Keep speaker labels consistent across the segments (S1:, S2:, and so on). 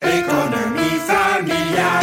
S1: Économie familiale.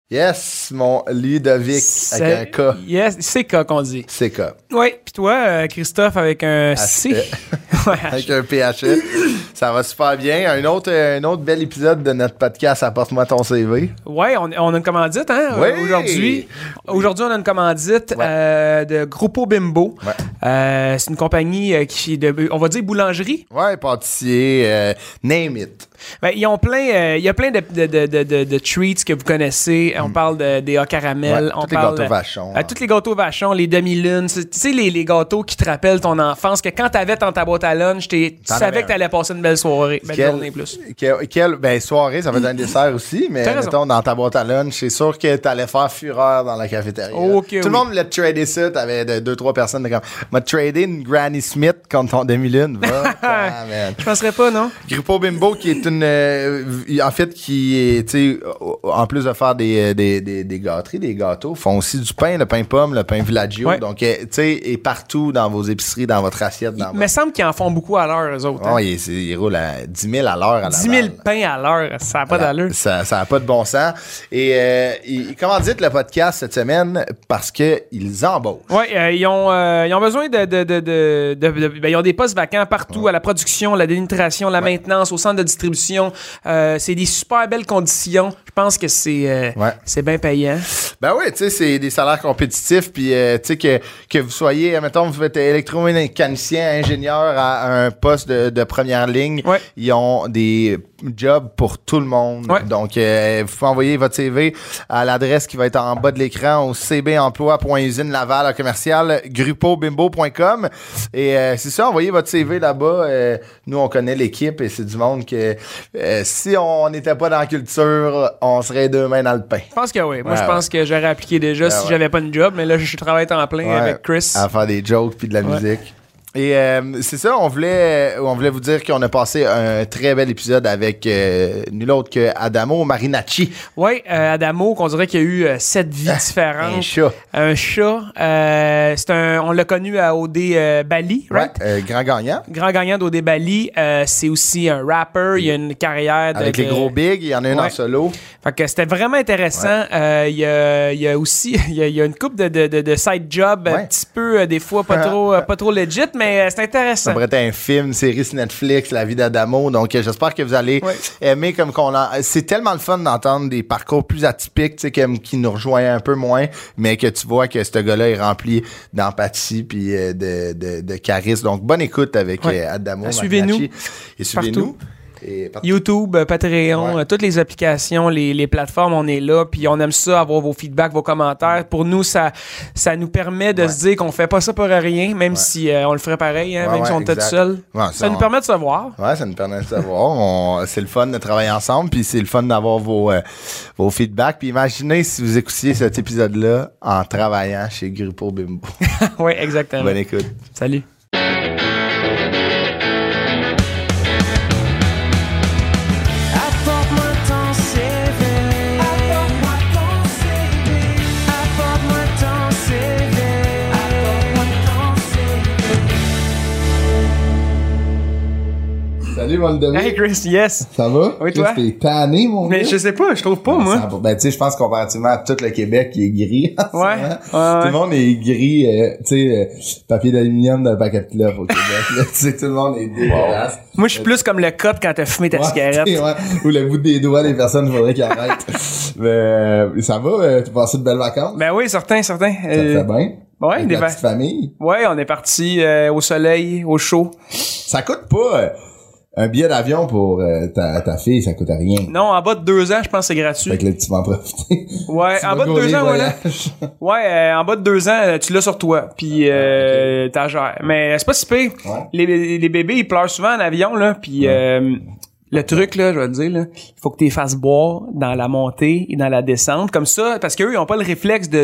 S2: Yes, mon Ludovic avec un K.
S3: Yes, c'est K qu'on dit.
S2: C'est K.
S3: Oui, puis toi, euh, Christophe, avec un C. Ouais,
S2: Avec un PHE. Ça va super bien. Un autre, euh, un autre bel épisode de notre podcast Apporte-moi ton CV.
S3: ouais on, on a une commandite, hein,
S2: Oui.
S3: euh, aujourd'hui. Aujourd'hui, on a une commandite euh, de Grupo Bimbo.
S2: Ouais.
S3: Euh, c'est une compagnie euh, qui, est de, on va dire boulangerie.
S2: Ouais, pâtissier, euh, name it.
S3: Ben, ils ont plein, euh, il y a plein de, de, de, de, de- de treats que vous connaissez. On parle de- des hauts caramel,
S2: Mm. Ouais,
S3: on
S2: tous les
S3: parle
S2: gâteaux vachons,
S3: euh,
S2: hein.
S3: tous les gâteaux vachons, les demi-lunes, c'est- tu sais les, les gâteaux qui te rappellent ton enfance que quand t'avais dans ta boîte à lunch, t'es- tu
S2: T'en avais
S3: savais que
S2: un.
S3: t'allais passer une belle soirée, belle
S2: Quel-
S3: journée Ben, plus.
S2: Quelle, quelle- ben, soirée, ça va être un dessert aussi, mais
S3: T'as raison.
S2: mettons dans ta boîte à lunch, c'est sûr que t'allais faire fureur dans la cafétéria.
S3: Oh,
S2: Tout
S3: que
S2: le
S3: oui.
S2: monde voulait te trader ça, t'avais de- deux, trois personnes de comme m'a tradé une Granny Smith contre ton demi-lune. Va, t'en, man.
S3: Je penserais pas, non?
S2: Grupo Bimbo qui est une euh, en fait qui est tu sais euh, en plus de faire des, euh, des, des, des gâteries, des gâteaux, font aussi du pain, le pain pomme, le pain villaggio.
S3: Ouais.
S2: Donc euh, tu sais est partout dans vos épiceries, dans votre assiette, dans
S3: Mais semble qu'ils en font beaucoup à l'heure, eux autres.
S2: votre...
S3: hein.
S2: Ouais, Oh, il, c'est- il roule à 10 000 à l'heure à la
S3: 10 000 pains à l'heure, ça n'a pas d'allure.
S2: Ça n'a pas de bon sens. Et euh, ils- comment dites le podcast cette semaine parce que ils embauchent.
S3: Oui, ils, ont, euh, ils ont besoin de. de, de, de- de- de- ben, ils ont des postes vacants partout, à la production, la dénitration, la maintenance, au centre de distribution. Euh, c'est des super belles conditions. Je pense que c'est euh,
S2: Ouais.
S3: c'est bien payant.
S2: Ben oui, tu sais, c'est des salaires compétitifs, puis euh, tu sais, que, que vous soyez, mettons, vous êtes électromécanicien, ingénieur à un poste de, de première ligne,
S3: Ouais.
S2: ils ont des jobs pour tout le monde.
S3: Ouais.
S2: Donc, euh, vous pouvez envoyer votre CV à l'adresse qui va être en bas de l'écran au cbemploi.usinelaval à commercial grupobimbo.com. Et euh, c'est ça, envoyez votre CV là-bas. Euh, nous, on connaît l'équipe et c'est du monde que euh, si on n'était pas dans la culture, on serait deux mains dans le pain.
S3: Je pense que oui. Moi,
S2: Ouais,
S3: je pense que j'aurais appliqué déjà si
S2: ouais.
S3: j'avais pas une job, mais là, je travaille en plein
S2: Ouais,
S3: avec Chris.
S2: À faire des jokes puis de la
S3: Ouais.
S2: musique. Et euh, c'est ça, on voulait, euh, on voulait vous dire qu'on a passé un très bel épisode avec euh, nul autre que Adamo Marinacci.
S3: Oui, euh, Adamo, qu'on dirait qu'il y a eu euh, sept vies différentes.
S2: un chat.
S3: Un chat. euh, c'est un, on l'a connu à OD euh, Bali, right?
S2: Ouais, euh, grand gagnant.
S3: Grand gagnant d'OD Bali, euh, c'est aussi un rapper. Il a une carrière de,
S2: Avec les
S3: de-
S2: gros bigs, il y en a une
S3: Ouais.
S2: en solo.
S3: Fait que c'était vraiment intéressant. Euh, Il y, a, il y a aussi il y a, il y a une coupe de, de, de, de side job un
S2: Ouais.
S3: petit peu euh, des fois pas trop euh, pas trop legit, mais euh, c'est
S2: Ça
S3: intéressant.
S2: pourrait être un film, une série sur Netflix, La vie d'Adamo. Donc, euh, j'espère que vous allez
S3: Ouais.
S2: aimer comme qu'on a. C'est tellement le fun d'entendre des parcours plus atypiques, tu sais, comme qui nous rejoignent un peu moins, mais que tu vois que ce gars-là est rempli d'empathie puis euh, de, de- de charisme. Donc, bonne écoute avec
S3: Ouais.
S2: euh, Adamo.
S3: Ah, suivez-nous.
S2: Marinacci. Et suivez-nous.
S3: Partout.
S2: Et partout.
S3: YouTube, euh, Patreon,
S2: Ouais.
S3: euh, toutes les applications, les, les plateformes, on est là, puis on aime ça, avoir vos feedbacks, vos commentaires. Pour nous, ça, ça nous permet de se dire qu'on fait pas ça pour rien, même si euh, on le ferait pareil, hein,
S2: Ouais,
S3: même
S2: ouais,
S3: si on était tout
S2: exact.
S3: seul.
S2: Ouais,
S3: ça
S2: ça,
S3: nous
S2: on-
S3: permet de se voir.
S2: Ouais, ça nous permet de savoir. On- c'est le fun de travailler ensemble, puis c'est le fun d'avoir vos, euh, vos feedbacks. Puis imaginez si vous écoutiez cet épisode-là en travaillant chez Grupo Bimbo.
S3: oui, exactement.
S2: Bonne écoute.
S3: Salut.
S4: Apporte-moi ton CV. Apporte-moi ton CV. Apporte-moi ton CV. Apporte-moi ton CV.
S2: Salut, mon
S3: Hey Chris, yes.
S2: Ça va?
S3: Oui,
S2: Chris,
S3: toi?
S2: T'es tanné, mon
S3: Mais
S2: gars?
S3: je sais pas, je trouve pas, moi.
S2: Ça- Ben, tu sais, je pense comparativement à tout le Québec qui est gris. en ce
S3: Ouais,
S2: moment.
S3: ouais,
S2: Tout le monde est gris, euh, tu sais, euh, papier d'aluminium d'un paquet de clopes au Québec. là. tu sais, tout le monde est dégueulasse.
S3: Moi, je suis plus comme le code quand t'as fumé ta
S2: Ouais,
S3: cigarette.
S2: ouais. Ou le bout des doigts des personnes, il faudrait qu'ils arrêtent. Mais, euh, ça va? euh, T'as passé de belles vacances?
S3: Ben oui, certain, certain.
S2: ça te
S3: Euh,
S2: fait bien?
S3: ouais,
S2: Avec
S3: des
S2: la
S3: va-
S2: petite famille?
S3: ouais, on est parti euh, au soleil, au chaud.
S2: Ça coûte pas... euh, un billet d'avion pour euh, ta, ta fille, ça coûte rien.
S3: Non, en bas de deux ans, je pense que c'est
S2: Fait
S3: gratuit.
S2: que là, tu vas en profiter.
S3: Ouais,
S2: Tu
S3: en
S2: vas
S3: bas de
S2: gauler
S3: deux ans, voilà.
S2: voyage.
S3: Ouais, euh, en bas de deux ans, euh, tu l'as sur toi, puis euh, t'as gère. Mais c'est pas si pire.
S2: Ah, Ouais.
S3: Les, les bébés, ils pleurent souvent en avion, là, puis euh, le truc, là, je vais te dire, là, il faut que tu les fasses boire dans la montée et dans la descente, comme ça, parce qu'eux, ils ont pas le réflexe de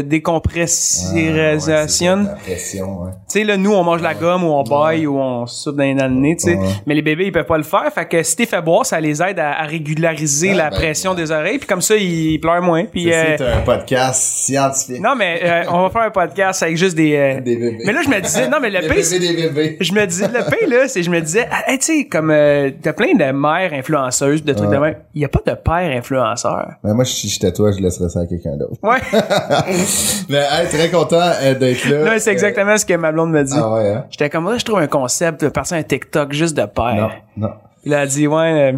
S2: Ah, Ouais, c'est
S3: décompression.
S2: ça, la pression, ouais.
S3: tu sais, là, nous, on mange la gomme ou on baille ou on soupe dans, les- dans le nez, tu sais.
S2: Ouais.
S3: Mais les bébés, ils peuvent pas le faire. Fait que si t'es fait boire, ça les aide à, à régulariser
S2: Ah,
S3: la
S2: ben,
S3: pression des oreilles. Puis comme ça, ils pleurent moins. Puis, euh,
S2: C'est un podcast scientifique.
S3: non, mais euh, on va faire un podcast avec juste des... euh,
S2: Des bébés.
S3: Mais là, je me disais... Non, mais le
S2: Les
S3: pire, c'est-
S2: bébés des bébés.
S3: je me disais... Le pire, là, c'est... Je me disais... ah, hey, tu sais, comme... euh, t'as plein de mères influenceuses, de trucs de même. Il y a pas de père influenceur.
S2: Mais Ben, moi, si j'étais toi, je laisserais ça à quelqu'un d'autre.
S3: Ouais.
S2: Mais Ben, hey, très content euh, d'être là.
S3: là, c'est
S2: Euh,
S3: exactement ce que ma blonde me dit.
S2: Ah ouais, hein?
S3: J'étais comme... Là, je trouve un concept de partir un TikTok juste de père.
S2: Non, non.
S3: Il a dit, ouais, euh,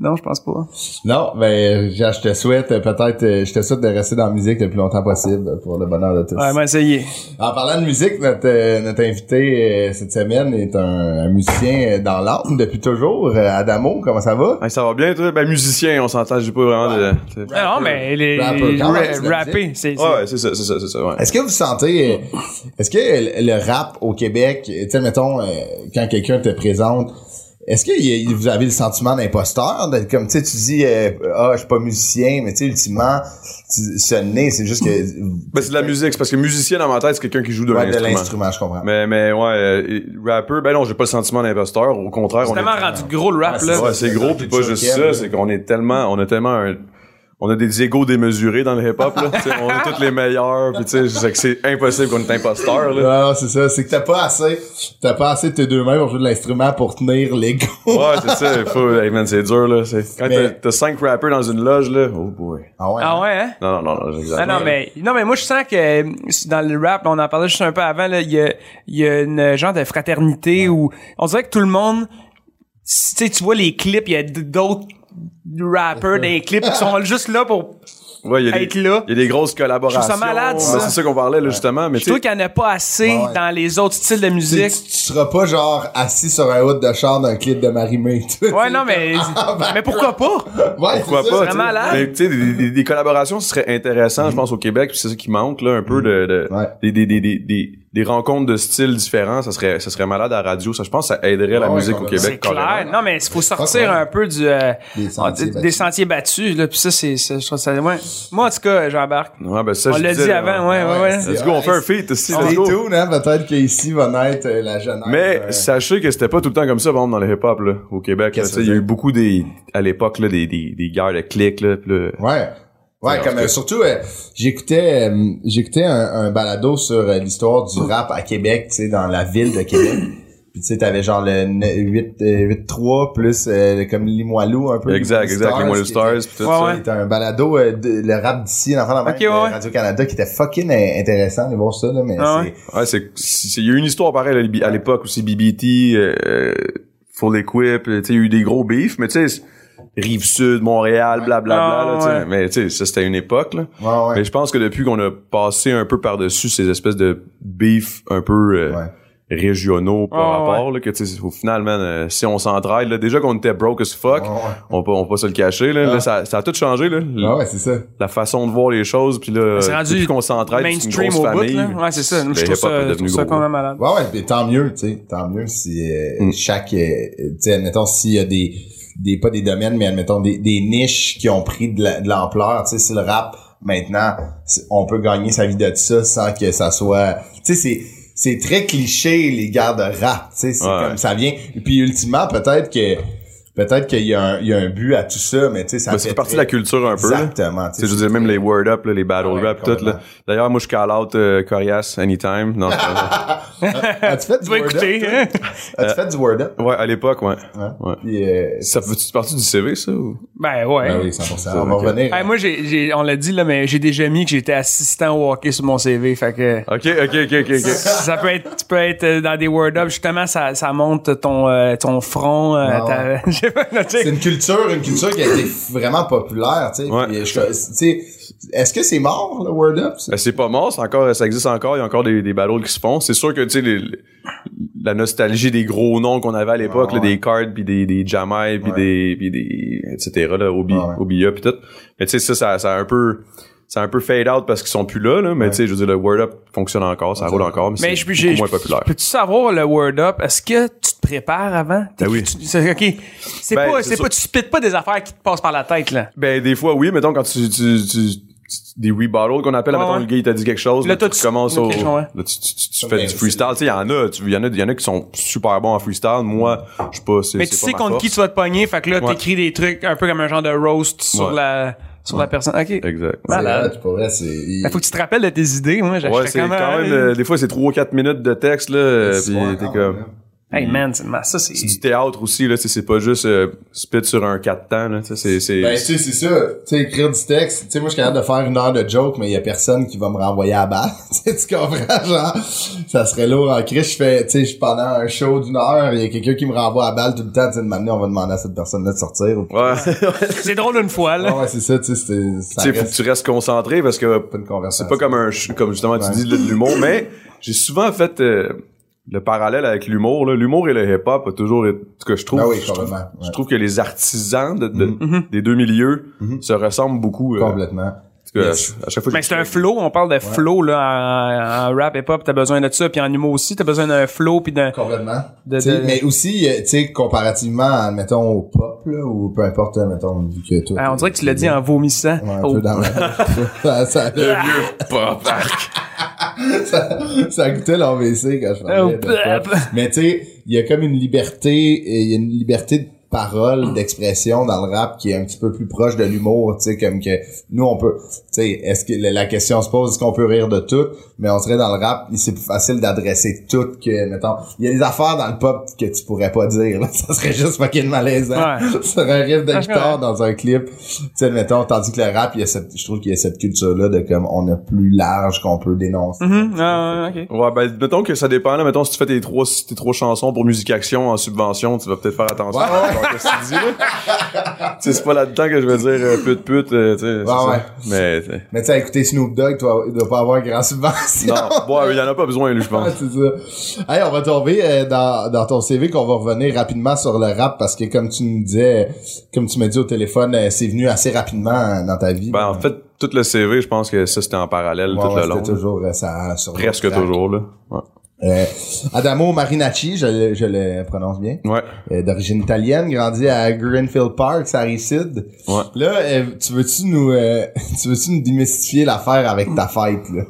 S3: non, je pense pas.
S2: Non, ben, je je te souhaite euh, peut-être, euh, je te souhaite de rester dans la musique le plus longtemps possible euh, pour le bonheur de tous.
S3: Ouais, mais essayez.
S2: En parlant de musique, notre, euh, notre invité euh, cette semaine est un, un musicien euh, dans l'âme depuis toujours. Euh, Adamo, comment ça va?
S5: Hey, ça va bien, toi? Ben, musicien, on s'entend, j'ai pas vraiment de. de-
S3: Non, mais les,
S2: Rapper, quand même, c'est de la
S3: rapper, c'est. c'est-
S5: Ouais, ouais, c'est ça, c'est ça, c'est ça, ouais.
S2: Est-ce que vous sentez, euh, est-ce que le le rap au Québec, euh, tu sais, mettons, euh, quand quelqu'un te présente, est-ce que y a- vous avez le sentiment d'imposteur, d'être comme, tu sais, tu dis, euh, ah, je suis pas musicien, mais tu sais, ultimement, tu- sonner, c'est juste que
S5: Ben, c'est de la musique, c'est parce que musicien dans ma tête, c'est quelqu'un qui joue de
S2: Ouais, de
S5: l'instrument.
S2: l'instrument, je comprends.
S5: Mais, mais ouais, euh, et- rapper, ben non, j'ai pas le sentiment d'imposteur, au contraire,
S3: C'est
S5: on est.
S3: tellement rendu gros le rap,
S2: Ouais,
S3: là.
S5: Ouais, Ah, c'est gros, puis pas juste ça, c'est qu'on est tellement, on a tellement un. On a des égos démesurés dans le hip-hop, là. T'sais, on est tous les meilleurs, puis tu sais, c'est que c'est impossible qu'on est imposteur, là.
S2: Non, Ah, c'est ça, c'est que t'as pas assez, t'as pas assez de tes deux mains pour jouer de l'instrument pour tenir l'ego.
S5: Ouais, c'est ça, il faut, hey, man, c'est dur, là. c'est- Quand
S2: Mais-
S5: t'as- t'as cinq rappers dans une loge, là, oh boy.
S2: Ah ouais.
S3: Ah ouais, hein?
S5: Non, non, non, non,
S3: Ah
S5: j'exagère.
S3: non, mais, non, mais moi, je sens que euh, dans le rap, on en parlait juste un peu avant, là, il y a, il y a une euh, genre de fraternité où on dirait que tout le monde, si- tu sais, tu vois les clips, il y a d- d'autres rappers dans les clips qui sont juste là pour.
S5: Ouais, il y a
S3: Être
S5: des,
S3: là.
S5: Il y a des grosses collaborations.
S3: Je trouve ça malade, ça.
S5: Ben, C'est ça qu'on parlait, là, justement. Mais
S3: Je
S5: tu
S3: trouve
S5: sais,
S3: qu'il n'y en a pas assez
S2: Ouais, ouais.
S3: dans les autres styles de
S2: Tu,
S3: musique.
S2: tu, tu seras pas genre assis sur un hood de char d'un clip de Marie-Mé. tu vois,
S3: Ouais, non, mais,
S2: ben-
S3: mais pourquoi pas?
S2: ouais,
S5: pourquoi
S2: c'est
S5: pas?
S2: ça.
S5: tu sais.
S3: vraiment malade.
S5: Mais tu sais, des, des- des collaborations, ce serait intéressant, je pense, au Québec. Puis c'est ça qui manque, là, un peu de, de-
S2: Ouais.
S5: des, des, des, des, des, des rencontres de styles différents. Ça serait, ça serait malade à la radio. Ça, je pense, que ça aiderait la
S2: Ouais,
S5: musique au
S2: complètement.
S5: Québec.
S3: C'est clair.
S5: carrément.
S3: Non, mais il faut sortir
S2: ouais.
S3: un peu du, euh,
S2: Des sentiers
S3: des- des
S2: battus.
S3: sentiers battus. Là, puis ça, c'est, c'est- je trouve ça- ouais. Moi, en tout cas, j'embarque.
S5: Ouais, ben, ça,
S3: On
S5: je
S3: l'a
S5: disais,
S3: dit avant, ouais, ouais, ouais.
S2: c'est-
S5: Let's go, on fait un feat aussi.
S2: C'est
S5: let's go.
S2: tout, hein, peut-être qu'ici va naître euh, la jeunesse.
S5: Mais
S2: euh,
S5: sachez que c'était pas tout le temps comme ça, par exemple, dans le hip-hop, là, au Québec. là.
S2: Qu'est-ce
S5: Tu sais,
S2: que
S5: Il y a
S2: c'est?
S5: eu beaucoup des, à l'époque, là, des, des, des guerres de clics, là, puis là,
S2: Ouais.
S5: Ouais,
S2: Ouais,
S5: en
S2: comme
S5: tout
S2: euh,
S5: cas.
S2: surtout euh, j'écoutais euh, j'écoutais un, un balado sur euh, l'histoire du rap à Québec, tu sais dans la ville de Québec. Puis tu sais t'avais genre le 8 8 3 plus euh, comme Limoilou un peu.
S5: Exact,
S2: Limoilou
S5: exact, les Moelleux
S2: qui
S5: Stars,
S2: était-
S5: pis tout
S3: Ouais,
S5: ça.
S3: ouais.
S2: C'était un balado euh, de- le rap d'ici l'enfant de la
S3: Ok,
S2: même,
S3: ouais,
S2: de
S3: ouais.
S2: Radio-Canada qui était fucking euh, intéressant de voir ça là, mais
S3: Ah,
S2: c'est
S3: ouais.
S5: Ouais, c'est, c'est- c'est- il y a eu une histoire pareille à l'é- à l'époque aussi, BBT, euh, Full Equip, euh, tu sais, il y a eu des gros beefs, mais tu sais, Rive-Sud, Montréal,
S3: Ah,
S5: blablabla, là, tu sais.
S3: ouais.
S5: mais tu sais, ça c'était une époque, là.
S2: Ouais, ouais.
S5: Mais je pense que depuis qu'on a passé un peu par-dessus ces espèces de beefs un peu euh,
S2: Ouais.
S5: régionaux par
S3: Ah,
S5: rapport, là, que tu sais, au final, man, euh, si on s'entraide, là, déjà qu'on était broke as fuck,
S2: Ouais, ouais.
S5: on peut, on peut pas se le cacher, là, là, ça, ça a tout changé, là.
S2: Ah ouais, c'est ça.
S5: La façon de voir les choses, puis là,
S3: C'est rendu
S5: depuis qu'on s'entraide, c'est une
S3: mainstream
S5: grosse
S3: au bout.
S5: famille.
S3: Là. Ouais, c'est ça. Moi,
S5: Le
S3: je
S5: hip-hop est
S3: trouve ça, je trouve
S5: devenu gros,
S3: ça
S5: hein.
S3: quand
S5: là.
S3: même malade.
S2: Ouais, ouais, mais tant mieux, tu sais, tant mieux si euh,
S5: Mm.
S2: chaque, euh, tu sais, admettons, s'il y a des, des, pas des domaines, mais admettons, des, des niches qui ont pris de la- de l'ampleur, tu sais, si le rap, maintenant, c'est- on peut gagner sa vie de ça sans que ça soit, tu sais, c'est, c'est très cliché, les gars de rap, tu sais, c'est
S5: Ouais.
S2: comme ça vient, puis ultimement, peut-être que, peut-être qu'il y a un, il y a un but à tout ça, mais tu sais, ça
S5: Ben, ça fait partie de la culture un peu. là.
S2: Exactement,
S5: Tu sais, je veux dire, même les word up, là, les battle
S2: Ouais,
S5: rap, tout, là.
S2: complètement.
S5: D'ailleurs, moi, je call out euh, Corias anytime. Non, c'est pas
S2: As-tu fait du
S3: Tu vas
S2: word
S3: écouter,
S2: up?
S3: hein?
S2: toi? As-tu fait du word up?
S5: vrai. ouais, à l'époque, ouais.
S2: Hein?
S5: Ouais.
S2: Puis, euh,
S5: Euh, Ça fait partie du CV, ça? ou-
S3: Ben ouais.
S2: Ben oui, 100%. On va
S5: Ok.
S2: revenir.
S3: Hey, moi, j'ai, j'ai- on l'a dit, là, mais j'ai déjà mis que j'étais assistant au hockey sur mon CV. Fait que
S5: Ok, ok, ok, ok, ok.
S3: ça peut être, tu peux être euh, dans des word-up. Justement, ça, ça monte ton, euh, ton front.
S2: Ah
S3: euh,
S2: ouais.
S3: ta- j'ai pas noté.
S2: C'est une culture, une culture qui a été vraiment populaire, tu sais.
S5: Ouais.
S2: Puis, je- tu sais, Est-ce que c'est mort, le Word Up? ça?
S5: Ben, c'est pas mort, c'est encore, ça existe encore, il y a encore des, des battles qui se font. C'est sûr que, tu sais, les- la nostalgie des gros noms qu'on avait à l'époque, là, des cards, puis des, des Jamai, puis des, puis des, etc., là, Obi, Obi-Ya, puis tout. Mais tu sais, ça, ça, ça a un peu, ça a un peu fade out parce qu'ils sont plus là, là. Mais tu sais, je veux dire, le Word Up fonctionne encore, ça roule encore, mais,
S3: Mais
S5: c'est
S3: je
S5: beaucoup
S3: j'ai-
S5: moins
S3: je-
S5: populaire.
S3: Peux-tu savoir le word up? Est-ce que tu te prépares avant?
S5: Ben oui.
S3: Tu- c'est- OK. C'est
S5: Ben,
S3: pas,
S5: c'est
S3: c'est
S5: sûr.
S3: pas, tu spites pas des affaires qui te passent par la tête, là.
S5: Ben, des fois, oui. Mettons, quand tu, tu, tu, tu- des rebuttals qu'on appelle,
S3: Ouais,
S5: mettons,
S3: ouais.
S5: le gars, il t'a dit quelque chose.
S3: Là,
S5: Là,
S3: toi,
S5: tu
S3: tu-
S5: commences au,
S3: ok, je comprends.
S5: là, tu, tu, tu- tu fais du freestyle. Tu sais, il y en a, tu, il y en a, il y en a qui sont super bons en freestyle. Moi, je sais pas, c'est,
S3: Mais
S5: c'est
S3: tu
S5: pas
S3: sais
S5: ma
S3: contre
S5: force.
S3: qui tu vas te pogner, fait que là,
S5: Ouais.
S3: t'écris des trucs un peu comme un genre de roast sur
S5: Ouais.
S3: la, sur la personne. OK.
S5: Exact.
S3: Malade.
S2: Pour vrai, c'est.
S3: Ben, faut que tu te rappelles de tes idées, moi. j'achète
S5: Ouais, c'est quand même, euh, des fois, c'est 3 ou 4 minutes de texte, là, euh, pis t'es comme,
S3: Hey, man, c'est- man, ça, c'est...
S5: c'est du théâtre aussi, là, tu sais, c'est pas juste, euh, spit sur un 4 temps, là, tu sais, c'est, c'est,
S2: Ben, tu sais, c'est ça. Tu sais, écrire du texte. Tu sais, moi, je suis capable de faire une heure de joke, mais il y a personne qui va me renvoyer à la balle. tu sais, tu comprends, genre, ça serait lourd en crise. Je fais, tu sais, je suis pendant un show d'une heure, il y a quelqu'un qui me renvoie à la balle tout le temps. Tu sais, de m'amener, on va demander à cette personne-là de sortir. Ou...
S5: ouais.
S3: C'est drôle une fois, là.
S2: Ah ouais, c'est ça, tu sais, c'est,
S5: Tu
S2: ça
S5: sais, faut que
S2: reste
S5: tu restes concentré parce que
S2: pas une conversation.
S5: c'est pas comme un ch- comme justement tu
S2: Ah, Ouais.
S5: dis là, de l'humour mais j'ai souvent fait euh, le parallèle avec l'humour là. l'humour et le hip hop a toujours été- en tout cas je trouve
S2: Ah oui,
S5: je, trouve
S2: complètement. ouais.
S5: je trouve que les artisans de, de- des deux milieux
S2: Mhm.
S5: se ressemblent beaucoup euh,
S2: Complètement.
S5: en tout cas,
S2: Yes.
S5: à, à chaque fois que
S3: Mais
S5: je-
S3: c'est un flow, on parle de flow, là, en, en rap et pop, t'as besoin de ça, puis en humour aussi, t'as besoin d'un flow, puis d'un...
S2: Complètement.
S3: euh, De-
S2: Tu sais,
S3: de-
S2: Mais aussi, euh, tu sais, comparativement, mettons, au pop, là, ou peu importe, mettons, vu que toi.
S3: Ah, on dirait que tu l'as dit en vomissant.
S2: Ouais, un
S3: Oh.
S2: peu dans ça, ça,
S5: Pop.
S2: ça, ça goûtait l'AVC quand je parlais.
S3: Oh,
S2: de ça.
S3: blap.
S2: Mais tu sais, il y a comme une liberté, et il y a une liberté de parole, d'expression dans le rap qui est un petit peu plus proche de l'humour, tu sais, comme que nous on peut, tu sais, est-ce que la la question se pose, est-ce qu'on peut rire de tout, mais on serait dans le rap, c'est plus facile d'adresser tout que, mettons, il y a des affaires dans le pop que tu pourrais pas dire, là. ça serait juste fucking malaisant,
S3: Ouais.
S2: sur un riff de
S3: Ah,
S2: guitare dans un clip, tu sais, mettons, tandis que le rap, il y a cette, je trouve qu'il y a cette culture-là de comme, on a plus large qu'on peut dénoncer.
S3: Mhm, ah, ok.
S5: Ouais, ben, mettons que ça dépend, là. Mettons, si tu fais tes trois, tes trois chansons pour Musique Action en subvention, tu vas peut-être faire attention
S2: Ouais.
S5: à ce que tu dis, là. Tu sais, c'est pas là-dedans que je veux dire euh, pute pute, euh, tu sais. c'est ça.
S2: ouais.
S5: Mais, tu sais.
S2: Mais tu sais, écouter Snoop Dogg, toi, il doit pas avoir grand subvention.
S5: Non, bon, il y en a pas besoin, lui, je
S2: Ouais,
S5: pense.
S2: c'est ça. Hey, on va tomber euh, dans, dans ton CV qu'on va revenir rapidement sur le rap parce que comme tu nous disais, comme tu m'as dit au téléphone, euh, c'est venu assez rapidement euh, dans ta vie.
S5: Ben, en fait, tout le CV, je pense que ça, c'était en parallèle
S2: Ouais,
S5: tout
S2: ouais,
S5: le
S2: c'était
S5: long.
S2: toujours euh, ça sur
S5: Presque
S2: track.
S5: toujours, là. Ouais.
S2: Euh, Adamo Marinacci, je, le- je le prononce bien.
S5: Ouais.
S2: Euh, d'origine italienne, grandi à Greenfield Park, ça Rive-Sud.
S5: Ouais.
S2: Là, euh, tu veux-tu nous euh, tu veux-tu nous démystifier l'affaire avec ta fête là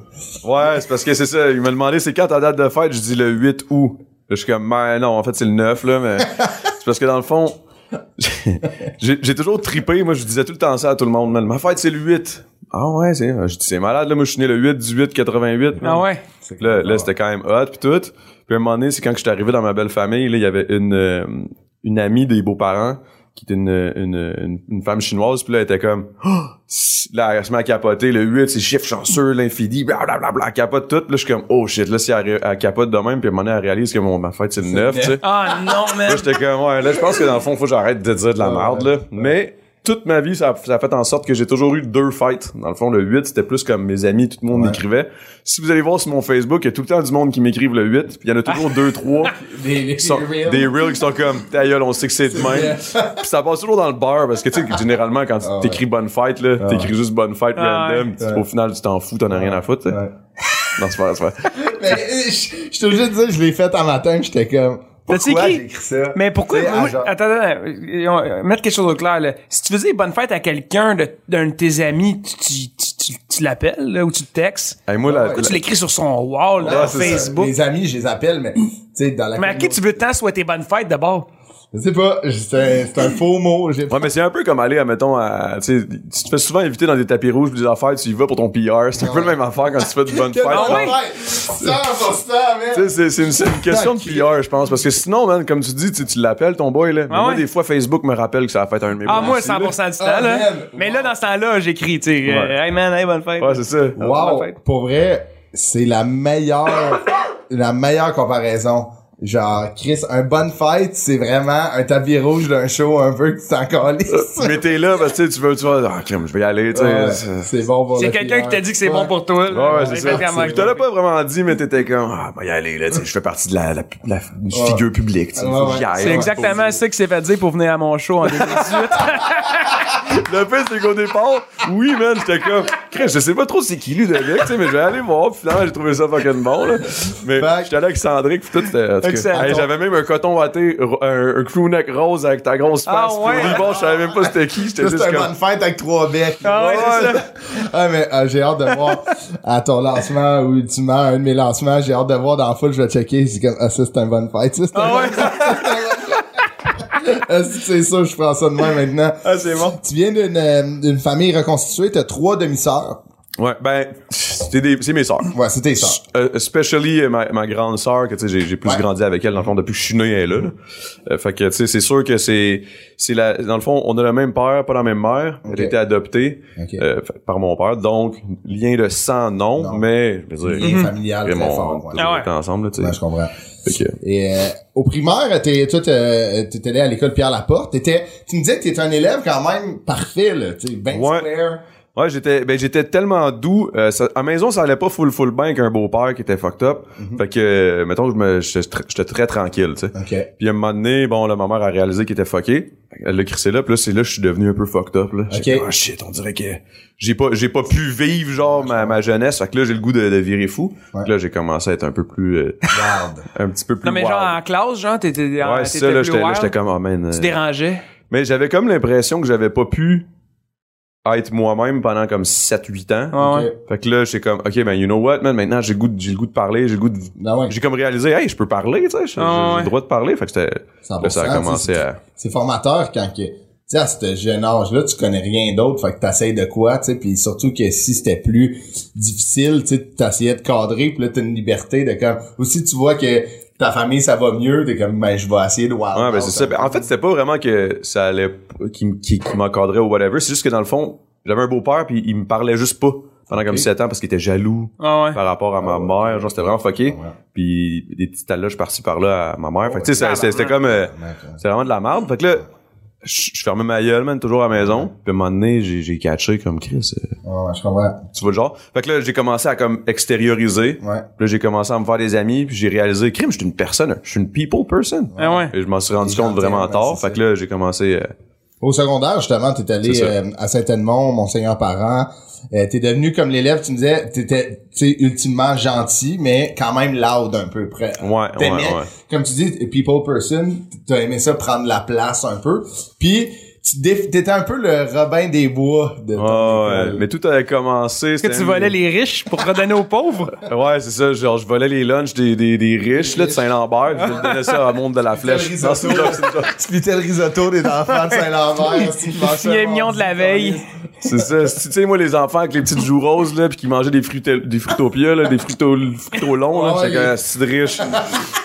S5: Ouais, c'est parce que c'est ça. Il m'a demandé c'est quand ta date de fête. Je dis le 8 août. Là, Je suis comme, mais non, en fait, c'est le 9, là, mais c'est parce que dans le fond, j'ai j'ai toujours tripé. Moi, je disais tout le temps ça à tout le monde, man. Ma fête, c'est le 8. Ah ouais, c'est, je dis, c'est malade, là. Moi, je suis né le 8, 18, 88. man.
S3: Ah ouais.
S5: Là, là c'était quand même hot puis tout. Puis à un moment donné, c'est quand que j'étais arrivé dans ma belle famille, là, il y avait une euh, une amie des beaux-parents qui était une, une, une, une femme chinoise, puis là, elle était comme Ah! là, elle se met à capoter, le 8, c'est chiffre chanceux, l'infini, blablabla, elle capote tout, puis là, je suis comme oh shit, là, si elle, ré- elle capote de même, puis à un moment donné, elle réalise que mon ma fête, c'est le 9, tu sais.
S3: Ah non, man.
S5: Là, j'étais comme, ouais, là, je pense que dans le fond, faut que j'arrête de dire de la merde, là. Mais toute ma vie, ça a, ça a fait en sorte que j'ai toujours eu deux fêtes. Dans le fond, le 8, c'était plus comme mes amis, tout le monde m'écrivait. Si vous allez voir sur mon Facebook, il y a tout le temps du monde qui m'écrivent le 8, puis il y en a toujours deux, trois
S2: Ah. Des,
S5: qui sont, des reels qui sont comme, ta gueule, on sait que c'est demain. Puis ça passe toujours dans le bar, parce que, tu sais, généralement, quand tu
S2: Ah ouais.
S5: t'écris bonne fête, là, t'écris juste bonne fête
S3: Ah ouais.
S5: random, puis
S2: Ouais.
S5: au final, tu t'en fous, t'en as rien à foutre, tu sais.
S2: Ouais.
S5: Non, c'est pas, c'est pas.
S2: Mais euh, je je t'ai obligé de dire, je l'ai fait en matin, puis j'étais comme.
S3: T'as dit
S2: Pourquoi
S3: qui?
S2: j'ai écrit ça?
S3: Mais pourquoi...
S2: Tu sais,
S5: ah,
S3: moi-
S2: à genre-
S3: attends, attends, euh, on- euh, mettre quelque chose au clair, là. Si tu faisais bonne fête à quelqu'un de- d'un de, tes amis, tu, tu, tu, tu- tu l'appelles, là, ou tu le textes.
S5: Hey, moi, la-
S3: Pourquoi tu l'écris sur son wall, là,
S5: Ouais,
S3: sur
S5: c'est ça.
S3: Facebook?
S2: Mes amis, je les appelle, mais, tu sais, dans la.
S3: Mais à qui tu veux tant souhaiter bonne fête d'abord?
S5: Eh
S2: Je sais pas, je- c'est un- c'est un faux mot. j'ai-
S5: Ouais, mais c'est un peu comme aller, admettons, à, tu sais, tu te fais souvent inviter dans des tapis rouges pis des affaires, tu y vas pour ton PR. C'est un peu la même affaire quand tu fais de bonnes
S2: Que
S5: fêtes.
S2: non,
S5: genre.
S2: ouais! Ça, ça, ça, man.
S5: Tu sais, C'est, c'est une, c'est une question de
S2: Fuck
S5: PR, je pense. Parce que sinon, man, comme tu dis, tu, tu l'appelles ton boy, là. Mais
S3: Ah
S5: moi,
S3: ouais?
S5: des fois, Facebook me rappelle que ça a fait un de mes
S3: Ah,
S5: bons
S3: moi,
S5: aussi, ben, là.
S3: 100% du temps,
S2: Ah,
S3: là.
S2: man.
S3: Mais
S2: Wow.
S3: là, dans ce temps-là, j'écris, tu sais. euh,
S5: Ouais.
S3: Hey, man, hey, bonne fête.
S5: Ouais, c'est ça.
S3: Ah,
S2: Wow, pour vrai, c'est la meilleure, la meilleure comparaison. Genre, Chris, un bon fight, c'est vraiment un tapis rouge d'un show un peu que tu t'en calisses.
S5: Mais t'es là, parce que tu sais, tu veux, tu vas, ah, crème, je vais y aller, tu sais.
S2: Ouais,
S5: Euh, c'est-
S2: c'est bon pour
S3: C'est
S2: le
S3: quelqu'un qui
S2: PR.
S3: t'a dit que c'est bon pour toi.
S5: Ouais,
S3: là.
S5: ouais, c'est ça.
S3: Exactement.
S5: Je te l'ai pas vraiment dit, mais t'étais comme, ah, ben, y aller, là, tu sais, je fais partie de la, la, la- du
S2: Ouais.
S5: figure publique, tu sais,
S2: Ouais,
S5: faut que
S2: ouais.
S5: j'y aille.
S3: C'est exactement ça qui s'est fait dire pour venir à mon show en 2018.
S5: Le fait, c'est qu'au départ, oui, man, j'étais comme, Chris, je sais pas trop c'est qui lui, le mec, tu sais, mais je vais aller voir, puis finalement, j'ai trouvé ça fucking bon, là. Mais
S2: Fait-
S5: j'étais allé avec Sandrick, puis tout, c'était, en tout cas.
S3: Excellent.
S5: Hey, j'avais même un coton watté, ro- un, un crew neck rose avec ta grosse face,
S3: Ah,
S5: pour
S3: ouais.
S5: lui, bon, je savais même pas c'était qui, j'étais
S2: Ça, C'est
S5: juste
S2: un
S5: comme,
S2: bonne fête avec trois becs.
S3: Ah ouais, c'est ça.
S2: Ah, mais euh, j'ai hâte de voir à ton lancement ou tu mens à un de mes lancements, j'ai hâte de voir dans la foule, je vais checker, c'est comme ah ça c'est un bonne fight, ça c'est un
S3: Ah ouais.
S2: bon- Ah, si, c'est ça, je prends ça de moi maintenant.
S5: ah, c'est bon.
S2: Tu viens d'une euh, d'une famille reconstituée, t'as trois demi-sœurs.
S5: Ouais, ben, c'était des, c'est mes sœurs.
S2: Ouais, c'est tes sœurs.
S5: Euh, especially euh, ma, ma grande sœur que tu sais j'ai, j'ai plus
S2: Ouais.
S5: grandi avec elle dans le fond depuis que je suis né elle est là, là. Euh, fait que tu sais c'est sûr que c'est c'est la dans le fond on a le même père pas la même mère
S2: Ok.
S5: elle a été adoptée
S2: Ok.
S5: euh, fait- par mon père donc lien de sang non,
S2: Non.
S5: mais je veux dire
S2: Lien familial
S5: vraiment,
S2: très
S5: on
S2: fort.
S5: a
S2: Ouais.
S5: toujours
S3: Ah ouais.
S5: été ensemble là, tu sais
S2: Ouais, je comprends.
S5: Fait que-
S2: Et euh, au primaire, t'es, toi, t'es, t'es allé à l'école Pierre Laporte. T'étais, tu me disais que t'étais un élève quand même parfait, là. Tu sais, ben
S5: Ouais.
S2: square.
S5: Ouais, j'étais ben j'étais tellement doux. Euh, ça- à maison, ça allait pas full full bien avec un beau-père qui était fucked up.
S2: Mhm.
S5: Fait que euh, mettons que je me- j'étais tr- j'étais très tranquille, tu sais.
S2: OK.
S5: Puis à un moment donné, bon, là, ma mère a réalisé qu'il était fucké. Elle l'a crissé là, puis là, c'est là que je suis devenu un peu fucked up. Là. J'ai
S2: Ok.
S5: fait, Ah, shit, on dirait que j'ai pas, j'ai pas pu vivre genre ma, ma jeunesse. Fait que là, j'ai le goût de, de virer fou.
S2: Ouais.
S5: Puis là, j'ai commencé à être un peu plus, euh,
S2: Garde.
S5: un petit peu plus.
S3: Non, mais genre en
S5: wild.
S3: classe, genre, t'étais en-
S5: ouais,
S3: t'étais
S5: c'est ça, là,
S3: plus
S5: j'étais là,
S3: wild.
S5: j'étais comme, oh man.
S3: Tu
S5: euh,
S3: dérangeais.
S5: mais j'avais comme l'impression que j'avais pas pu être moi-même pendant comme 7-8 ans.
S3: Ouais, ouais.
S2: Ok.
S5: Fait que là, j'ai comme, ok, ben, you know what, man, maintenant, j'ai le goût, de- j'ai le goût de parler, j'ai le goût de.
S2: Ben ouais,
S5: J'ai comme réalisé, hey, je peux parler, tu sais, j'ai, j'ai
S3: Ah, ouais.
S5: le droit de parler. Fait que c'était. Là,
S2: 100%,
S5: Ah, ça a commencé
S2: tu sais,
S5: à.
S2: C'est formateur quand que, tu sais, à ce jeune âge-là, tu connais rien d'autre, fait que t'essayes de quoi, tu sais, puis surtout que si c'était plus difficile, tu sais, t'essayais de cadrer, puis là, t'as une liberté de comme, aussi, tu vois que ta famille, ça va mieux, t'es comme, ben, je vais essayer de voir.
S5: Ouais, ben c'est ça. Ben, En fait, c'était pas vraiment que ça allait p- qui, m- qui, qui m'encadrait ou whatever. C'est juste que dans le fond, j'avais un beau-père puis il me parlait juste pas pendant comme
S2: Ok.
S5: 7 ans parce qu'il était jaloux
S3: Ah ouais.
S5: par rapport à ma
S2: Ah ouais.
S5: mère. Genre, c'était vraiment fucké.
S2: Ah ouais.
S5: Puis des petites alloches par-ci par-là à ma mère. Fait que, tu sais, ça-
S3: ouais.
S5: c'était c'était comme... euh,
S2: Tabarnak,
S5: c'était vraiment de la merde. Fait que là, je je fermais ma gueule, man, toujours à la maison. Puis à un moment donné, j'ai j'ai catché comme Chris. euh,
S2: Ouais, je comprends.
S5: Tu vois le genre? Fait que là, j'ai commencé à comme extérioriser.
S2: Ouais.
S5: Puis là, j'ai commencé à me faire des amis, puis j'ai réalisé, crime, je suis une personne, je suis une people person.
S3: Ah ouais.
S5: Et je m'en suis rendu
S2: Des
S5: compte
S2: gens,
S5: vraiment
S2: ouais,
S5: tard.
S2: c'est
S5: Fait que là, j'ai commencé. euh,
S2: Au secondaire, justement, t'es allé
S5: C'est ça.
S2: euh, à Saint-Edmond, Monseigneur Parent. Euh, t'es devenu comme l'élève, tu me disais, t'étais, tu sais, ultimement gentil, mais quand même loud un peu près. hein.
S5: ouais, ouais,
S2: T'aimais,
S5: ouais.
S2: comme tu dis, people person, t'as aimé ça prendre la place un peu. Puis, tu déf- t'étais un peu le Robin des Bois de ton
S5: Ouais, ouais.
S2: école.
S5: Mais tout avait commencé.
S3: Est-ce que
S5: c'était-
S3: tu volais les riches pour redonner aux pauvres?
S5: Ouais, c'est ça. Genre, je volais les lunchs des, des, des riches, là, de Saint-Lambert. puis Je donnais ça à Monde de la Flèche.
S2: Le
S5: Non, c'est une joke, c'est une joke.
S2: Tu pitais le risotto des enfants de Saint-Lambert. si tu mangeais
S3: Filet
S2: un
S3: mignon de la
S2: mardi,
S3: veille.
S5: C'est ça. Si Tu sais, moi, les enfants avec les petites joues roses, là, puis qui mangeaient des fruits, des fruitopia, là, des fruito, fruito longs, là,
S2: Ouais,
S5: c'est
S2: ouais,
S5: que c'est de riche.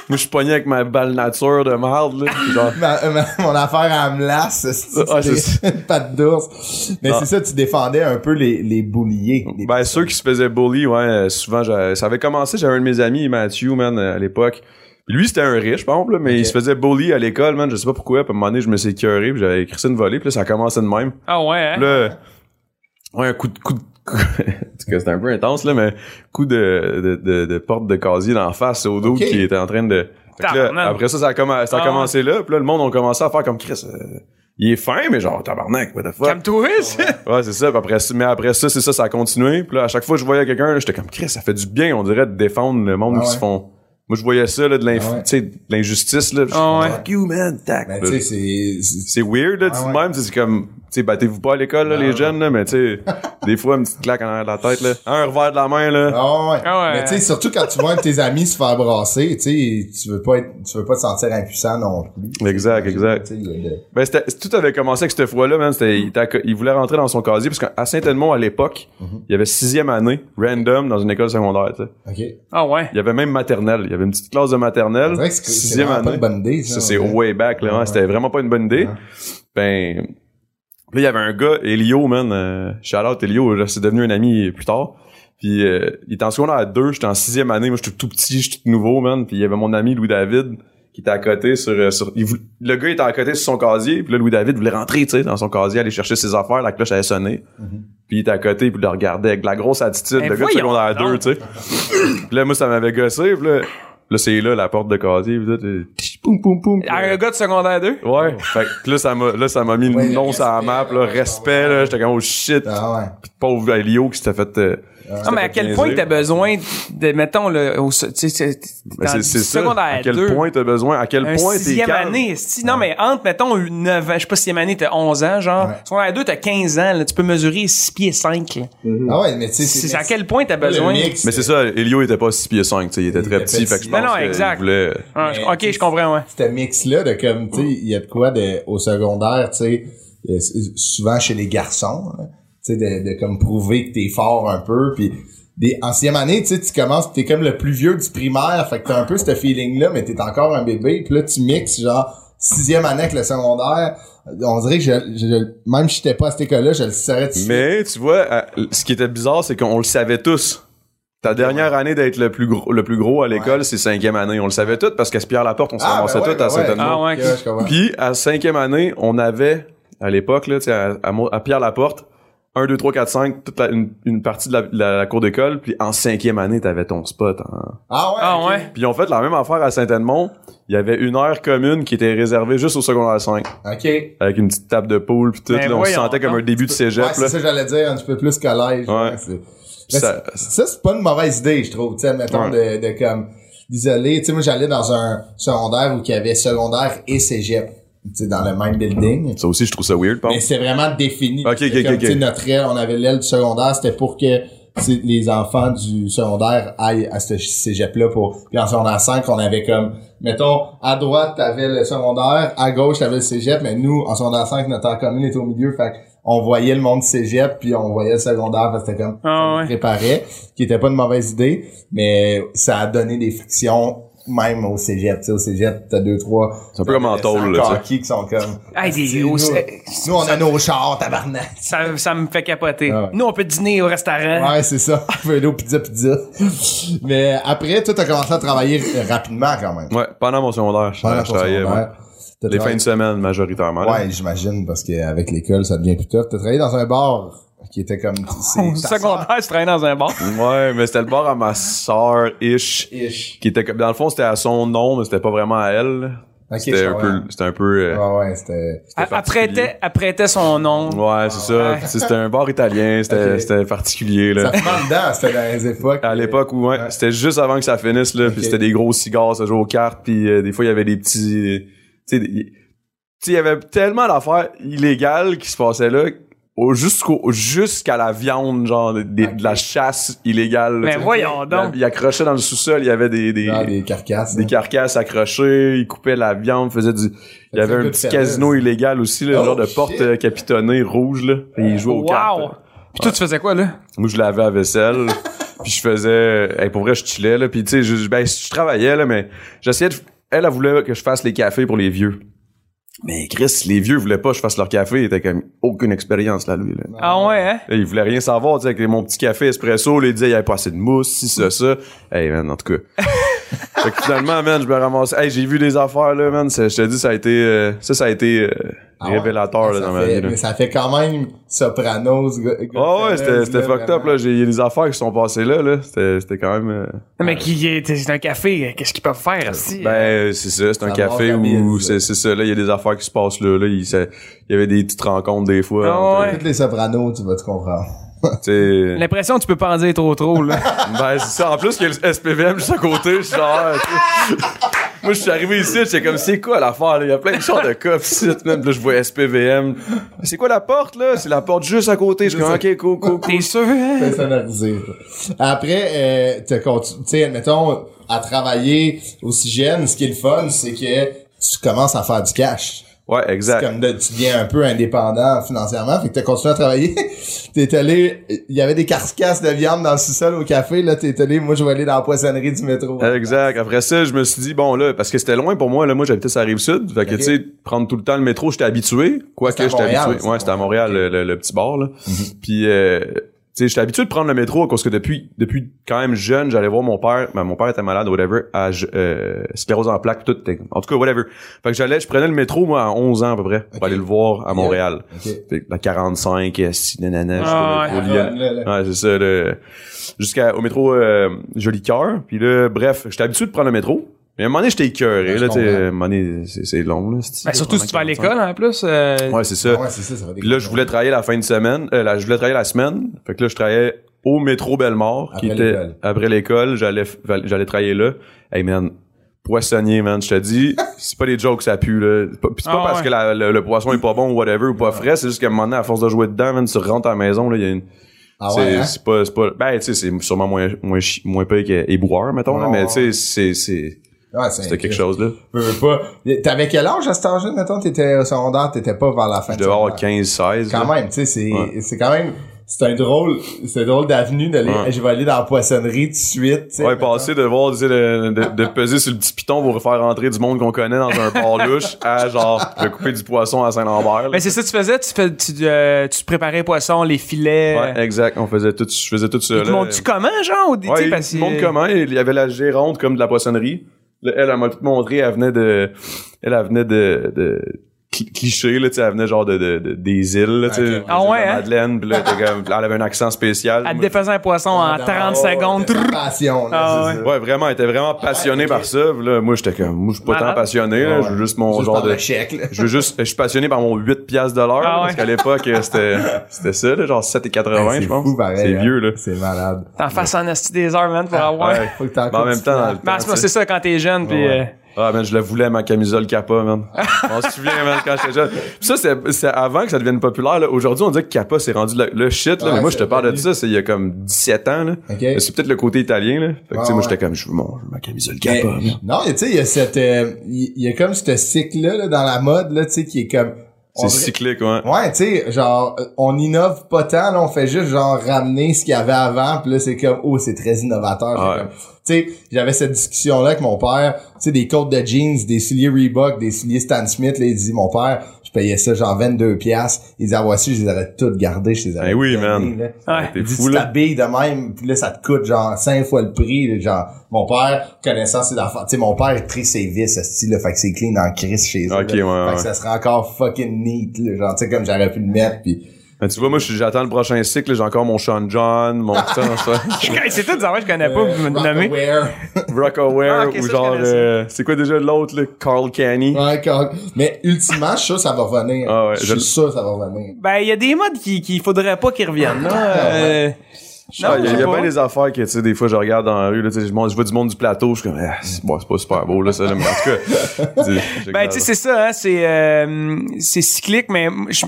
S5: Moi, je pognais avec ma balle nature de merde, là. puis genre,
S2: Ma- euh, ma- mon affaire à Amlas,
S5: Ah, c'est ça.
S2: c'est une patte d'ours. Mais
S5: Ah.
S2: c'est ça, tu défendais un peu les, les bouliers. Les-
S5: Ben, ceux qui se faisaient bully, ouais, euh, souvent, j'a- ça avait commencé, j'avais un de mes amis, Matthew, man, euh, à l'époque. Puis Lui, c'était un riche, par exemple, là, mais il se faisait bully à l'école, man, je sais pas pourquoi. Puis à un moment donné, je me suis écœuré, puis j'avais écrit une volée, puis là, ça a commencé de même.
S3: Ah ouais, hein?
S5: Puis là, ouais, un coup de... Coup de en tout cas, c'était un peu intense, là, mais coup de, de, de, de porte de casier d'en face au dos
S2: Ok.
S5: qui était en train de... Fait que là,
S3: Tabarnak.
S5: après ça, ça a, commen- ça a
S3: Ah.
S5: commencé là, puis là, le monde a commencé à faire comme Chris... euh, il est fin, mais genre, tabarnak, what the fuck.
S3: Calme-toi, ça.
S5: Ouais, c'est ça. Puis après, mais après ça, c'est ça, ça a continué. Puis là, à chaque fois que je voyais quelqu'un, là, j'étais comme, Chris, ça fait du bien, on dirait, de défendre le monde
S2: Ah
S5: qui
S2: ouais.
S5: se font. Moi, je voyais ça, là, de l'inf-
S2: Ah ouais.
S5: tu sais, de l'injustice, là. Je-
S3: Ah ouais.
S5: Fuck you, man, tac.
S2: Ben,
S5: Là,
S2: tu sais, c'est-
S5: c'est
S2: c'est...
S5: weird, là,
S2: Ah
S5: tu
S2: ouais.
S5: même, tu sais, c'est comme, tu sais, battez-vous pas à l'école, là, les jeunes, là, mais tu sais, des fois, une petite claque en arrière de la tête, là. Un revers de la main, là.
S2: Ah ouais.
S3: Ah ouais.
S2: Mais tu sais, surtout quand tu vois un de tes amis se faire brasser, tu sais, tu veux pas être, tu veux pas te sentir impuissant non plus.
S5: Exact, exact.
S2: Tu sais, il y a de-
S5: Ben, c'était, tout avait commencé avec cette fois-là, man. C'était, il, était à- il voulait rentrer dans son casier, parce qu'à Saint-Edmond, à l'époque,
S2: Mm-hmm.
S5: il y avait sixième année, random, dans une école secondaire, tu sais.
S2: Ok.
S3: Ah ouais.
S5: Il y avait même maternelle. Il y avait une petite classe de maternelle.
S2: C'est vrai que c'est- c'est
S5: sixième
S2: vraiment
S5: année.
S2: pas une bonne idée.
S5: ça, c'est
S2: ouais.
S5: way back, là. hein.
S2: Ouais.
S5: C'était vraiment pas une bonne idée.
S2: Ouais.
S5: Ben, là, il y avait un gars, Elio, man. Euh, shout out, Elio. là, C'est devenu un ami plus tard. Puis, euh, il était en secondaire à deux. J'étais en sixième année. Moi, j'étais tout petit, j'étais tout nouveau, man. Puis, il y avait mon ami Louis-David qui était à côté sur, euh, sur il voulait- le gars était à côté sur son casier, puis là Louis David voulait rentrer, tu sais, dans son casier aller chercher ses affaires, la cloche avait sonné.
S2: Mm-hmm.
S5: Puis il était à côté, puis il le regardait avec de la grosse attitude,
S3: Ben
S5: le gars de
S3: voyons
S5: secondaire 2, tu sais. Puis là moi ça m'avait gossé, puis là, là c'est là la porte de casier, puis là, t'es- Poum, poum, poum. euh,
S3: Un gars de secondaire 2?
S5: Ouais. Fait que là, ça m'a, là, ça m'a mis le nom sur la map, là, respect, là, j'étais comme, oh shit.
S2: Ah ouais.
S5: Pis pauvre Elio qui s'était fait, euh,
S3: Non, Ah, mais à quel point t'as besoin de, mettons, le, au, se- tu sais, c'est-
S5: Ben,
S3: dans
S5: c'est,
S3: le
S5: c'est ça.
S3: secondaire
S5: À quel
S3: 2,
S5: point t'as besoin, à quel
S3: un
S5: point t'es
S3: sixième
S5: calme.
S3: année, si, non, mais entre, mettons, 9 ans, je sais pas, sixième année, t'as 11 ans, genre, secondaire 2, t'as 15 ans, là, tu peux mesurer 6 pieds 5, là.
S2: Ah ouais, mais tu sais,
S3: C'est
S2: mais
S3: à quel point t'as
S2: le
S3: besoin.
S2: mix,
S5: Mais c'est ça, Elio était pas 6 pieds 5, tu sais, il était très
S2: était
S5: petit, fait que je
S2: petit.
S5: pense
S3: Non, non,
S5: qu'il
S3: exact.
S5: voulait...
S3: Ah, je- ok, je comprends, ouais.
S2: ce mix-là de comme, tu sais, il y a de quoi de, au secondaire, tu sais, euh, s- souvent chez les garçons, hein, tu sais, de, de comme prouver que t'es fort un peu, puis des, en sixième année, tu sais, tu commences, t'es comme le plus vieux du primaire, fait que t'as un peu ce feeling-là, mais t'es encore un bébé, puis là, tu mixes, genre, sixième année avec le secondaire, on dirait que je, je- même si j'étais pas à cette école-là, je le saurais tout de suite.
S5: Mais, tu vois, euh, ce qui était bizarre, c'est qu'on le savait tous. Ta dernière année d'être le plus gros, le plus gros à l'école, c'est cinquième année. On le savait tous parce qu'à Pierre Laporte, on se
S2: Ah, ben
S5: ramassait
S2: ouais,
S5: tous à
S2: ben ouais.
S5: Saint-Edmond.
S3: Ah ouais,
S2: Ok,
S3: ok.
S2: ouais, je comprends.
S5: Puis, à cinquième année, on avait, à l'époque, là, tu sais, à, à, Mo- à Pierre Laporte, 1, 2, 3, 4, 5, toute la- une, une partie de la, la- la cour d'école. Puis, en cinquième année, t'avais ton spot. hein.
S2: Ah ouais?
S3: Ah,
S2: ok.
S3: ouais.
S5: Puis, on fait la même affaire à Saint-Edmond. Il y avait une heure commune qui était réservée juste au secondaire 5.
S2: Ok.
S5: Avec une petite table de poule, puis tout.
S3: Mais
S5: là, on se
S3: voyons
S5: sentait comme
S3: donc.
S5: un début de cégep.
S2: Ben Ouais,
S5: là.
S2: c'est ça, j'allais dire, un petit peu plus collège.
S5: Ouais.
S2: C'est-
S5: Puis
S2: Mais
S5: ça-
S2: c'est- ça, c'est pas une mauvaise idée, je trouve. Tu sais, mettons, de, de comme, d'isoler. Tu sais, moi, j'allais dans un secondaire où il y avait secondaire et cégep. Tu sais, dans le même building.
S5: Ça aussi, je trouve ça weird, par
S2: Mais c'est vraiment défini.
S5: Ok,
S2: C'est
S5: ok,
S2: comme,
S5: ok,
S2: tu sais,
S5: ok.
S2: notre aile, on avait l'aile du secondaire, c'était pour que tu sais, les enfants du secondaire aillent à ce cégep-là pour, puis en secondaire 5, on avait comme, mettons, à droite, t'avais le secondaire, à gauche, t'avais le cégep, mais nous, en secondaire 5, notre aire commune était au milieu, fait on voyait le monde du cégep, puis on voyait le secondaire, parce que c'était comme,
S3: Ah
S2: ça nous
S3: ouais.
S2: préparait, qui était pas une mauvaise idée, mais ça a donné des frictions, même au cégep, tu sais, au cégep, t'as deux, trois.
S5: C'est un peu comme en tôle, là, tu sais.
S2: qui sont comme,
S3: Hey,
S5: Ah,
S3: des-
S2: c'est
S3: au-
S2: nous,
S3: c'est-
S2: nous, on a nos chars, tabarnak.
S3: Ça, ça me fait capoter.
S2: Ah ouais.
S3: Nous, on peut dîner au restaurant.
S2: Ouais, c'est ça. Vélo, pizza, pizza. Mais après, toi, t'as commencé à travailler euh, rapidement quand même.
S5: Ouais, pendant mon secondaire, je,
S2: Pendant
S5: je
S2: ton
S5: travaillais.
S2: secondaire,
S5: ouais.
S2: t'as
S5: Les fins
S2: travaillé-
S5: de semaine, majoritairement. là.
S2: Ouais, j'imagine, parce qu'avec l'école, ça devient plus tough. T'as travaillé dans un bar qui était comme... Oh, c'est
S3: Au
S2: ta
S3: secondaire, je travaille dans un bar.
S5: Ouais, mais c'était le bar à ma sœur ish,
S2: Ish.
S5: qui était comme dans le fond c'était à son nom, mais c'était pas vraiment à elle.
S2: Ok,
S5: c'était
S2: je
S5: un
S2: comprends.
S5: peu, c'était un peu. euh,
S2: Ouais, ouais, c'était...
S3: A-
S5: particulier.
S3: Apprêtait, apprêtait son nom.
S5: Ouais, c'est ça. Puis C'était un bar italien, c'était,
S2: Ok.
S5: c'était particulier là.
S2: Ça prend dedans, c'était dans les époques.
S5: À l'époque où ouais, c'était juste avant que ça finisse là, puis c'était des gros cigares, ça jouait aux cartes, puis euh, des fois il y avait des petits, tu sais, des- tu sais, il y avait tellement d'affaires illégales qui se passaient là, au- jusqu'au jusqu'à la viande genre des- des- de la chasse illégale. là,
S3: Mais
S5: tu sais.
S3: Ben, voyons donc.
S5: Il accrochait dans le sous-sol, il y avait des, des,
S2: Ah, des carcasses.
S5: des
S2: hein.
S5: carcasses accrochées, il coupait la viande, faisait du... Il y
S2: Ça
S5: avait
S2: fait
S5: un
S2: good
S5: petit
S2: service.
S5: casino illégal aussi, là,
S2: Oh,
S5: genre de
S2: shit.
S5: porte euh, capitonnée rouge, là. Et il jouait aux cartes.
S3: Wow! Puis toi, tu faisais quoi, là?
S5: Moi, je lavais à vaisselle. puis je faisais... Hey, pour vrai, je chillais, là. Puis tu sais, je, je- ben, je travaillais, là, mais j'essayais de... Elle, elle voulait que je fasse les cafés pour les vieux. Mais Chris, les vieux voulaient pas que je fasse leur café. Il était comme aucune expérience, là, lui. Là.
S3: Ah ouais, hein?
S5: Là, il voulait rien savoir, tu sais, avec mon petit café espresso, là, il disait, il y avait pas assez de mousse, si, ça, ça. Hey, man, en tout cas. fait que finalement, man, je me ramasse. Hey, j'ai vu des affaires, là, man. c'est- Je te dis, ça a été, euh, ça, ça a été euh,
S2: Ah ouais.
S5: révélateur, là,
S2: Ça
S5: dans ma
S2: fait-
S5: vie, là.
S2: Mais ça fait quand même Sopranos.
S5: Ah ouais, c'était, c'était fucked up, là. J'ai- Il y a des affaires qui sont passées là, là. C'était, c'était quand même, euh,
S3: Non, Mais qui est, c'est un café, qu'est-ce qu'ils peuvent faire, si?
S5: ben, c'est ça, c'est un
S2: Ça
S5: café
S2: manque la
S5: où,
S2: mise.
S5: c'est, c'est ça, là. Il y a des affaires qui se passent là, là. Il, ça- il y avait des petites rencontres, des fois.
S3: Ah
S5: entre-
S3: ouais.
S2: Toutes les Sopranos, tu vas te comprendre.
S5: tu sais.
S3: L'impression que tu peux pas en dire trop trop, là.
S5: Ben, c'est ça. En plus, qu'il y a le SPVM juste à côté, je suis genre. ah, tu sais. Moi, je suis arrivé ici, j'étais comme, c'est quoi l'affaire, là? Il y a plein de genres de cops ici, même. Là, je vois SPVM. C'est quoi la porte, là? C'est la porte juste à côté. Je suis comme, ok, cool, cool, cool.
S3: T'es sûr, hein?
S2: Personnalisé. Après, euh, t'as continu- tu sais, admettons, à travailler aussi jeune, ce qui est le fun, c'est que tu commences à faire du cash.
S5: Ouais,
S2: C'est
S5: exact.
S2: Comme de- tu deviens un peu indépendant financièrement, fait que t'as continué à travailler. t'es allé, il y avait des carcasses de viande dans le sous-sol au café, là, t'es allé, moi, je vais aller dans la poissonnerie du métro.
S5: Exact. Après ça, je me suis dit, bon, là, parce que c'était loin pour moi, là. Moi, j'habitais sur la rive sud. Fait que,
S2: Ok.
S5: tu sais, prendre tout le temps le métro, j'étais habitué.
S2: C'était à
S5: Quoique, j'étais
S2: Montréal,
S5: habitué.
S2: ça. Mhm.
S5: Ouais, c'était à Montréal, le, le- le petit bar, là. Puis, euh, tu sais, j'étais habitué de prendre le métro parce que depuis, depuis quand même jeune, j'allais voir mon père. Ben, mon père était malade, whatever, à euh, sclérose en plaques, tout. était- En tout cas, whatever. Fait que j'allais, je prenais le métro, moi, à 11 ans à peu près, pour aller le voir à Montréal. Fait que la 45, euh, si, nanana,
S3: Ah,
S5: jusqu'au métro
S3: ouais.
S5: Lyon. Ouais, c'est ça. le- Jusqu'au métro euh, Joli Cœur. Puis là, bref, j'étais habitué de prendre le métro. Mais à un moment donné, j'étais écœuré.
S2: Ouais,
S5: là,
S2: je
S5: tu sais,
S2: comprends.
S5: à un moment donné, c'est c'est long. Là, c'est-
S3: Ben, surtout si tu vas à l'école, en plus. euh,
S5: Ouais, c'est ça.
S2: Ah Ouais, c'est ça, ça va
S5: Puis Ah, là, je voulais travailler la fin de semaine. euh, la- je voulais travailler la semaine. Fait que là, je travaillais au métro Bellemare, qui
S2: Après
S5: était
S2: l'école.
S5: après l'école. J'allais, f- j'allais travailler là. Hey man, poissonnier, man. Je te dis, c'est pas des jokes, ça pue là. C'est pas, puis c'est pas
S3: Ah,
S5: parce
S3: ouais.
S5: que la- le, le poisson est pas bon ou whatever ou pas frais. C'est juste qu'à un moment donné, à force de jouer dedans, man, tu rentres à la maison là, il y a une
S2: Ah
S5: c'est
S2: ouais, hein?
S5: c'est pas, c'est pas, ben, tu sais, c'est sûrement moins, moins, chi- moins payé qu'éboueur, mettons, là,
S2: Ouais,
S5: mais
S2: ouais.
S5: tu sais, c'est, c'est,
S2: hein? Ouais, c'est
S5: c'était quelque chose, là.
S2: Veux, veux pas. T'avais quel âge à cet âge-là, mettons? T'étais au secondaire, t'étais pas vers la fin
S5: Je
S2: de
S5: devais avoir
S2: secondaire.
S5: 15, 16.
S2: Quand
S5: là.
S2: même, tu sais, c'est,
S5: Ouais.
S2: c'est quand même, c'est un drôle, c'est un drôle d'avenue d'aller,
S5: Ouais.
S2: je vais aller dans la poissonnerie tout de suite, tu sais.
S5: Ouais,
S2: mettons.
S5: passer de voir, tu sais, de, de, de peser sur le petit piton pour faire rentrer du monde qu'on connaît dans un bar louche à genre, de couper du poisson à Saint-Lambert. là.
S3: Ben, c'est ça que tu faisais, tu, fais, tu, euh, tu te préparais poisson, les filets.
S5: Ouais, exact. On faisait tout, je faisais tout ça.
S3: Ils te
S5: là.
S3: montrent-tu comment, genre? Ou, des- tu sais,
S5: Ouais,
S3: parce
S5: tout le
S3: que-
S5: monde comment il y avait la gérante comme de la poissonnerie Là, elle elle m'a tout montré elle venait de elle, elle venait de, de cli- cliché là tu sais elle venait genre de, de- de- des îles là, tu sais
S2: Ok.
S3: Ah
S5: des îles
S3: ouais,
S5: de
S3: hein?
S5: Madeleine puis là, t'es comme- elle avait un accent spécial
S3: Elle te défaisait un poisson en 30
S2: Oh,
S3: secondes.
S2: t'as de la passion, là,
S3: Ah,
S2: c'est
S3: ouais.
S2: ça.
S5: ouais vraiment elle était vraiment passionnée par ça Puis là moi j'étais comme moi je suis pas
S3: Malade.
S5: tant passionné là,
S2: Ouais.
S5: je veux juste mon
S2: Juste
S5: genre
S2: par
S5: de
S2: le chèque, là.
S5: je veux juste je suis passionné par mon 8 piastres de l'heure
S3: Ah
S5: là,
S3: ouais.
S5: parce qu'à l'époque euh, c'était c'était ça là, genre 7,80
S2: C'est
S5: je pense
S2: fou, pareil,
S5: c'est
S2: hein.
S5: vieux là
S2: C'est malade.
S3: T'en fasses en asti des heures, man, pour avoir.
S5: Ah, Ouais.
S2: Faut que t'en
S5: Mais en même temps dans le temps,
S3: Ben, c'est
S5: tu sais.
S3: c'est ça quand t'es jeune, puis euh,
S5: Ouais. Ah, man, je la voulais, ma camisole Kappa, man. On se souvient, man, quand j'étais jeune. Puis ça, c'est, c'est avant que ça devienne populaire, là. Aujourd'hui, on dit que Kappa, c'est rendu le, le shit, là.
S2: Ouais,
S5: mais moi, je
S2: c'est
S5: te parle de
S2: devenu-
S5: ça, c'est il y a comme 17 ans, là.
S2: Ok.
S5: Mais C'est peut-être le côté italien, là. Fait que, tu sais,
S2: Ouais,
S5: moi,
S2: ouais.
S5: j'étais comme, je veux mon, ma camisole
S2: Mais-
S5: Kappa, man.
S2: Non, tu sais, il y a cette, euh, il il y a comme ce cycle-là, là, dans la mode, là, tu sais, qui est comme,
S5: C'est
S2: on dirait-
S5: cyclique, ouais.
S2: Ouais, tu sais, genre, euh, on innove pas tant, là, on fait juste, genre, ramener ce qu'il y avait avant, puis là, c'est comme, oh, c'est très innovateur. J'ai
S5: Ouais.
S2: comme- Tu sais, j'avais cette discussion-là avec mon père, tu sais, des côtes de jeans, des souliers Reebok, des souliers Stan Smith, là, il dit, mon père, je payais ça, genre, 22 piastres, il dit, ah, voici, je les aurais toutes gardées, je les aurais
S5: Ben oui,
S2: toutes gardées,
S5: man.
S2: là.
S3: Ouais.
S5: T'es
S2: Il dit,
S5: fou,
S2: tu
S5: là.
S2: t'habilles de même, puis là, ça te coûte, genre, 5 fois le prix, là, genre, mon père, connaissant ses enfants, tu sais, mon père, il trie ses vis, ce style, là, fait que c'est clean en crise chez eux,
S5: Ok,
S2: là.
S5: ouais,
S2: Fait
S5: ouais.
S2: que ça serait encore fucking neat, là, genre, tu sais, comme j'aurais pu le mettre, puis
S5: Ben, tu vois, moi, je- j'attends le prochain cycle, j'ai encore mon Sean John, mon, putain, ça.
S3: euh, c'est tout des affaires que je connais pas, vous me
S2: Rock
S3: nommez.
S2: Aware.
S5: Rockaware,
S3: Ah, ok, ça,
S5: ou
S3: je
S5: genre,
S3: connais ça.
S5: euh, c'est quoi déjà l'autre, là? Carl Canny.
S2: Ouais, quand- Mais ultimement, je suis sûr que ça va revenir.
S5: Ah ouais,
S2: je
S5: je-
S2: suis sûr que ça va revenir.
S3: Ben, il y a des modes qui, qui faudrait pas qu'ils reviennent, là.
S2: Ah,
S5: Ah,
S3: euh, non,
S5: Il y a,
S3: je
S5: il y
S3: sais
S5: a
S3: pas.
S5: bien des affaires que, tu sais, des fois, je regarde dans la rue, là, tu sais, je, monte- je vois du monde du plateau, je suis comme, ah, c'est bon, c'est pas super beau, là, ça, là, mais en tout cas. tu sais, j'exagère.
S3: Ben, tu sais, c'est ça, hein, c'est, euh, c'est cyclique, mais je-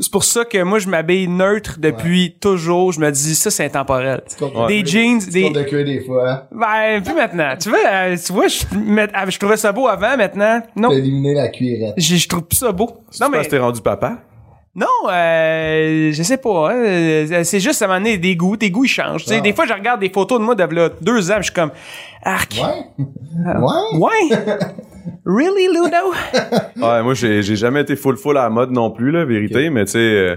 S3: c'est pour ça que moi, je m'habille neutre depuis toujours. Je me dis, ça, c'est intemporel.
S2: comprends.
S3: Des jeans,
S2: Des...
S3: des...
S2: de queue des fois. hein.
S3: Ben, plus maintenant. Tu vois, euh, tu vois je, met- ah, je trouvais ça beau avant, maintenant, non.
S2: T'as éliminé la cuirette.
S3: Je, je trouve plus ça beau.
S5: C'est
S3: Non,
S5: parce
S3: mais...
S5: que t'es rendu papa?
S3: Non, euh, je sais pas. hein, euh, c'est juste à un moment donné, des goûts. Tes goûts, ils changent. Tu sais,
S2: Ah.
S3: Des fois, je regarde des photos de moi de là, deux ans, je suis comme... Arc!
S2: Ouais.
S3: Ah.
S2: Ouais.
S3: Ouais? really, Ludo?
S5: Ouais, moi, j'ai j'ai jamais été full full à la mode non plus, là, vérité, mais tu sais, euh,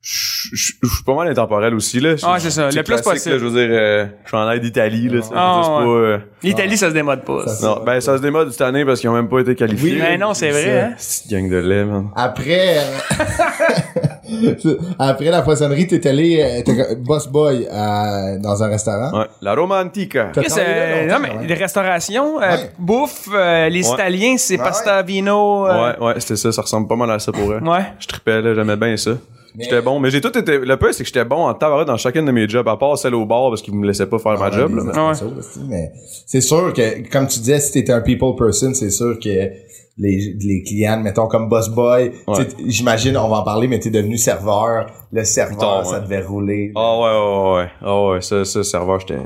S5: je je- je suis pas mal intemporel aussi, là.
S3: Ah, c'est ça, le plus
S5: classique,
S3: possible.
S5: là, je veux dire, euh, je suis en aide d'Italie, là, tu sais,
S3: Ah,
S5: je veux dire,
S3: L'Italie, ça se démode pas.
S2: Ça
S5: c'est pas... euh, non, ben, ça se démode cette année parce qu'ils ont même pas été qualifiés.
S2: Oui.
S3: Mais non, c'est vrai.
S2: Ça.
S3: Hein?
S5: Petite gang de lait, man.
S2: Après, euh, après la poissonnerie, t'es allé, euh, t'es boss boy à- dans un restaurant.
S5: Ouais, la romantica.
S2: T'as
S3: Chris,
S2: travaillé là
S3: euh, non,
S2: longtemps,
S3: mais
S2: quand même.
S3: les restaurations, euh,
S2: Ouais.
S3: bouffe, euh, les
S5: Ouais.
S3: Italiens, c'est
S2: Ouais,
S3: pasta, vino. euh,
S5: Ouais, ouais, c'était ça, ça ressemble pas mal à ça pour elle.
S3: ouais.
S5: Je tripais, là, j'aimais bien ça.
S2: Mais-
S5: J'étais bon, mais j'ai tout été. Le peu, c'est que j'étais bon en tabaret dans chacune de mes jobs, à part celle au bar parce qu'ils me laissaient pas faire
S2: Ah,
S5: ma job. là.
S3: Ouais.
S2: Ça aussi, mais c'est sûr que, comme tu disais, si t'étais un people person, c'est sûr que les, les clients, mettons comme boss boy, tu sais,
S5: Ouais.
S2: t- j'imagine, on va en parler, mais t'es devenu serveur. Le serveur,
S5: Plus tard,
S2: ça
S5: ouais.
S2: devait rouler.
S5: Ah ouais, ouais, ouais, ouais. Ah ouais, ça, ça, serveur, j'étais.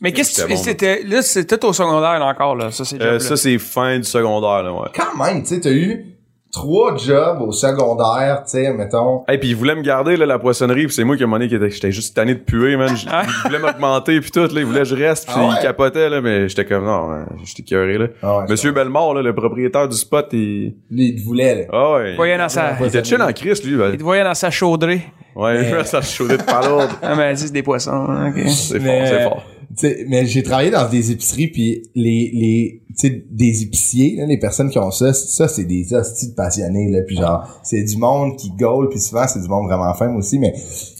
S3: Mais qu'est-ce que
S5: C'était
S3: tu.
S5: bon.
S3: c'était- là, c'était au secondaire là, encore, là. Ça, c'est
S5: Euh,
S3: job-là.
S5: ça, c'est fin du secondaire, là, ouais.
S2: Quand même, tu sais, t'as eu trois jobs au secondaire, tu sais, mettons.
S5: Et puis il voulait me garder là, la poissonnerie, puis c'est moi qui à un moment donné qui était j'étais juste tanné de puer, man. Je- Il voulait m'augmenter puis tout, là, il voulait que je reste, puis
S2: Ah ouais?
S5: il capotait là, mais j'étais comme non, man, j'étais curé là.
S2: Ah ouais,
S5: Monsieur Belmore là, le propriétaire du spot, il
S2: Lui, il te voulait, là.
S5: Ah ouais.
S3: Voyez dans sa-
S5: Il était chill en Christ lui, ben.
S3: Il te voyait dans sa chaudrée.
S5: Ouais, ça se chaudait de palourde.
S3: Ah, mais elle dit, c'est des poissons. hein, ok.
S5: C'est fort,
S2: Mais- euh,
S5: c'est fort.
S2: Tu sais, mais j'ai travaillé dans des épiceries puis les les tu sais des épiciers là, les personnes qui ont ça ça c'est des hosties de passionnés là puis genre c'est du monde qui gaule puis souvent c'est du monde vraiment fin aussi mais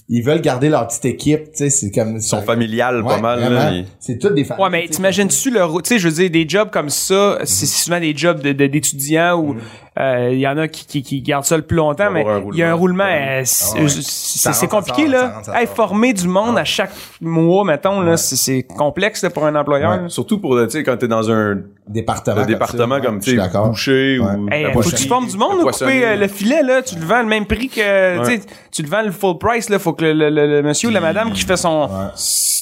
S2: ils veulent garder leur petite équipe tu sais c'est comme
S5: Son familial pas
S2: Ben, Ouais,
S5: mal là.
S2: vraiment.
S5: il-
S2: c'est toutes des familles
S3: Ouais, mais
S2: tu sais,
S3: t'imagines-tu le rou- Tu sais, je veux dire, des jobs comme ça, c'est c'est souvent des jobs de- de- d'étudiants où
S2: Mm.
S3: euh, il y en a qui, qui, qui gardent ça le plus longtemps,
S5: Faut
S3: mais
S5: avoir un
S3: il y a un
S5: roulement.
S3: roulement. euh, c'est
S2: Ah ouais.
S3: c'est-
S2: Ça
S3: c'est
S2: rentre, ça
S3: compliqué,
S2: sort, ça
S3: là.
S2: rentre, Ah ça
S3: Hey,
S2: sort.
S3: former du monde à chaque mois, mettons, là, c'est- c'est complexe là, pour un employeur. là.
S5: Surtout pour tu sais quand t'es dans un
S2: département
S5: le département
S2: ça, ouais,
S5: comme
S2: je suis
S5: tu sais
S2: d'accord
S5: boucher ou
S2: Ouais.
S3: Hey,
S5: la
S3: faut que
S5: poissonnerie,
S3: tu formes du
S5: la
S3: monde, là,
S5: poissonnerie.
S3: couper euh, le filet, là. Tu le vends le même prix que.
S5: Ouais.
S3: tu sais, Tu le vends le full price, là. Faut que le, le- le- le monsieur ou la madame qui fait son.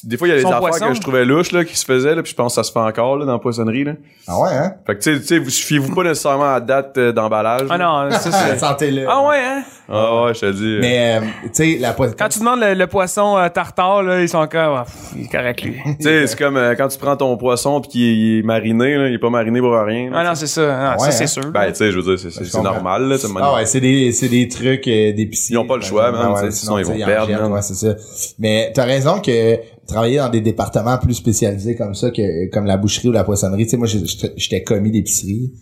S5: Des fois, il y a des
S3: Son
S5: affaires
S3: poisson.
S5: que je trouvais louches là, qui se faisaient, là, puis je pense que ça se fait encore là, dans la poissonnerie. Là.
S2: ah ouais hein
S5: Fait que tu sais- tu sais, vous suffiez-vous pas nécessairement à la date euh, d'emballage.
S3: Ah
S5: là.
S3: non, ça c'est.
S2: sentez-le
S3: Ah ouais, hein?
S5: Ah ouais, je te dis.
S2: mais euh, tu sais la poitrine
S3: Quand tu demandes le, le poisson euh, tartare, là, ils sont comme. Ah, pff, il est correct, lui.
S5: Tu sais, c'est comme euh, quand tu prends ton poisson puis qu'il est- il est mariné, là, il est pas mariné pour rien. là,
S3: Ah non, c'est ça. Ah,
S2: Ah ouais,
S3: ça, c'est
S2: hein?
S3: sûr.
S5: Ben, tu sais, je veux dire, c'est- c'est
S2: Je
S5: c'est
S2: comprends.
S5: normal, là, tu sais, à un moment
S2: Ah
S5: donné.
S2: ouais, c'est des, c'est des trucs euh, d'épicier.
S5: Ils ont pas le choix, man,
S2: Ah
S5: tu sais, sinon, ils
S2: tu sais,
S5: vont
S2: en
S5: perdre,
S2: jettent,
S5: man.
S2: ouais, c'est ça. Mais t'as raison que travailler dans des départements plus spécialisés comme ça, que comme la boucherie ou la poissonnerie, tu sais, moi, j'ai- j'étais j'étais commis d'épicerie.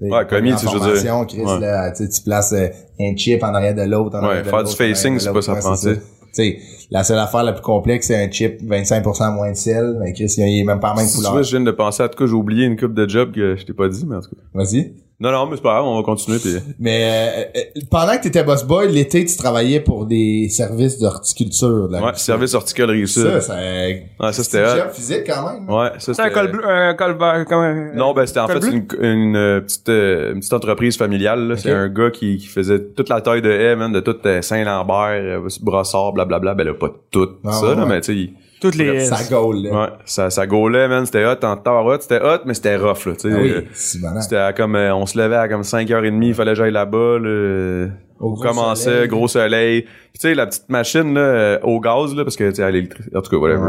S5: Ouais, commis, tu sais, je veux dire.
S2: Formation, Chris,
S5: Ouais.
S2: là, tu sais, tu places euh, un chip en arrière de l'autre. en
S5: Ouais,
S2: arrière de
S5: faire du
S2: l'autre, en arrière
S5: facing,
S2: de
S5: c'est
S2: l'autre,
S5: pas ça,
S2: ouais, c'est
S5: penser.
S2: Tu sais, la seule affaire la plus complexe, c'est un chip 25% moins de sel. Mais Chris, il est même pas en même
S5: Si tu
S2: couleur.
S5: vois, je viens de penser, en tout cas, j'ai oublié une coupe de job que je t'ai pas dit, mais en tout cas.
S2: Vas-y.
S5: Non, non, mais c'est pas grave, on va continuer puis.
S2: Mais euh, euh, pendant que t'étais boss boy, l'été, tu travaillais pour des services d'horticulture. là.
S5: Ouais, service horticole ça.
S2: Ça, ça,
S5: Ouais, ça, c'était
S2: c'est
S5: hot.
S2: un job physique quand même.
S5: Ouais, ça,
S3: C'est un
S5: c'était-
S3: col bleu, un col vert, comme euh, un-
S5: Non, ben c'était en
S3: Col
S5: fait
S3: bleu?
S5: une, une, euh, petite euh, une petite entreprise familiale. là. C'est un gars qui, qui faisait toute la taille de M, de tout euh, Saint-Lambert, euh, Brossard, blablabla. Ben là, pas tout
S2: Ah,
S5: ça,
S2: ouais,
S5: là,
S2: ouais.
S5: mais tu sais, il-
S3: toutes les.
S2: Ça gaule, là.
S5: ouais, ça, ça gaulait, man. C'était hot en tarotte. C'était hot, mais c'était rough, là, tu sais.
S2: Ah oui,
S5: Euh,
S2: c'est malade.
S5: C'était à comme euh, on se levait à comme 5h30, il fallait que j'aille là-bas, là.
S2: Au
S5: on
S2: gros
S5: commençait,
S2: soleil.
S5: gros soleil. Puis, tu sais, la petite machine là, euh, au gaz, là, parce que tu sais, à l'électricité. En tout cas, whatever.
S2: Ouais.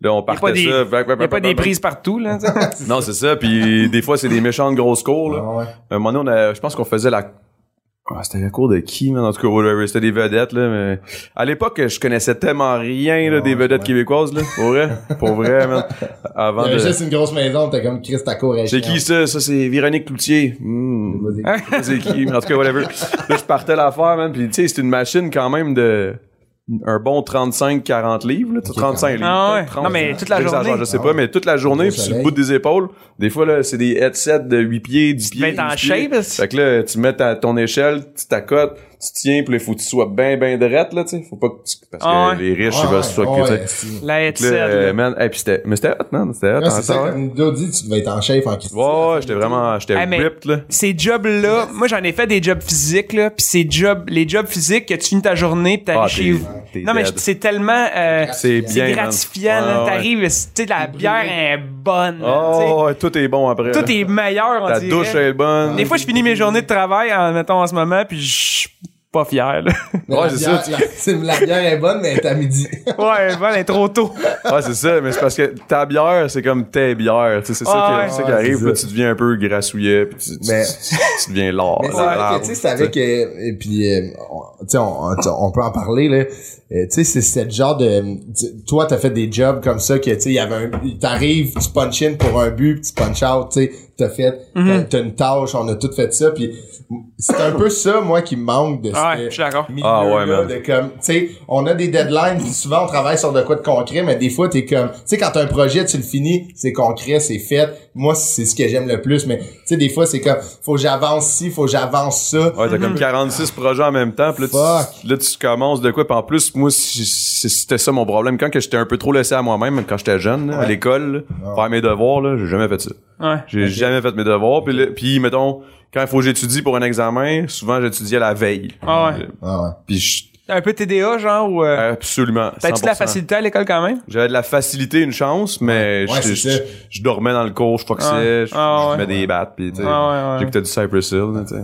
S5: Là, on
S3: Il n'y a pas
S5: partait
S3: des,
S5: ça.
S3: y
S2: ben,
S3: a pas des prises partout, là. tu sais.
S5: Non, c'est ça. Puis des fois, c'est des méchantes grosses cours. Là.
S2: Ah ouais.
S5: un moment donné, on a, je pense qu'on faisait la... Ah, c'était la cour de qui, man? En tout cas, whatever, c'était des vedettes, là, mais... À l'époque, je connaissais tellement rien, là, des
S2: Ouais,
S5: vedettes
S2: ouais.
S5: québécoises, là. Pour vrai, pour vrai, man.
S2: Il y
S5: Avant
S2: avait
S5: de...
S2: juste une grosse maison, t'es comme Chris, ta cour est
S5: C'est qui, ça?
S2: chiante.
S5: Ça, c'est Véronique Cloutier. Hmm.
S2: Vas-y.
S5: Je sais pas c'est qui, mais en tout cas, whatever. Là, je partais l'affaire, man, puis tu sais, c'est une machine quand même de... Un bon 35-40 livres, là. 35 livres.
S3: Ah ouais.
S5: peut-être 30,
S3: Non, mais toute la
S5: j'exagère,
S3: journée.
S5: Je sais
S2: Ah
S5: pas,
S2: ouais.
S5: mais toute la journée,
S2: Au
S5: puis sur le
S2: soleil.
S5: bout des épaules. Des fois, là, c'est des headsets de 8 pieds, 10 pieds.
S3: Ben, t'es en
S5: 12 pieds.
S3: shape, est-ce-
S5: Fait que là, tu mets ta, ton échelle, tu t'accotes, tu tiens, puis là, faut que tu sois bien, bien drette, là, tu sais. Faut pas que tu- Parce que
S3: Ah ouais.
S5: les riches,
S2: Ouais,
S5: ils veulent se soient
S2: ouais,
S5: que, tu
S2: Ah ouais,
S5: sais.
S2: si.
S3: La
S5: Fait que
S3: headset,
S5: là, euh,
S3: là.
S5: man, hey, puis c'était, mais c'était hot, man, c'était hot.
S2: Ouais,
S5: en
S2: Ah, c'est ça,
S5: temps, ouais.
S2: comme Dodi, tu devais être en chef en Chris.
S5: Ouais, ouais, j'étais vraiment, j'étais
S3: Ah, mais-
S5: ripped, là.
S3: Ces jobs-là, moi j'en ai fait des jobs physiques là, puis ces jobs, les jobs physiques que tu finis ta journée, puis t'arrives
S5: Ah,
S3: chez
S5: t'es-
S3: vous.
S5: t'es
S3: Non mais
S5: dead.
S3: c'est tellement euh,
S5: C'est
S3: c'est
S5: bien, man.
S3: gratifiant
S5: Ouais,
S3: là,
S5: ouais.
S3: t'arrives, tu sais la bière est bonne. là, tu sais.
S5: Oh, ouais, tout est bon après.
S3: Tout
S5: là.
S3: est meilleur on
S5: Ta
S3: dirait.
S5: douche elle est bonne.
S3: Des fois je finis mes journées de travail en mettons en ce moment puis je suis pas fier là.
S2: Mais
S5: Ouais,
S2: la
S5: c'est
S2: bière-
S5: ça.
S2: La c'est- la bière est bonne, mais elle est à midi.
S3: ouais, bon, elle est trop tôt.
S5: Ouais, c'est ça, mais c'est parce que ta bière, c'est comme tes bières. Tu sais, c'est ça,
S3: Ouais.
S5: qui, c'est ça qui
S2: Ouais,
S5: arrive.
S2: c'est
S5: Là,
S2: ça.
S5: tu deviens un peu grassouillet, puis tu, tu-
S2: Mais-
S5: tu- tu deviens l'or.
S2: Mais c'est vrai que, tu sais, c'est avec, euh, et puis, euh, on- tu sais, on, on- tu- on peut en parler, là. Euh, tu sais, c'est c'est le genre de, tu- toi, t'as fait des jobs comme ça que, tu sais, il y avait un, t'arrives, tu punch in pour un but, puis tu punch out, tu sais, t'as fait,
S3: Mhm.
S2: t'as- t'as une tâche, on a tout fait ça, puis c'est un peu ça, moi, qui me manque de
S3: Ouais,
S2: ce
S3: je suis d'accord.
S2: milieu
S5: Ah ouais, man.
S2: de comme, tu sais, on a des deadlines, puis souvent, on travaille sur de quoi de concret, mais des fois, t'es comme, tu sais, quand t'as un projet, tu le finis, c'est concret, c'est fait. Moi, c'est ce que j'aime le plus, mais, tu sais, des fois, c'est comme, faut que j'avance ci, faut que j'avance ça.
S5: Ouais, t'as comme
S3: Mm-hmm.
S5: 46 projets en même temps, puis là, tu, là, tu commences de quoi, puis en plus, moi, si- si- c'était ça mon problème. Quand que j'étais un peu trop laissé à moi-même, même quand j'étais jeune, là, à l'école,
S2: Ah.
S5: là, faire mes devoirs, là, j'ai jamais fait ça.
S3: Ouais.
S5: J'ai jamais fait mes devoirs, puis là- puis mettons, quand il faut que j'étudie pour un examen, souvent, j'étudiais la veille.
S3: Ah ouais.
S2: Ah ouais.
S5: Puis je-
S3: Un peu TDA genre ou euh,
S5: absolument,
S3: t'as-tu de la
S5: 100%.
S3: facilité à l'école quand même
S5: J'avais de la facilité, une chance, mais
S2: Ouais,
S5: je,
S2: c'est
S5: je,
S2: ça.
S5: je dormais dans le cours, je foxais,
S3: Ah.
S5: je,
S3: Ah,
S5: je
S3: ouais.
S5: fumais des battes, pis tu sais,
S3: Ah, ouais, ouais.
S5: j'écoutais du Cypress Hill, tu sais.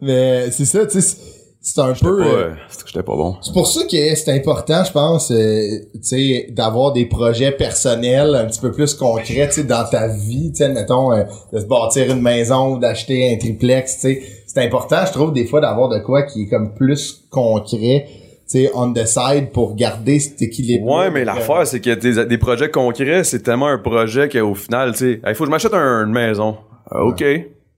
S2: Mais c'est ça, tu sais, c'est- c'est un peu...
S5: Pas,
S2: euh,
S5: euh, c'était- J'étais pas bon.
S2: C'est pour ça que c'est important, je pense, euh, tu sais, d'avoir des projets personnels un petit peu plus concrets, tu sais, dans ta vie, tu sais, mettons, euh, de se bâtir une maison, d'acheter un triplex, tu sais, c'est important, je trouve, des fois, d'avoir de quoi qui est comme plus concret, tu sais, on the side pour garder cet euh, équilibre.
S5: Ouais, mais l'affaire, c'est que des, des projets concrets, c'est tellement un projet qu'au final, tu sais, il faut que je m'achète un- une maison. Ah, OK.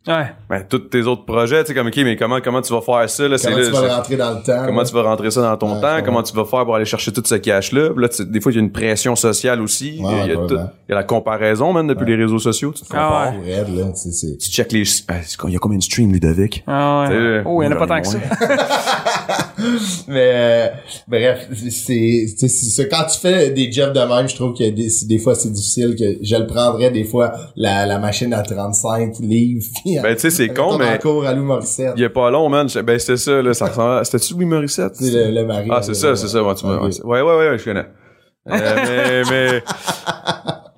S3: Ouais.
S5: Ben, tous tes autres projets, tu sais, comme, OK, mais comment, comment tu vas faire ça, là? c'est
S2: Comment
S5: là,
S2: tu vas le
S5: c'est-
S2: rentrer dans le temps?
S5: Comment
S2: là?
S5: tu vas rentrer ça dans ton
S2: Ouais,
S5: temps?
S2: ouais.
S5: Comment tu vas faire pour aller chercher tout ce cash-là? Puis là, tu- des fois, il y a une pression sociale aussi.
S2: Ouais,
S5: il, y a
S2: ouais,
S5: tout-
S2: ouais.
S5: il y a la comparaison, même, depuis les réseaux sociaux. Tu te compares.
S3: Ah ouais.
S2: Pour elle, là, tu sais, c'est...
S5: Tu checkes les... Ah, c'est quoi, Il y a combien de streams, Ludovic?
S3: Ah
S5: Tu
S3: ouais.
S5: sais,
S3: Oh, il y en a
S5: moi,
S3: pas
S5: j'en ai
S3: tant que ça.
S5: moins.
S2: Mais euh, bref, c'est- c'est c'est- c'est ça. quand tu fais des jobs de même, je trouve que des, c'est- des fois c'est difficile que je le prendrais des fois la, la machine à 35 livres. puis,
S5: Ben, tu sais, c'est con,
S2: mettons, dans
S5: mais-
S2: le cours à Lou Morissette,
S5: Il y a pas long, man. Ben, c'était ça, là. Ça ressemblait... à- C'était-tu Louis Morissette?
S2: tu sais, le, le mari. euh,
S5: Ah, c'est ça, c'est ça. Ouais, tu m'as-
S2: Ok.
S5: ouais, ouais, ouais, ouais, je connais. Euh, mais, mais.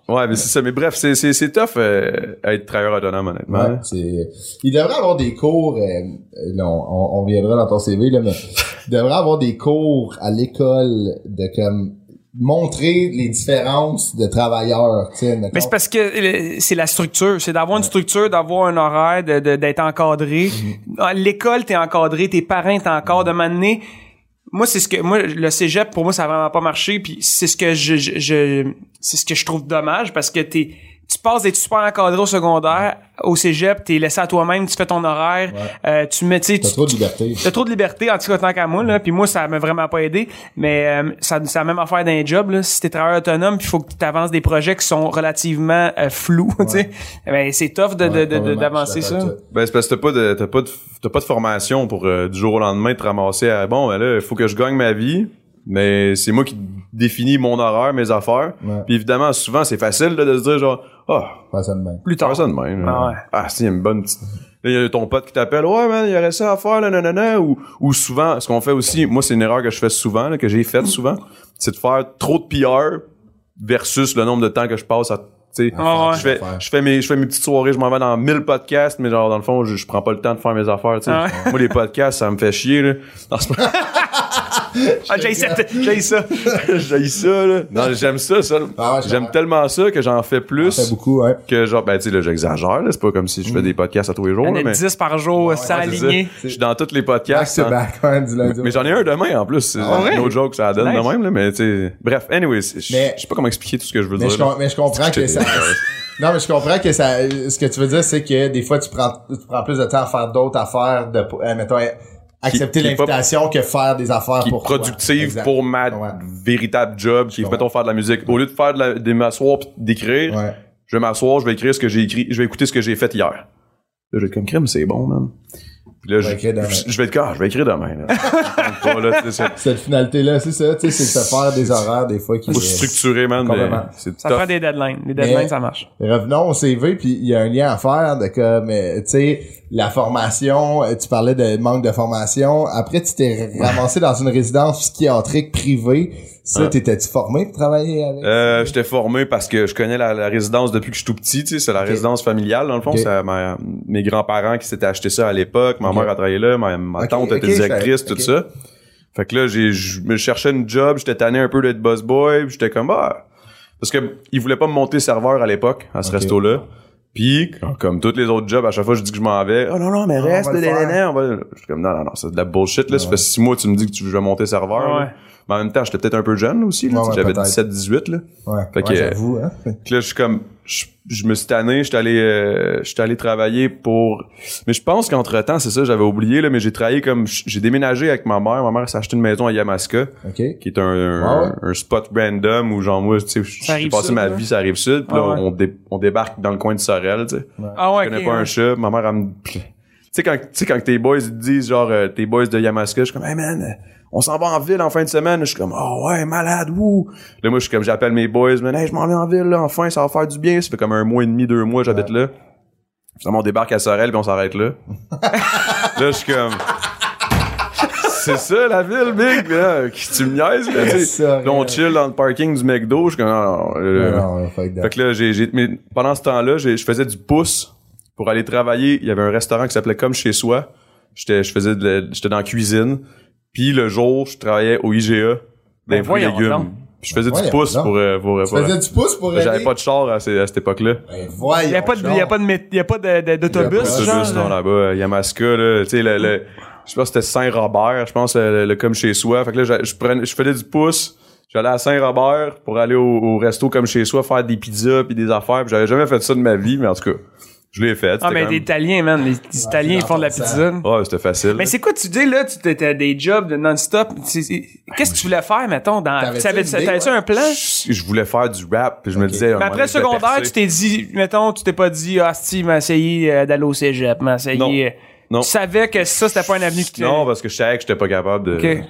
S5: Ouais, mais c'est ça. Mais bref, c'est, c'est, c'est tough euh, être travailleur autonome, honnêtement.
S2: Ouais, c'est- Il devrait avoir des cours, euh, euh, là, on, on, on viendra dans ton CV, là, mais il devrait avoir des cours à l'école de comme montrer les différences de travailleurs. tu sais,
S3: Mais
S2: mettons.
S3: c'est parce que euh, c'est la structure. C'est d'avoir une structure, d'avoir un horaire, de- de- d'être encadré.
S5: Mm-hmm.
S3: À l'école, t'es encadré, tes parents t'encadrent. De m'amener. Moi, c'est ce que moi le cégep pour moi ça a vraiment pas marché. Puis c'est ce que je, je, je- c'est ce que je trouve dommage parce que t'es tu passes d'être super encadré au secondaire, au cégep, t'es laissé à toi-même, tu fais ton horaire, euh, tu mets, tu sais,
S2: T'as
S3: tu-
S2: trop de liberté.
S3: T'as trop de liberté, en tout cas, tant qu'à moi, là. Puis moi, ça m'a vraiment pas aidé. Mais euh, ça, ça a même affaire d'un job, là. Si t'es travailleur autonome, puis faut que t'avances des projets qui sont relativement euh, flous, tu sais. Ben, c'est tough de- de-
S2: Ouais,
S3: de- de-
S2: probablement,
S3: d'avancer
S2: je suis
S3: ça.
S2: d'accord avec
S5: Ben, c'est parce que t'as pas de, t'as pas de, t'as pas de formation pour euh, du jour au lendemain te ramasser à bon, ben là, il faut que je gagne ma vie, mais c'est moi qui définis mon horaire, mes affaires.
S2: Ouais.
S5: Puis évidemment, souvent, c'est facile là, de se dire genre, ah,
S2: Faire ça de même.
S3: Plus
S5: Faire
S3: tard.
S5: ça de même. là.
S3: Ah ouais.
S5: Ah, c'est une bonne petite. Là, il y a ton pote qui t'appelle, ouais, man, il y aurait ça à faire, là, nanana, ou, ou souvent, ce qu'on fait aussi, moi, c'est une erreur que je fais souvent, là, que j'ai faite souvent, c'est de faire trop de PR versus le nombre de temps que je passe à, tu sais,
S3: Ah ouais.
S5: je fais, je fais mes, je fais mes petites soirées, je m'en vais dans 1000 podcasts, mais genre, dans le fond, je, je prends pas le temps de faire mes affaires, tu sais.
S3: Ah
S5: Moi, les podcasts, ça me fait chier, là. Non, c'est pas-
S3: Ah, j'ai ça. J'ai ça.
S5: J'haïs ça, là. Non, j'aime ça, ça.
S2: Ah ouais, je
S5: j'aime
S2: comprends.
S5: tellement ça que j'en fais plus.
S2: Ça fait beaucoup, hein.
S5: que genre ben tu sais là j'exagère là c'est pas comme si
S2: Mm.
S5: je fais des podcasts à tous les jours
S3: On
S5: là,
S3: est
S5: Oh, mais
S3: 10 par jour, sans
S5: Ouais, c'est ça.
S3: aligner.
S5: je suis dans tous les
S2: Back
S5: podcasts
S2: to
S5: hein.
S2: back, ouais, du lundi au
S5: mais j'en ai un demain en plus c'est
S2: Ah
S3: ouais?
S5: no joke ça la donne
S3: Nice.
S5: de même là mais tu sais bref anyways je
S2: Mais-
S5: je sais pas comment expliquer tout ce que je veux
S2: Mais
S5: dire
S2: je, com- mais je comprends que ça. Non, mais je comprends que ça. Ce que tu veux dire, c'est que des fois, tu prends, tu prends plus de temps à faire d'autres affaires, de, euh, mettons, euh, accepter
S5: qui est pas-
S2: l'invitation que faire des affaires
S5: qui est
S2: pour toi.
S5: productive
S2: Exact.
S5: pour ma
S2: Ouais.
S5: véritable job qui est
S2: comprends.
S5: mettons faire de la musique au lieu de faire de, la- de m'asseoir pis d'écrire
S2: Ouais.
S5: je vais m'asseoir je vais écrire ce que j'ai écrit je vais écouter ce que j'ai fait hier là je vais être comme crème c'est bon man puis là je,
S2: vais écrire demain.
S5: je- je vais être comme, Ah, je vais écrire demain là. Ça me tente pas, là, tu sais, ça-
S2: Cette finalité-là, c'est ça, tu sais, c'est de se faire des horaires des fois qui.
S5: faut
S2: euh,
S5: se structurer man mais
S2: Complètement.
S5: c'est
S3: Ça
S5: tough.
S3: prend des deadlines. Les deadlines,
S2: Mais-
S3: ça marche.
S2: Revenons au CV, puis il y a un lien à faire de comme, euh, tu sais, la formation, euh, tu parlais de manque de formation. Après, tu t'es ramassé dans une résidence psychiatrique privée. Ça,
S5: Ouais.
S2: t'étais-tu formé pour travailler avec?
S5: Euh, j'étais formé parce que je connais la, la résidence depuis que je suis tout petit, tu sais, c'est la résidence familiale dans le fond,
S2: Ok.
S5: c'est ma- mes grands-parents qui s'étaient acheté ça à l'époque, ma
S2: Ok.
S5: mère a travaillé là, ma, ma
S2: Ok,
S5: tante
S2: ok,
S5: était
S2: je
S5: directrice,
S2: savais.
S5: tout
S2: Ok.
S5: ça. Fait que là, j'ai, je me cherchais une job, j'étais tanné un peu d'être boss boy, puis j'étais comme bah parce que ils voulaient pas me monter serveur à l'époque à ce
S2: Ok.
S5: resto-là. Puis, comme, comme tous les autres jobs, à chaque fois, je dis que je m'en vais. Oh non, non, mais
S2: Ah, on va
S5: reste,
S2: le
S5: là, là,
S2: faire.
S5: là, on va... Je suis comme, non, non, non, c'est de la bullshit, là. Ça
S2: Ouais.
S5: fait six mois que tu me dis que tu veux monter serveur.
S3: Ouais.
S5: là. Mais en même temps, j'étais peut-être un peu jeune aussi, là.
S2: Ouais,
S5: tu sais,
S2: ouais,
S5: J'avais
S2: peut-être.
S5: 17, 18, là.
S2: ouais,
S5: fait que-
S2: ouais, j'avoue, hein.
S5: Fait que là, je suis comme, je, je me suis tanné, je suis allé, euh, je suis allé travailler pour. Mais je pense qu'entre temps, c'est ça, j'avais oublié là, mais j'ai travaillé comme, j'ai déménagé avec ma mère. Ma mère s'est acheté une maison à Yamaska,
S2: OK.
S5: qui est un, un,
S2: Ah
S5: un spot random où genre moi, tu sais, j'ai
S3: arrive
S5: passé
S3: sud,
S5: ma
S3: là.
S5: vie ça arrive sud, puis là,
S3: Ah ouais.
S5: on, dé- on débarque dans le coin de Sorel, tu sais.
S3: Ah ouais,
S5: Je connais
S3: ok,
S5: pas
S3: ouais.
S5: un chat, ma mère elle me. Tu sais quand, tu sais, quand tes boys ils te disent genre euh, tes boys de Yamaska, je suis comme hey man, euh, on s'en va en ville en fin de semaine. Je suis comme oh ouais malade wouh. Là moi je suis comme j'appelle mes boys, mais hey je m'en vais en ville là, enfin ça va faire du bien. Ça fait comme un mois et demi, deux mois j'habite là. Finalement on débarque à Sorel puis on s'arrête là. là je suis comme c'est ça la ville big, mais là, qui tu me niaises là, tu sais.
S2: Sorel.
S5: Là on chill dans le parking du McDo, je suis comme non, non, euh,
S2: Non, non, fait que
S5: fait que là, j'ai, j'ai- mais pendant ce temps-là, j'ai- je faisais du pouce pour aller travailler. Il y avait un restaurant qui s'appelait Comme chez soi. J'étais, je faisais de la- j'étais dans la cuisine. Puis le jour, je travaillais au IGA,
S3: Ben
S5: dans les fruits et
S3: voyons donc.
S5: légumes. Puis je faisais
S2: Ben
S5: du
S2: voyons
S5: pouce
S2: donc.
S5: pour, euh, pour,
S2: Tu
S5: pour-
S2: faisais du pouce pour
S5: Ben, J'avais
S2: aider?
S5: pas de char à, ces- à cette époque-là.
S2: Ben,
S3: Il
S2: voyons.
S3: n'y a pas de, il y a pas de, mét- il y a pas de- de-
S2: Il y a
S3: d'autobus,
S2: pas
S5: C'est
S3: genre.
S5: juste non, là-bas, euh, Yamaska, là, tu sais, le, le- je pense que c'était Saint-Robert, je pense, euh, le, le- comme chez soi. Fait que là, j'a- je, prenais, je faisais du pouce, j'allais à Saint-Robert pour aller au, au resto comme chez soi, faire des pizzas puis des affaires, puis j'avais jamais fait ça de ma vie, mais en tout cas, je l'ai fait.
S3: Ah,
S5: c'était
S3: mais
S5: quand
S3: les
S5: même-
S3: Italiens, man. Les Italiens, ils font de la
S2: ça.
S3: pizza.
S5: Ouais, c'était facile.
S3: Mais c'est quoi, tu dis, là, tu t'étais des jobs de non-stop. C'est- c'est- Qu'est-ce que tu voulais faire, mettons, dans.
S2: T'avais-tu
S3: T'avais-tu
S2: une idée,
S3: t'avais-tu un plan?
S5: Je je voulais faire du rap, puis je me disais... à un
S3: Mais
S5: moment
S3: après
S5: donné,
S3: le
S5: je vais
S3: secondaire,
S5: percer.
S3: tu t'es dit, mettons, tu t'es pas dit, ah, si, m'a essayé euh, d'aller au cégep, m'a
S5: Non.
S3: essayé. euh,
S5: Non.
S3: Tu savais que ça, c'était pas un avenue qui
S5: Non, parce que je savais que j'étais pas capable de...
S3: Ok.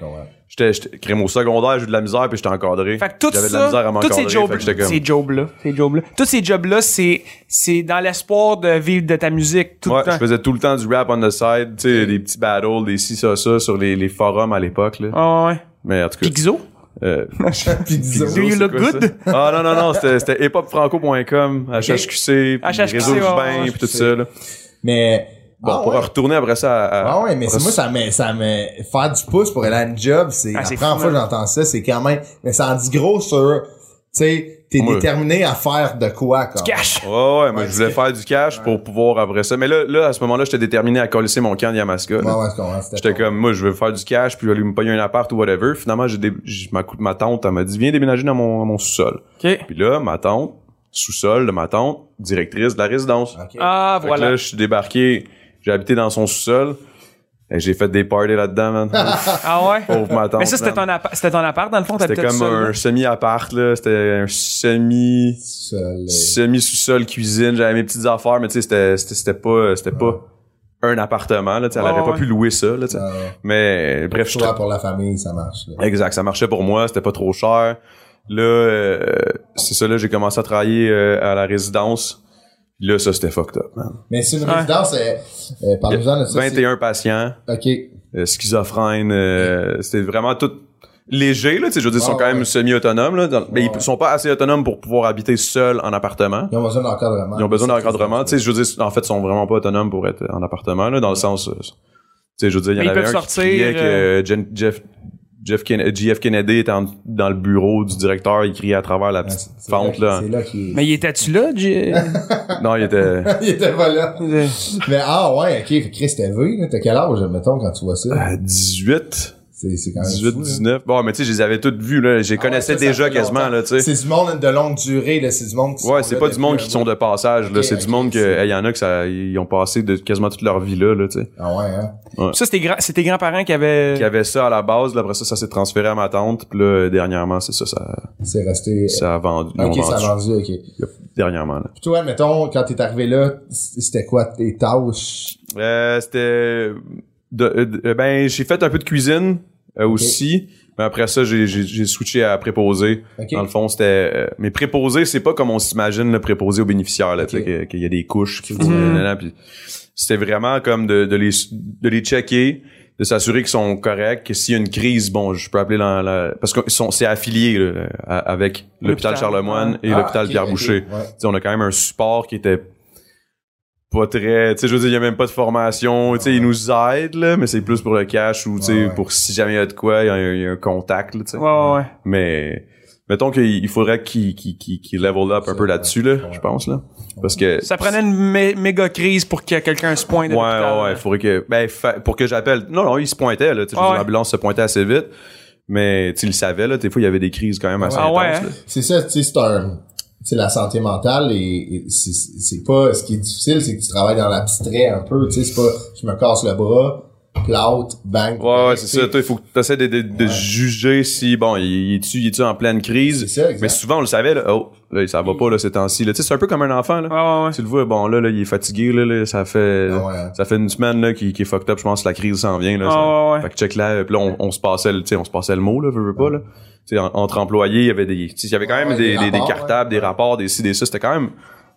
S5: J'étais, j'étais, crime au secondaire, j'ai eu de la misère, puis j'étais encadré.
S3: Fait que tout
S5: J'avais de la
S3: ça,
S5: misère à
S3: tous
S5: m'encadrer,
S3: ces
S5: fait
S3: jobs,
S5: que j'étais comme-
S3: ces jobs-là, ces jobs-là, tous ces jobs-là, c'est, c'est dans l'espoir de vivre de ta musique tout
S5: ouais,
S3: le temps.
S5: je faisais tout le temps du rap on the side, tu sais, des petits battles, des ci, ça, ça, sur les, les forums à l'époque, là.
S3: Ah ouais.
S5: Mais en tout cas.
S3: Pixo?
S5: euh,
S2: Pizzo.
S3: Do you
S5: c'est
S3: look
S5: quoi
S3: good?
S5: ça? Ah, non, non, non, c'était, c'était hiphopfranco.com, HHQC, puis
S3: HHQC,
S5: réseau
S3: ouais,
S5: urbain,
S3: ouais,
S5: puis tout ça, là.
S2: Mais.
S5: Bon,
S2: ah
S5: pour
S2: ouais.
S5: retourner après ça à, à-
S2: Ah ouais, mais c'est
S5: après
S2: moi, ça me, ça me, faire du pouce pour aller à une job, c'est,
S3: Ah,
S2: la
S3: c'est
S2: première
S3: fou,
S2: fois que
S3: hein.
S2: j'entends ça, c'est quand même, mais ça en dit gros sur, tu sais, t'es
S5: Ouais.
S2: déterminé à faire de quoi,
S5: Ah.
S2: comme.
S3: Cash!
S5: Ouais, ouais, mais
S2: Ouais,
S5: je voulais
S2: c'est-
S5: faire du cash pour pouvoir après ça. Mais là, là, à ce moment-là, j'étais déterminé à coller mon camp de Yamaska.
S2: Ouais,
S5: là.
S2: ouais, je comprends, c'était
S5: J'étais
S2: pas-
S5: comme, moi, je veux faire du cash, puis je vais aller me payer un appart ou whatever. Finalement, j'ai des, j'ai- ma, cou- ma tante, elle m'a dit, viens déménager dans mon, mon sous-sol.
S3: OK.
S5: Puis là, ma tante, sous-sol de ma tante, directrice de la résidence.
S2: Ok.
S3: Ah,
S5: Fait que
S3: voilà.
S5: là, je suis débarqué, j'ai habité dans son sous-sol. Et J'ai fait des parties là-dedans, man. Ouf,
S3: Ah ouais?
S5: Pauvre ma tante.
S3: Mais ça, c'était
S5: man.
S3: ton, appart, c'était ton appart, dans le fond,
S5: C'était comme
S3: t'habitais tout seul,
S5: un
S3: là.
S5: semi-appart, là. C'était un semi
S2: Seul, euh,
S5: semi-sous-sol cuisine, j'avais mes petites affaires, mais tu sais, c'était, c'était, c'était pas, c'était pas un appartement, là, tu sais, elle
S3: Ouais,
S5: aurait pas
S3: Ah. ouais. Ah,
S5: pu louer ça, là, tu sais.
S2: euh,
S5: Mais, bref, je
S2: toi, pour la famille, ça marche, là.
S5: Exact, ça marchait pour moi, c'était pas trop cher. Là, euh, c'est ça, là, j'ai commencé à travailler euh, à la résidence. Là, ça, c'était fucked up, man.
S2: Mais c'est une
S3: Ouais.
S2: résidence, euh, euh, parle-nous-en de ça. c'est-
S5: 21 patients,
S2: Ok.
S5: euh, schizophrènes, euh, c'était vraiment tout léger, là, tu sais, je veux dire, ils sont
S2: Ouais,
S5: quand même
S2: ouais.
S5: semi-autonomes, là, dans- mais
S2: Ouais.
S5: ils sont pas assez autonomes pour pouvoir habiter seuls en appartement.
S2: Ils ont besoin d'encadrement.
S5: Ils ont besoin
S2: C'est-
S5: d'encadrement. Tu sais, je veux dire, en fait, ils sont vraiment pas autonomes pour être en appartement, là, dans le sens, euh, tu sais, je veux dire, il
S3: Mais
S5: y
S3: ils
S5: en avait un
S3: peuvent
S5: qui
S3: sortir,
S5: criait que
S3: euh,
S5: euh, Jen- Jeff, Jeff Ken- JF Kennedy était en- dans le bureau du directeur, il criait à travers la petite
S2: Ah, C'est là-
S5: fente, là.
S2: C'est là qu'il
S3: Mais y étais-tu là, J-
S5: Non, il était,
S2: Il était pas là.
S3: euh,
S2: Mais ah ouais, ok, fait que Chris, t'as vu, là, t'as quel âge, mettons, quand tu vois ça?
S5: à 18,
S2: C'est Ah, c'est quand même
S5: 18,
S2: fou, là.
S5: 19. Bon, mais tu sais, je les avais toutes vues, là. Je les
S2: Ah
S5: connaissais
S2: ouais, ça, ça
S5: déjà
S2: fait
S5: quasiment,
S2: longtemps.
S5: là, tu sais.
S2: C'est du monde de longue durée, là. C'est du monde qui
S5: Ouais,
S2: sont
S5: c'est
S2: là
S5: pas du
S2: depuis
S5: monde
S2: un
S5: qui
S2: bout.
S5: sont de passage, là.
S2: Ok,
S5: C'est
S2: ok,
S5: du monde que,
S2: c'est-
S5: hey, y en a que ça, ils ont passé de quasiment toute leur vie là, là, tu sais.
S2: Ah ouais, hein.
S3: Ça, c'était gra- c'est tes grands-parents qui avaient...
S5: Qui avait ça à la base, là, après ça, ça s'est transféré à ma tante, puis là, dernièrement, c'est ça, ça,
S2: C'est resté.
S5: ça a vendu. ils ont
S2: ok, ça
S5: vendu.
S2: a vendu, ok. Puis
S5: dernièrement. Là.
S2: toi, mettons, quand t'es arrivé là, c- c'était quoi tes tâches?
S5: Euh, c'était de- euh, de- euh, ben j'ai fait un peu de cuisine euh, aussi, mais après ça j'ai j'ai j'ai switché à préposé.
S2: Ok.
S5: Dans le fond c'était euh, mais préposé c'est pas comme on s'imagine le préposé aux bénéficiaires là, tu sais,
S2: Ok.
S5: que- qu'il y a des couches qui
S3: Mhm.
S5: puis c'était vraiment comme de, de les de les checker de s'assurer qu'ils sont corrects, que s'il y a une crise, bon, je peux appeler la... la- parce que ils sont- c'est affilié là, à- avec l'hôpital
S3: L'hôpital.
S5: Charlemagne et
S2: Ah,
S5: l'hôpital
S2: ok,
S5: Pierre
S2: ok,
S5: Boucher.
S2: ouais.
S5: Tu sais, on a quand même un support qui était pas très, tu sais, je veux dire, il y a même pas de formation, tu sais, ils nous aident, là, mais c'est plus pour le cash ou, tu sais,
S2: Ouais, ouais.
S5: pour si jamais il y a de quoi, il y a, un- il y a un contact, là, tu sais.
S3: Ouais, ouais, ouais.
S5: Mais, mettons qu'il il faudrait qu'ils qu'ils qu'ils- qu'ils level up un peu là-dessus, là, je pense, là. Parce que...
S3: Ça prenait une mé- méga crise pour que quelqu'un se pointe. à
S5: Ouais,
S3: l'hôpital,
S5: ouais, ouais,
S3: là.
S5: il faudrait que, ben, fa- pour que j'appelle. Non, non, il se pointait, là, tu sais, je veux
S3: Ah
S5: dire,
S3: ouais.
S5: l'ambulance se pointait assez vite. Mais, tu sais, il le savait, là, des fois, il y avait des crises quand même assez
S3: Ah ouais,
S5: intenses,
S3: hein?
S5: là.
S2: C'est ça, tu sais, c'est un. tu sais, la santé mentale et, et c'est- c'est pas ce qui est difficile c'est que tu travailles dans l'abstrait un peu tu sais c'est pas je me casse le bras plâtre bang
S5: Ouais, ouais,
S2: tu
S5: c'est
S2: sais.
S5: ça. Toi, il faut que tu essaies de, de- de juger si, bon, il il est-tu il est-tu en pleine crise.
S2: C'est ça, exact.
S5: Mais souvent, on le savait, là, oh, là, ça va pas, là, ces temps-ci. là. Tu sais, c'est un peu comme un enfant, là.
S3: Ouais, ouais, ouais.
S5: Tu le vois, bon, là, là, il est fatigué, là, là, ça fait,
S2: Ah ouais.
S5: ça fait une semaine, là, qu'il qu'il est fucked up. Je pense que la crise s'en vient, là.
S3: Ah
S5: ça-
S3: ouais, ouais.
S5: Fait que check là, puis là, on, on se passait, le- tu sais, on se passait le mot, là, veux, veux pas, là. Tu sais, en- entre employés, il y avait des, tu sais, il y avait quand même
S2: Ouais,
S5: des,
S2: des
S5: des, des
S2: rapports,
S5: cartables, des
S2: ouais.
S5: rapports, des ci, des ça. C'était quand même, tu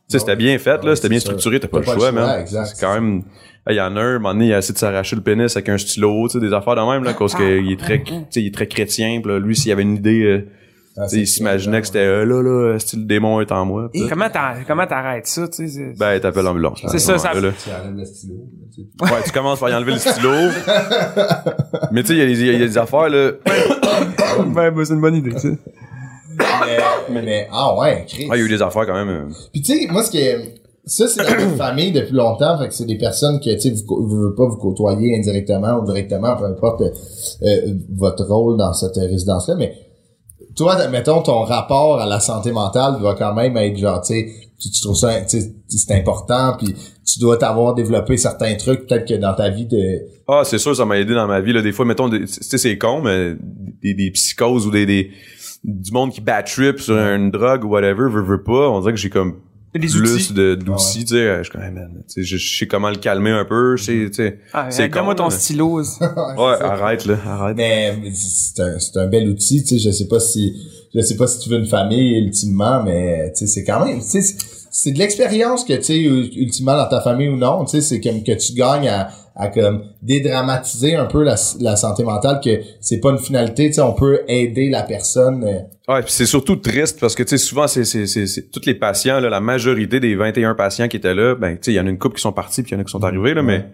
S5: sais, c'était
S2: Ouais.
S5: bien fait,
S2: Ouais,
S5: là, c'était bien
S2: c'est ça.
S5: structuré, t'as pas, le choix, man.
S2: exact.
S5: C'est quand même, il y en a un, un moment donné, il a essayé de s'arracher le pénis avec un stylo, tu sais, des affaires de même, là, parce qu'il est très, tu sais, il est très chrétien, pis là, lui, s'il avait une idée, euh,
S2: Ah,
S5: Tu sais, ils s'imaginaient que c'était euh, là, là, est-ce que le démon est en moi. Puis là,
S3: Comment t'en- comment t'arrêtes ça, tu sais? c'est-
S5: Ben, t'appelles l'ambulance.
S3: C'est ça, ça-
S5: Là.
S2: Tu enlèves le stylo. tu sais.
S5: Ouais, tu commences par y enlever le stylo. Mais tu sais, il y a des- il y, a des affaires, là.
S3: Ben, ben, c'est une bonne idée, tu sais.
S2: Mais, mais, ah ouais, Chris.
S5: Ah, il y a eu des affaires quand même. euh.
S2: Puis tu sais, moi ce que ça c'est dans une famille depuis longtemps, fait que c'est des personnes que tu sais vous, cô- vous, vous pas vous côtoyer indirectement ou directement, peu importe euh, votre rôle dans cette résidence là, mais toi mettons ton rapport à la santé mentale doit quand même être genre tu sais tu, tu trouves ça tu sais, c'est important puis tu dois t'avoir développé certains trucs peut-être que dans ta vie de
S5: Ah, c'est sûr, ça m'a aidé dans ma vie. Là. Des fois, mettons, des- tu sais, c'est con, mais des, des psychoses ou des, des du monde qui bat trip sur une drogue ou whatever, veut, veut pas. On dirait que j'ai comme
S3: Des
S5: plus
S3: outils.
S5: de- d'outils, tu sais. Je suis comme, hey, man, tu sais, je je sais comment le calmer un peu. je sais, Tu sais,
S3: Ah,
S5: c'est
S3: Donne-moi
S5: con, là.
S3: ton stylo. c'est-
S5: Ouais, arrête, là, arrête.
S2: mais c'est un, c'est un bel outil, tu sais, je sais pas si je sais pas si tu veux une famille ultimement, mais tu sais c'est quand même tu sais c'est- c'est de l'expérience que tu sais ul- ultimement dans ta famille ou non, tu sais c'est comme que tu gagnes à à comme dédramatiser un peu la, s- la santé mentale que c'est pas une finalité, tu sais on peut aider la personne euh,
S5: Ouais, puis c'est surtout triste parce que tu sais souvent c'est c'est c'est c'est- tous les patients là, la majorité des 21 patients qui étaient là, ben tu sais il y en a une couple qui sont partis puis il y en a qui sont arrivés là, mais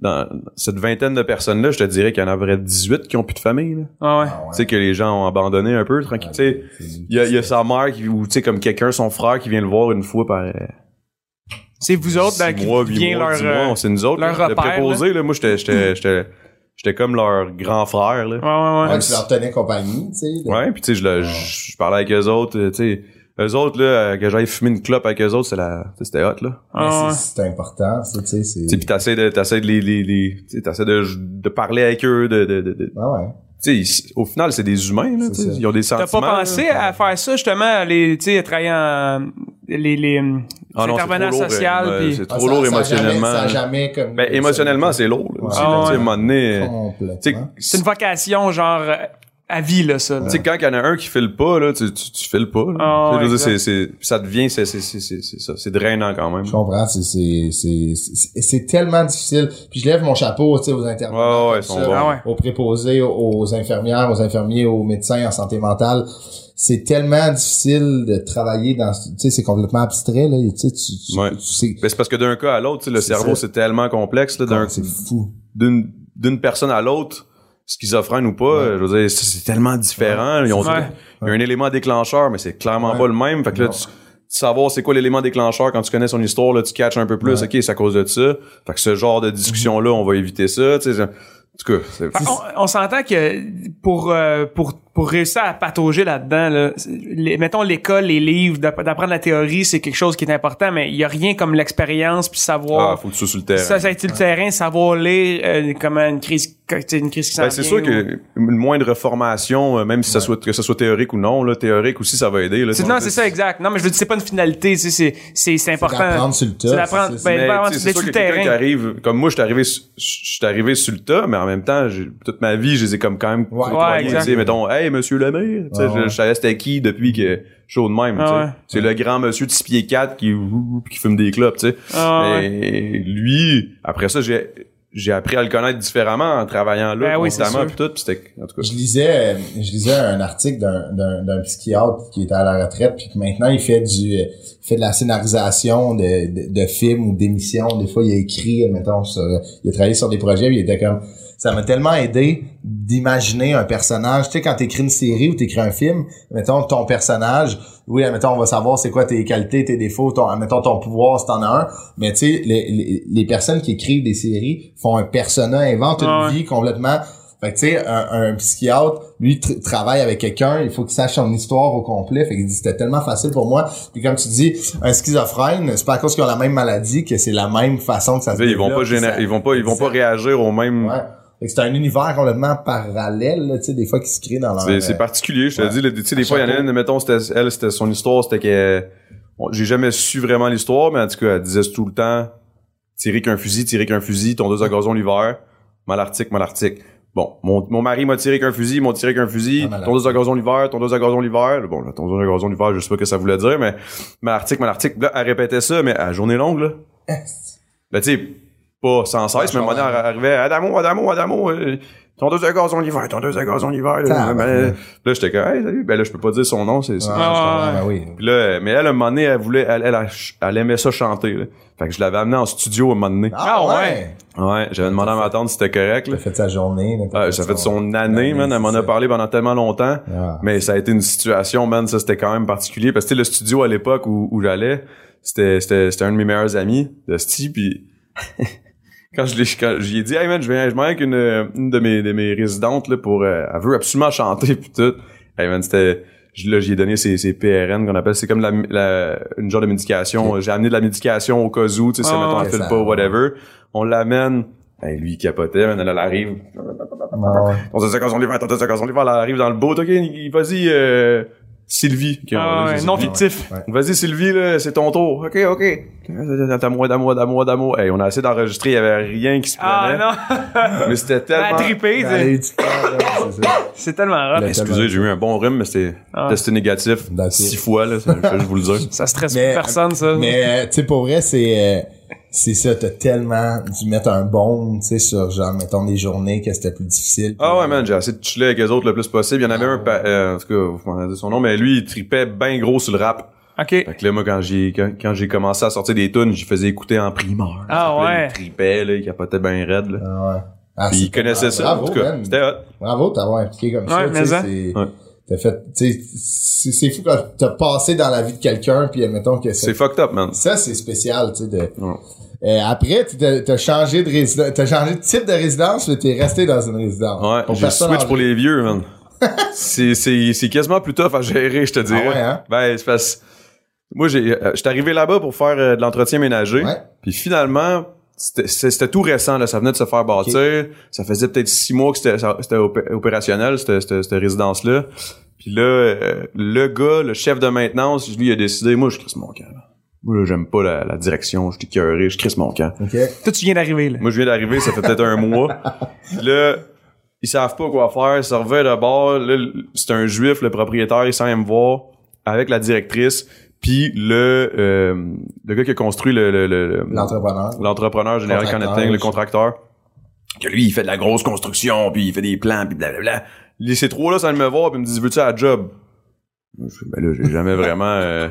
S5: dans cette vingtaine de personnes là, je te dirais qu'il y en aurait 18 qui ont plus de famille là.
S3: Ah ouais.
S5: Tu sais que les gens ont abandonné un peu tranquille, tu sais. Il y a, il y a sa mère qui ou tu sais comme quelqu'un son frère qui vient le voir une fois par euh,
S3: C'est vous autres
S5: six
S3: dans qui
S5: mois, huit
S3: vient
S5: mois,
S3: leur.
S5: dix mois,
S3: euh,
S5: c'est nous autres
S3: leur
S5: là, de
S3: repère,
S5: préposés, là. moi j'étais j'étais j'étais j'étais comme leur grand frère là.
S3: Ouais, ouais,
S2: ouais,
S3: ouais.
S2: tu leur tenais compagnie, tu sais. de-
S5: Ouais, puis tu sais, je, le- je, je parlais avec eux autres, euh, tu sais. Eux autres, là, euh, que j'aille fumer une clope avec eux autres, c'est la... c'était hot, là.
S2: mais
S3: Ah ouais.
S2: c'est c'est important, ça, tu sais c'est
S5: Tu sais, puis t'essaies de, t'essaies de les, les, les- tu sais, t'essaies de, de parler avec eux, de, de, de, de-
S2: Ah ouais.
S5: tu sais, ils- au final, c'est des humains, là,
S2: C'est
S5: tu sais.
S2: ça.
S5: Ils ont des sentiments.
S3: T'as pas pensé
S5: là.
S3: à faire ça, justement, les, tu sais, travailler en, les, les, hum,
S5: Ah non, c'est trop
S3: intervenants
S5: lourd,
S3: sociaux,
S5: euh,
S3: puis
S5: C'est
S2: Ah,
S5: trop lourd
S2: ça- ça a jamais-
S5: émotionnellement.
S2: ça a jamais comme
S5: Ben, émotionnellement, c'est lourd, là,
S2: Ouais.
S5: aussi,
S3: Ah
S5: là, tu sais,
S3: ouais.
S5: à un moment donné, euh, tu sais,
S2: complètement.
S3: c'est une vocation, genre, euh, à vie, là, ça. là.
S5: Tu sais, quand il y en a un qui file pas, là, tu, tu, tu files pas. là. Tu
S3: Ah,
S5: sais, je veux
S3: ouais,
S5: dire, c'est, c'est, ça devient, c'est, c'est, c'est, c'est, c'est ça. C'est drainant quand même.
S2: Je comprends, c'est c'est c'est c'est- c'est tellement difficile. Puis je lève mon chapeau, tu sais, aux intervenants,
S5: Ouais, ouais,
S2: comme
S5: ils sont
S2: ça,
S5: bons.
S3: Ah ouais.
S2: aux préposés, aux, aux infirmières, aux infirmiers, aux médecins en santé mentale. C'est tellement difficile de travailler dans, ce- tu sais, c'est complètement abstrait là. Tu sais, tu, tu,
S5: Ouais.
S2: tu sais,
S5: Ben, c'est parce que d'un cas à l'autre, tu sais, le
S2: C'est
S5: cerveau,
S2: ça. Ah,
S5: c'est tellement complexe, là, d'un,
S2: c'est fou.
S5: d'une d'une personne à l'autre schizophrène ou pas je veux dire c'est- c'est tellement différent ils ont
S3: Ouais.
S5: il y a un élément déclencheur mais c'est clairement
S2: Ouais.
S5: pas le même fait que là
S2: Non.
S5: tu, tu savoir c'est quoi l'élément déclencheur quand tu connais son histoire là tu catches un peu plus
S2: Ouais.
S5: ok c'est à cause de ça fait que ce genre de discussion là on va éviter ça tu sais en tout cas c'est-
S3: Fait qu'on- Ah, Bah, on, s'entend que pour, euh, pour, pour réussir à patauger là-dedans, là, c'est- les- mettons l'école, les livres, d'app- d'apprendre la théorie, c'est quelque chose qui est important, mais il y a rien comme l'expérience puis
S5: ah
S3: savoir.
S5: faut que tu sois sur le terrain
S3: ça, ça a été le terrain, savoir lire euh, comment une crise, que- tu sais, une crise qui s'en
S5: Ben, c'est
S3: vient,
S5: sûr
S3: ou-
S5: que une moindre formation euh, même si ça soit que ça soit théorique ou non là théorique aussi ça va aider là
S3: C'est- non, c'est ça, exact. Non, mais je veux dire, c'est pas une finalité, tu sais, c'est, c'est, c'est important.
S2: d'apprendre sur le tas,
S3: C'est d'apprendre,
S2: c'est-
S3: ben,
S5: Mais,
S3: d'apprendre
S5: tu sais, c'est
S3: d'être
S5: sûr
S3: sur
S5: que
S3: le
S5: quelqu'un qui
S3: terrain.
S5: arrive, comme moi, je suis arrivé, su- je suis arrivé sur le tas, mais en même temps, j'ai- toute ma vie, je les ai comme quand même
S2: Ouais.
S5: côtoyés,
S3: Ouais, exact.
S5: tu sais, mettons, hey, monsieur le maire, tu sais,
S2: Ouais, ouais.
S5: je, je savais c'était qui depuis que je suis au de même, tu sais.
S3: Ah ouais.
S5: C'est le grand monsieur de 6 pieds 4 qui, qui fume des clopes, tu sais.
S3: Ah, ouais.
S5: Et lui, après ça, j'ai, j'ai appris à le connaître différemment en travaillant là,
S3: Ben oui, c'est
S5: constamment, pis
S3: sûr.
S5: tout, pis c'était, en tout cas.
S2: Je lisais, euh, je lisais un article d'un, d'un, d'un psychiatre qui était à la retraite, puis que maintenant il fait du, euh, il fait de la scénarisation de, de, de films ou d'émissions. Des fois, il a écrit, mettons, il a travaillé sur des projets, puis il était comme, ça m'a tellement aidé d'imaginer un personnage. Tu sais, quand t'écris une série ou t'écris un film, mettons ton personnage, oui, mettons, on va savoir c'est quoi tes qualités, tes défauts, ton, mettons ton pouvoir si t'en as un. Mais tu sais, les, les, les personnes qui écrivent des séries font un persona, inventent
S3: Ah ouais.
S2: une vie complètement. Fait que tu sais, un, un psychiatre, lui, tr- travaille avec quelqu'un, il faut qu'il sache son histoire au complet. Fait qu'il dit, c'était tellement facile pour moi. Puis comme tu dis, un schizophrène, c'est pas à cause qu'ils ont la même maladie que c'est la même façon que ça se
S5: Ils vont, pas
S2: développe,
S5: gêner-
S2: ça-
S5: ils vont pas, ils vont pas réagir au même,
S2: Ouais. Fait que c'est un univers complètement parallèle, là, tu sais, des fois qui se crée dans leur...
S5: C'est, c'est
S2: euh,
S5: particulier, je te
S2: ouais.
S5: dis. là, Tu sais, des
S2: À
S5: fois, il y en a
S2: chaque
S5: une, mettons, c'était, elle, c'était son histoire, c'était que bon, j'ai jamais su vraiment l'histoire, mais en tout cas, elle disait tout le temps tirer qu'un fusil, tirer qu'un fusil, ton deux à gazon l'hiver, malartic, malartic. Bon, mon, mon mari m'a tiré qu'un fusil, ils m'ont tiré qu'un fusil,
S2: Ah, malartic.
S5: ton deux à gazon l'hiver, ton deux à gazon l'hiver. Bon, là, ton deux à gazon l'hiver, je sais pas ce que ça voulait dire,
S2: Ah,
S5: mais malartic, malartic. Là, elle répétait ça, mais à journée longue, là. Ben, tu sais, pas sans cesse, mais mon père arrivait Adamo, Adamo, Adamo, euh, ton deux à gazon l'hiver, ton deux à gazon l'hiver. Là, Ben, là, j'étais comme, hey, salut. Ben là, je peux pas dire son nom, c'est ça.
S2: Ben oui.
S5: Puis là, euh, mais elle, à un moment donné, elle voulait, elle, elle, elle aimait ça chanter. là. Fait que je l'avais amenée en studio à un moment donné.
S2: Ah ouais.
S5: Ouais, j'avais demandé à ma tante si c'était correct. Là.
S2: T'as fait sa journée. là, t'as
S5: Ah, ça fait de son année, man. Elle m'en a parlé pendant tellement longtemps.
S2: Ah.
S5: Mais ça a été une situation, man. Ça, c'était quand même particulier. Parce que tu sais, le studio à l'époque où, où j'allais, c'était, c'était, c'était un de mes meilleurs amis, de Steve. Puis quand je l'ai, quand j'y ai dit, hey, man, je viens, je viens avec une, euh, une de mes, de mes résidentes, là, pour, euh, elle veut absolument chanter, puis tout. Hey, man, c'était, je- là, j'y ai donné ces, ces PRN qu'on appelle. C'est comme la, la- une genre de médication. J'ai amené de la médication au cas où, tu sais, si
S3: Ah,
S5: mettons,
S3: ouais,
S5: elle file
S2: ça-
S5: pas, whatever. On l'amène. Ben, lui, il capotait, man, elle, elle arrive.
S2: Ah ouais.
S5: On sait quand on les va, on sait quand on les va, elle arrive dans le boat, ok, vas-y, euh, Sylvie. Ok,
S3: Ah
S5: on va
S3: ouais,
S5: dire
S3: non
S5: Sylvie.
S3: fictif.
S2: Ouais.
S5: Vas-y Sylvie, là, c'est ton tour. Ok, ok. D'amour, d'amour, d'amour, d'amour. Hey, on a essayé d'enregistrer, il y avait rien qui se prenait.
S3: Ah non!
S5: Mais c'était
S3: À
S5: tellement...
S3: triper,
S2: Elle a
S3: c'est-
S2: eu du temps, là, c'est ça.
S3: c'est tellement rare.
S2: Le-
S5: Excusez, j'ai eu un bon rhume, mais c'était
S3: Ah.
S5: testé négatif
S2: That's it.
S5: six fois, là, ça, je vais juste vous le dire.
S3: Ça stresse
S2: Mais-
S3: plus personne, ça.
S2: Mais euh, tu sais pour vrai c'est euh, c'est ça t'as tellement dû mettre un bombe tu sais sur genre mettons des journées que c'était plus difficile.
S5: Ah ouais, man, j'ai essayé de chiller avec les autres le plus possible. Il y en avait un, pa- euh, en tout cas, vous m'en dit son nom, mais lui, il tripait bien gros sur le rap.
S3: OK.
S5: Fait que là, moi, quand j'ai, quand, quand j'ai commencé à sortir des tunes, j'y faisais écouter en primeur.
S3: Ah
S5: Puis là,
S3: ouais.
S5: Il tripait, là, il capotait bien raide, là.
S2: Ah ouais. Ah,
S5: Puis
S2: c'est
S5: il connaissait
S2: pas-
S5: ça.
S2: Bravo,
S5: en tout cas,
S2: man.
S5: c'était hot.
S2: Bravo de t'avoir impliqué comme ça.
S3: Ouais,
S2: tu sais,
S3: mais ça.
S2: c'est-
S5: Ouais.
S2: T'as fait, tu sais, c'est c'est fou quand t'as passé dans la vie de quelqu'un puis admettons que ça-
S5: C'est fucked up, man.
S2: ça c'est spécial, tu sais. De...
S5: Ouais.
S2: Euh, après, tu t'as t'as changé de résidence, t'as changé de type de résidence, mais t'es resté dans une résidence.
S5: Ouais,
S2: Pour
S5: j'ai
S2: personne
S5: switch
S2: âgée.
S5: pour les vieux, man. c'est, c'est, c'est quasiment plus tough à gérer, je te dirais.
S2: ouais, hein?
S5: Ben, c'est parce... Moi, j'ai, euh, j'étais arrivé là-bas pour faire euh, de l'entretien ménager.
S2: Ouais.
S5: Puis finalement, c'était, c'est- c'était tout récent, là. Ça venait de se faire bâtir. Ça faisait peut-être six mois que c'était, ça- c'était opé- opérationnel, cette, cette, cette résidence-là. Puis là, euh, le gars, le chef de maintenance, lui, il a décidé, moi, je crisse mon camp. là. Moi, là, j'aime pas la, la direction, je suis écœuré, je crisse mon camp.
S2: Ok.
S3: Toi, tu viens d'arriver, là.
S5: Moi, je viens d'arriver, ça fait peut-être un mois. Puis Là, ils savent pas quoi faire. Ils se reviennent de bord. Là, le- c'est un juif, le propriétaire, il s'en vient me voir avec la directrice. Puis le, euh, le gars qui a construit le- le- le- le-
S2: L'entrepreneur.
S5: l'entrepreneur général
S2: Contracteur,
S5: Connecting, le
S2: je-
S5: contracteur, que lui, il fait de la grosse construction, puis il fait des plans, puis blablabla. Les- Ces trois-là, ça me voir, puis ils me disent, veux-tu à la job? Moi, je fais, ben là, j'ai jamais vraiment... euh,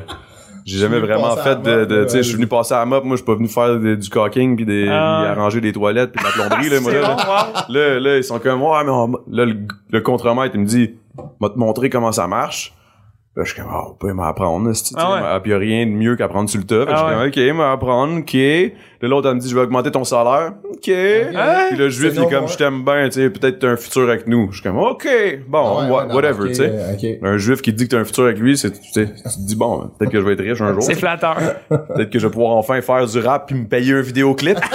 S5: j'ai jamais
S2: venu
S5: vraiment
S2: passer à
S5: fait
S2: la
S5: de...
S2: mop,
S5: de- tu sais,
S2: ouais.
S5: je suis venu passer à la mop, moi, je suis pas venu faire de- du caulking, puis des,
S3: Ah.
S5: puis arranger des toilettes, puis de la plomberie, là, moi,
S3: C'est
S5: là,
S3: bon,
S5: là.
S3: wow.
S5: Là, là, ils sont comme, ouais, mais on- là, le, le contremaître, il me dit, va te montrer comment ça marche. Là, je suis comme, ah, on peut m'apprendre, là, c'ti,
S3: Ah
S5: t'sais,
S3: ouais.
S5: ah, puis y a rien de mieux qu'apprendre sur le tas. Fait que
S3: Ah
S5: je suis comme, ok, m'apprendre, ok. Là, l'autre, elle me dit, je vais augmenter ton salaire. Ok.
S2: Ah, Ouais.
S3: Hein?
S5: Puis le juif,
S2: C'est
S5: il est
S2: no
S5: comme,
S2: more.
S5: je t'aime bien, tu sais, peut-être t'as un futur avec nous. Je suis comme, ok,
S2: Ah
S5: bon,
S2: ouais,
S5: wha-
S2: ouais, non,
S5: whatever,
S2: ok,
S5: tu sais.
S2: euh, ok.
S5: Un juif qui te dit que t'as un futur avec lui, c'est, tu sais, tu te dis, bon, peut-être que je vais être riche un jour.
S3: C'est flatteur.
S5: Peut-être que je vais pouvoir enfin faire du rap puis me payer un vidéoclip. Tu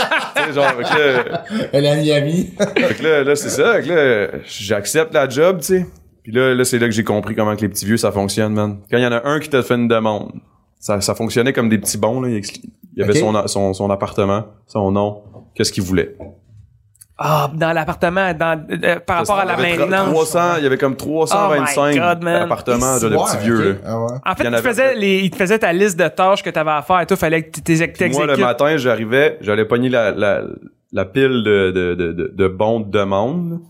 S5: sais, genre, fait que là,
S2: Elle est à Miami.
S5: fait que là, là, c'est ça. Fait que là, j'accepte la job, tu sais. Puis là, là c'est là que j'ai compris comment que les petits vieux, ça fonctionne, man. Quand il y en a un qui te fait une demande, ça, ça fonctionnait comme des petits bons, là. Il, expli- il y avait
S2: Ok.
S5: son, a- son, son appartement, son nom, qu'est-ce qu'il voulait.
S3: Ah, dans l'appartement, dans, euh, par rapport à la
S5: Il y avait tro-
S3: maintenance.
S5: 300, il y avait comme 325
S3: Oh my God, man.
S5: appartements de, de petits
S2: Ouais,
S5: vieux,
S2: ok.
S5: là.
S2: Ah ouais.
S3: En fait,
S5: Il y en
S3: il te,
S5: avait-
S3: faisait les, il te faisait ta liste de tâches que t'avais à faire et tout. Fallait que tu t'es-
S5: Puis moi, le
S3: t'exécutes.
S5: matin, j'arrivais, j'allais pogner la, la, la pile de, de, de, de, de bons de demande.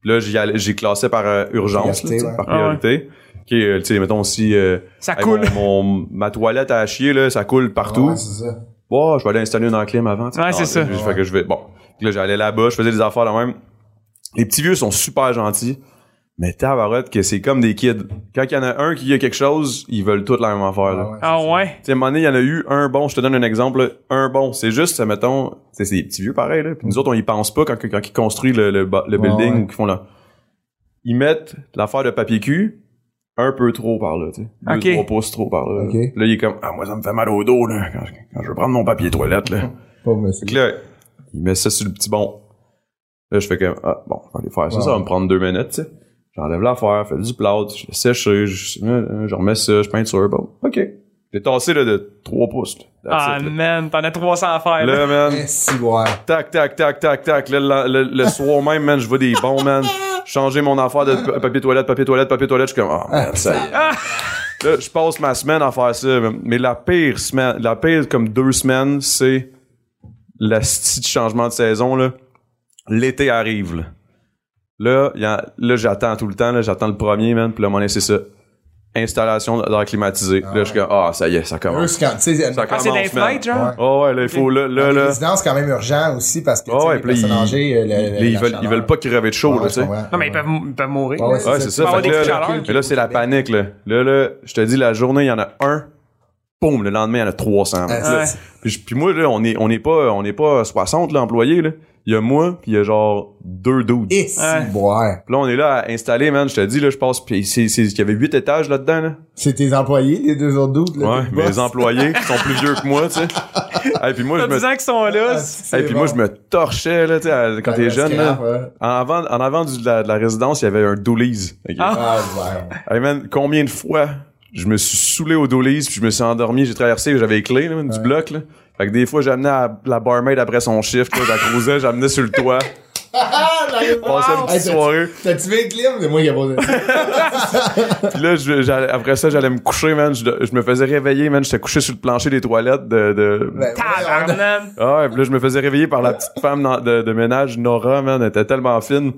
S5: Puis Là, j'y allais- j'y classais par euh, urgence,
S2: Priorité,
S5: là, tu sais, par
S2: ouais.
S3: Ah ouais.
S5: priorité. Ok, euh, tu sais, mettons si euh,
S3: Ça
S5: hey,
S3: coule.
S5: mon, mon- ma toilette à chier, là, ça coule partout.
S2: Ah Ouais, c'est ça.
S5: Bon, je vais aller installer une enclime avant. tu sais.
S3: Ouais, c'est
S5: Ah,
S3: ça.
S5: je- Fait que je vais. Bon. Puis Là, j'allais là-bas, je faisais des affaires là même. Les petits vieux sont super gentils. Mais tabarouette que c'est comme des kids. Quand il y en a un qui a quelque chose, ils veulent tous la même affaire. là.
S2: Ah ouais.
S3: Ah ouais.
S5: Tu sais, à un moment donné, il y en a eu un bon, je te donne un exemple, là, un bon. C'est juste, mettons, tu sais, c'est des petits vieux pareil, là. Puis nous autres, on y pense pas quand, quand ils construisent le, le, ba- le
S2: Ouais,
S5: building
S2: ouais.
S5: ou qu'ils font là. Ils mettent l'affaire de papier cul un peu trop par là, tu sais. Deux,
S3: Ok.
S5: trois pouces trop par là.
S2: Ok.
S5: Puis Là, il est comme, ah, moi, ça me fait mal au dos, là, quand je, quand je veux prendre mon papier toilette, là.
S2: Pauvre monsieur.
S5: Fait que là, il met ça sur le petit bon. Là, je fais comme, ah, bon, je vais aller faire ça, ça va me prendre deux minutes, tu sais. J'enlève l'affaire, fais du plâtre, je le sèche, je, je, je remets ça, je peinture, bon, ok. J'ai tassé, là, de 3 pouces, là. That's
S3: Ah,
S5: it, là.
S3: man, t'en as 300 à faire.
S5: Là,
S3: là.
S5: man,
S2: Eh, Si, ouais.
S5: tac, tac, tac, tac, tac. Là, la- le, le soir même, man, je vois des bons, man. Changer mon affaire de pa- papier toilette, papier toilette, papier toilette. Je suis comme, oh, man, ça y est. Là, je passe ma semaine à faire ça. man. Mais la pire semaine, la pire comme deux semaines, c'est la petite changement de saison, là, l'été arrive, là. Là, y a- là, j'attends tout le temps, là, j'attends le premier, man, puis le moment donné, c'est ça. Installation d'air climatisé. là, je suis comme, ah, ça y est, ça
S2: Eux,
S5: commence.
S2: c'est quand, tu sais,
S5: Ça
S3: Ah,
S5: commence,
S3: c'est des
S5: man.
S3: fenêtres, genre?
S5: Ah ouais, là, il faut, là, là,
S2: Dans les
S5: là.
S2: résidences, c'est quand même urgent aussi parce que tu sais,
S5: Ah ouais,
S2: les
S5: puis là,
S2: personnes
S5: ils-
S2: âgées, euh, le-
S5: là,
S2: le-
S5: ils
S2: la
S5: veulent, ils
S2: chaleur.
S5: veulent pas crever de chaud,
S2: Ouais,
S5: là, tu sais.
S2: je comprends.
S3: Non, mais ils peuvent, ils peuvent mourir.
S2: Ouais, ouais,
S5: Ouais, c'est ça.
S3: Tu peux
S5: Fait que
S3: avoir
S5: là,
S3: des
S5: là,
S3: coups de
S5: mais là, c'est la panique. Là. là, là, je te dis, la journée, il y en a un. Boum, le lendemain, il y en a 300.
S2: Ah,
S5: Là,
S3: c'est-
S5: puis, je- puis moi, là, on est, on est pas, on est pas 60 là, employés. Là. Il y a moi, puis il y a genre deux dudes.
S2: Et si,
S3: Ouais.
S2: boire.
S5: Puis là, on est là à installer, man. Je te dis, là, je passe. Puis c'est, c'est, il y avait huit étages là-dedans. Là.
S2: C'est tes employés, les deux autres doutes.
S5: Ouais, mes employés qui sont plus vieux que moi, tu sais. Et puis moi, je
S3: T'as
S5: me,
S3: 10 ans qu'ils sont
S2: Ah,
S3: là.
S5: hey, puis moi, je me torchais, là, tu sais, à- quand t'es jeune, là.
S2: hein.
S5: En avant, en avant du- de, la, de la résidence, il y avait un Dooley's. ok?
S3: Ah.
S2: Ah, ouais.
S5: Hey man, combien de fois je me suis saoulé au Dolis puis je me suis endormi, j'ai traversé, j'avais les clés là, du bloc là. Fait que des fois j'amenais à- la barmaid après son shift, là, je la croisais, j'amenais sur le toit,
S2: Ah, la
S5: passais une petite
S2: Hey,
S5: soirée.
S2: T'as-tu vu le clip? C'est moi qui ai posé ça. Ben,
S5: Puis là je- j'allais- après ça j'allais me coucher man, je, je me faisais réveiller man, j'étais couché sur le plancher des toilettes de, de...
S2: Ben, ouais,
S3: Tabarnak. Oh
S5: Ah ouais, puis là je me faisais réveiller par la petite femme dans- de, de ménage Nora man, elle était tellement fine.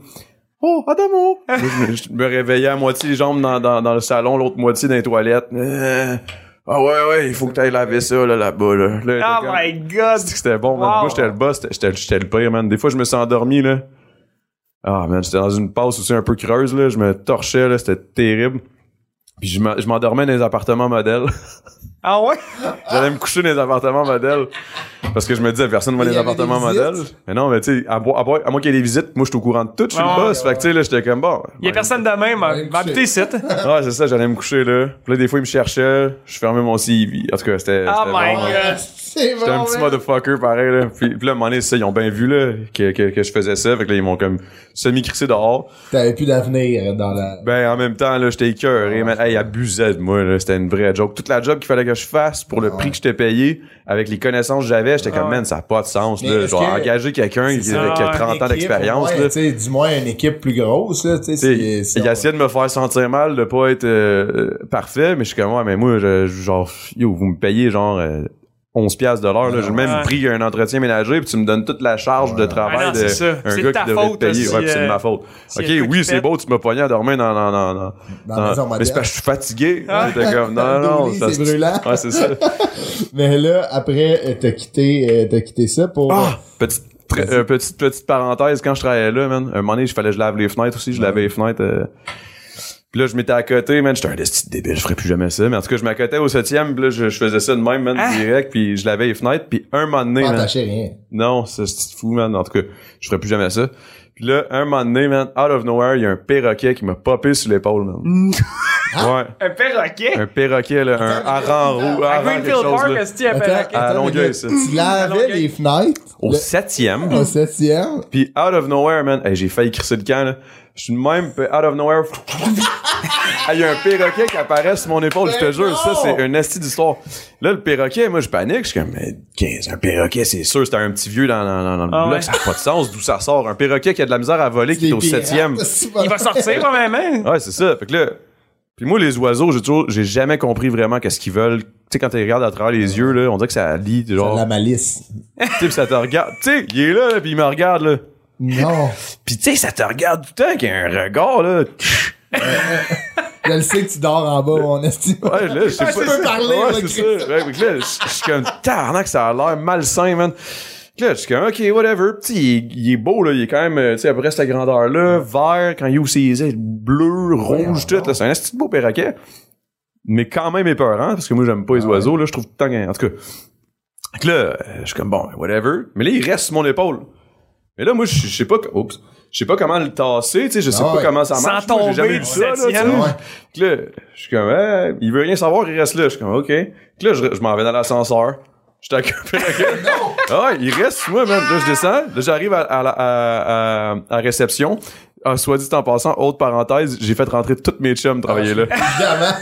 S5: Oh, Adamo! Moi, je, me, je me réveillais à moitié les jambes dans, dans, dans le salon, l'autre moitié dans les toilettes. Euh, Ah ouais, ouais, il faut que t'ailles laver ça là, là-bas. Là. Là, j'étais
S3: Oh
S5: comme-
S3: my god.
S5: C'est que c'était bon, man.
S3: Wow.
S5: Moi, j'étais le boss, j'étais- j'étais j'étais le pire, man. Des fois, je me suis endormi, là. Ah, man, j'étais dans une passe aussi un peu creuse, là. Je me torchais, là. C'était terrible. Puis je m'en- je m'endormais dans les appartements modèles.
S3: Ah ouais?
S5: J'allais me coucher dans les appartements modèles. Parce que je me disais, personne ne va
S2: Il
S5: dans
S2: y
S5: les
S2: avait
S5: appartements
S2: des
S5: modèles.
S2: visites.
S5: Mais non, mais tu sais, à, bo- à bo- à moins qu'il y ait des visites, moi, je suis au courant de tout, je suis
S3: Ah Ouais,
S5: le boss.
S2: ouais,
S5: Fait que tu sais, là, j'étais comme, bon.
S3: Il y a personne de même. hein.
S2: Ouais,
S3: Va habiter ici.
S5: Ah, c'est ça, j'allais me coucher, là. Puis là, des fois, ils me cherchaient. Je fermais mon CV. En tout cas, c'était.
S3: Oh
S5: c'était
S3: my
S5: vraiment-
S3: god.
S2: C'est bon.
S5: J'étais un petit
S2: man.
S5: motherfucker pareil là. Puis, puis là, à un moment donné, ça, ils ont bien vu là que, que, que je faisais ça. Fait que là, ils m'ont comme semi-crissé dehors.
S2: T'avais plus d'avenir dans la.
S5: Ben en même temps, là, j'étais écœuré. man. hey, ils abusaient de moi, là. C'était une vraie joke. Toute la job qu'il fallait que je fasse pour le prix que j'étais payé, avec les connaissances que j'avais, j'étais comme man, ça n'a pas de sens.
S2: Mais
S5: Là.
S2: est-ce
S5: Je dois
S2: que-
S5: engager quelqu'un qui,
S3: ça,
S5: qui a 30
S2: Une
S5: ans
S2: équipe,
S5: d'expérience.
S2: ouais,
S5: là.
S2: tu sais, du moins une équipe plus grosse, là, tu sais.
S5: T'sais,
S2: c'est- c'est-
S5: il essayait de me faire sentir mal de pas être euh, parfait, mais je suis comme ouais, mais moi je- je- genre yo, vous me payez genre euh, 11 piastres de l'heure là, j'ai le même
S3: Ouais.
S5: prix qu'un entretien ménager puis tu me donnes toute la charge de travail
S3: Ouais, Ah, non,
S5: de
S3: c'est ça.
S5: un
S3: C'est
S5: gars
S3: de ta
S5: qui devrait te
S3: faute
S5: payer,
S3: si,
S5: ouais, puis c'est de
S3: euh,
S5: ma faute.
S3: si
S5: OK,
S3: y a quelqu'un
S5: oui,
S3: qui
S5: c'est
S3: pète.
S5: beau, tu m'as pogné à dormir dans dans dans dans,
S2: Dans
S5: dans- Ah,
S2: la maison
S5: mais c'est
S2: moderne. Ah.
S5: parce que je suis fatigué. J'étais comme non
S2: Dans le
S5: non,
S2: lit,
S5: ça-
S2: c'est brûlant.
S5: Ouais, c'est ça.
S2: Mais là, après, euh, t'as quitté, euh, t'as quitté ça pour.
S5: Ah! Petite, tr- euh, petite, petite parenthèse, quand je travaillais là, man, un moment donné, il fallait que je lave les fenêtres aussi, je lavais les fenêtres. euh. Puis là, je m'étais à côté, man, j'étais un petit débile, je ferais plus jamais ça. Mais en tout cas, je m'accotais au septième, puis là, je, je faisais ça de même, man,
S3: Ah.
S5: direct, puis je lavais les fenêtres, puis un moment donné,
S2: Pas
S5: man,
S2: attaché rien.
S5: non, ça, c'est fou, man, en tout cas, je ferais plus jamais ça. Puis là, un moment donné, man, out of nowhere, il y a un perroquet qui m'a popé sur l'épaule, man. ouais,
S3: Un perroquet?
S5: un perroquet, là, un hareng roux,
S3: À
S5: hareng quelque
S3: Greenfield
S5: chose,
S3: Park,
S5: là.
S3: est-ce qu'il y a un
S2: Attends,
S3: perroquet?
S5: à
S2: attends,
S5: Longueuil,
S2: mais
S5: ça.
S2: Tu
S3: À
S2: lavais
S3: Longueuil.
S2: les fenêtres
S5: Au
S2: le- Ah.
S5: septième,
S2: au septième.
S5: Puis out of nowhere, man, hey, j'ai failli crisser le camp, là. Je suis de même, puis out of nowhere. Il y a un perroquet qui apparaît sur mon épaule, je te
S2: Ben
S5: jure,
S2: non!
S5: ça c'est un asti d'histoire. Là, le perroquet, moi je panique, je suis comme, mais qu'est-ce, un perroquet, c'est sûr, c'était un petit vieux dans, dans, dans- dans le
S3: Ah
S5: bloc,
S3: ouais.
S5: ça n'a pas de sens d'où ça sort. Un perroquet qui a de la misère à voler, qui est au
S2: Des pirates,
S5: septième.
S2: c'est pas
S3: Il va
S2: vrai.
S3: sortir, probablement.
S5: Ouais, c'est ça. Fait que là, puis moi, les oiseaux, j'ai toujours, j'ai jamais compris vraiment qu'est-ce qu'ils veulent. Tu sais, quand tu les regardes à travers les yeux, là, on dirait que ça lit, genre,
S2: La malice.
S5: tu sais, puis ça te regarde. Tu sais, il est là, là puis il me regarde, là.
S2: Non.
S5: Pis tu sais, ça te regarde tout le temps qu'il y a un regard, là.
S2: Je le sais que tu dors en bas, mon estime.
S5: Ouais, là, je sais
S2: Ah,
S5: pas.
S2: tu peux parler,
S5: ouais,
S2: là,
S5: c'est
S2: Chris.
S5: ça. Ouais, fait que là, je je suis comme, tarnac, ça a l'air malsain, man. Fait que Là, je suis comme, OK, whatever. Petit, il, est- il est beau, là. Il est quand même, euh, tu sais, après cette grandeur-là, vert, quand il ouvre ses ailes, bleu, rouge, tout, là. C'est un petit beau perroquet. Mais quand même épeurant, parce que moi, j'aime pas
S2: Ah
S5: les oiseaux, là. Je trouve tout le temps qu'un- En tout cas. Fait que là, euh, je suis comme, bon, whatever. Mais là, il reste sur mon épaule. Mais là, moi, je je sais pas, que- oups, je sais pas comment le tasser, tu sais, je sais
S2: Ah
S5: pas
S2: ouais.
S5: comment ça
S3: Sans
S5: marche. moi, j'ai
S3: tomber
S5: jamais vu
S3: du
S5: ça, là, tu sais.
S3: septième.
S2: Ouais.
S5: Fait que là, je suis comme, eh, il veut rien savoir, il reste là. Je suis comme, OK. Fait que là, je, je m'en vais dans l'ascenseur. Je t'accueille. ah ouais, il reste sous moi, man. Là, je descends. Là, j'arrive à, à, la- à, à, à réception. Ah, soit dit en passant, autre parenthèse, j'ai fait rentrer toutes mes chums travailler là.
S2: Évidemment.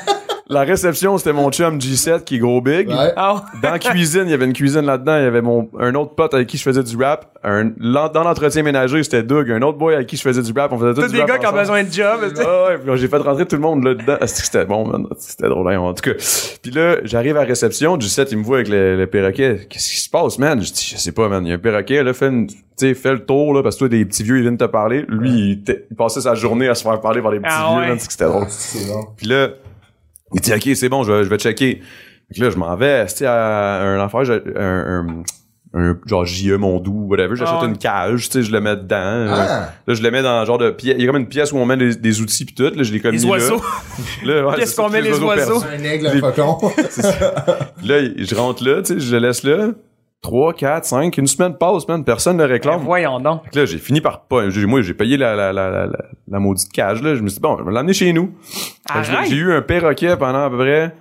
S5: La réception, c'était mon chum G7 qui est gros big.
S2: Ouais.
S3: Ah
S5: Dans la cuisine, il y avait une cuisine là-dedans. Il y avait mon, un autre pote avec qui je faisais du rap. Un, l'en- dans l'entretien ménager, c'était Doug. Un autre boy avec qui je faisais du rap. On faisait tout
S3: Tous
S5: du
S3: des
S5: rap
S3: gars qui ont
S5: ensemble.
S3: besoin de job. tu sais.
S5: Ah ouais, puis j'ai fait rentrer tout le monde là-dedans. Ah, c'est- C'était bon, man. C'était drôle, hein, en tout cas. Puis là, j'arrive à la réception, du set, il me voit avec le, le perroquet. Qu'est-ce qui se passe, man? Je dis, je sais pas, man. Il y a un perroquet, là, fais, une- tu sais, fais le tour, là, parce que toi, des petits vieux, ils viennent te parler. Lui, il, était- il passait sa journée à se faire parler par les petits
S3: Ah
S5: vieux,
S3: ouais.
S5: man. C'était drôle.
S2: Oh, C'est bon.
S5: Puis là, il dit, OK, c'est bon, je vais, je vais checker. Fait que là, je m'en vais, tu sais, à un affaire, j'ai- un, un, un genre J.E. Mondou, whatever. J'achète
S3: Ah ouais.
S5: une cage, tu sais, je le mets dedans.
S2: Ah.
S5: Là, je le mets dans un genre de pièce. Il y a comme une pièce où on met des, des outils pis tout. Là, je l'ai comme
S3: Les
S5: mis là.
S3: oiseaux.
S5: Là, ouais,
S3: Pièce
S5: c'est ça,
S3: qu'on met
S5: tous
S3: les oiseaux.
S5: percés.
S2: Un aigle, un faucon.
S5: Là, je rentre là, tu sais, je le laisse là. 3, 4, 5, une semaine passe, man. Personne ne réclame.
S3: Voyons donc.
S5: Fait que là, j'ai fini par pas. j'ai- Moi, j'ai payé la, la, la, la, la, la maudite cage, là. Je me suis dit, bon, je vais l'emmener chez nous. Fait que
S3: Arrête.
S5: J'ai j'ai eu un perroquet pendant à peu près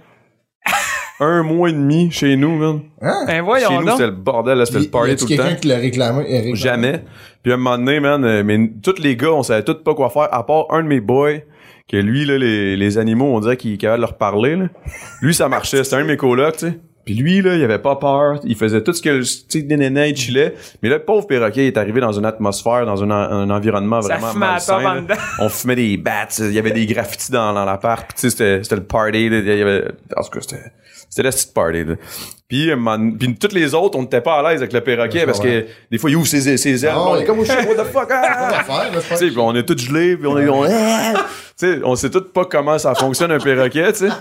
S5: un mois et demi chez nous, man.
S2: Hein?
S3: Ben
S5: chez
S3: voyons
S5: nous,
S3: donc.
S5: c'était le bordel, là, c'était le
S2: Y
S5: party
S2: a-tu
S5: tout le temps.
S2: quelqu'un qui l'a réclamé. euh, réclamé?
S5: Jamais. Puis à un moment donné, man, euh, mais n- tous les gars, on savait tous pas quoi faire, à part un de mes boys, que lui, là, les, les animaux, on dirait qu'il est capable de leur parler. Là. Lui, ça marchait. C'était un de mes colocs, tu sais. Puis lui, là, il avait pas peur. Il faisait tout ce que, le- tu sais, des nénés, il chillait. Mais là, le pauvre perroquet il est arrivé dans une atmosphère, dans un, en- un environnement
S3: Ça
S5: vraiment
S3: fumait à
S5: malsain.
S3: top en
S5: là.
S3: dedans.
S5: On fumait des bats, il y avait des graffitis dans, dans l'appart. Puis tu sais, c'était- c'était le party. Là, il y avait, en tout cas, c'était... C'était la petite party. Là. Puis, euh, man- puis toutes les autres, on n'était pas à l'aise avec le perroquet parce que des fois, il ouvre ses, ses ailes.
S2: Ah
S5: on
S2: ouais.
S5: est comme au chien, what the fuck?
S2: Pas
S5: ah!
S2: d'affaire, là, c'est
S5: Tu
S2: pas-
S5: sais, puis on est tous gelés, puis on est. On, tu sais, on sait tous pas comment ça fonctionne un perroquet, tu sais.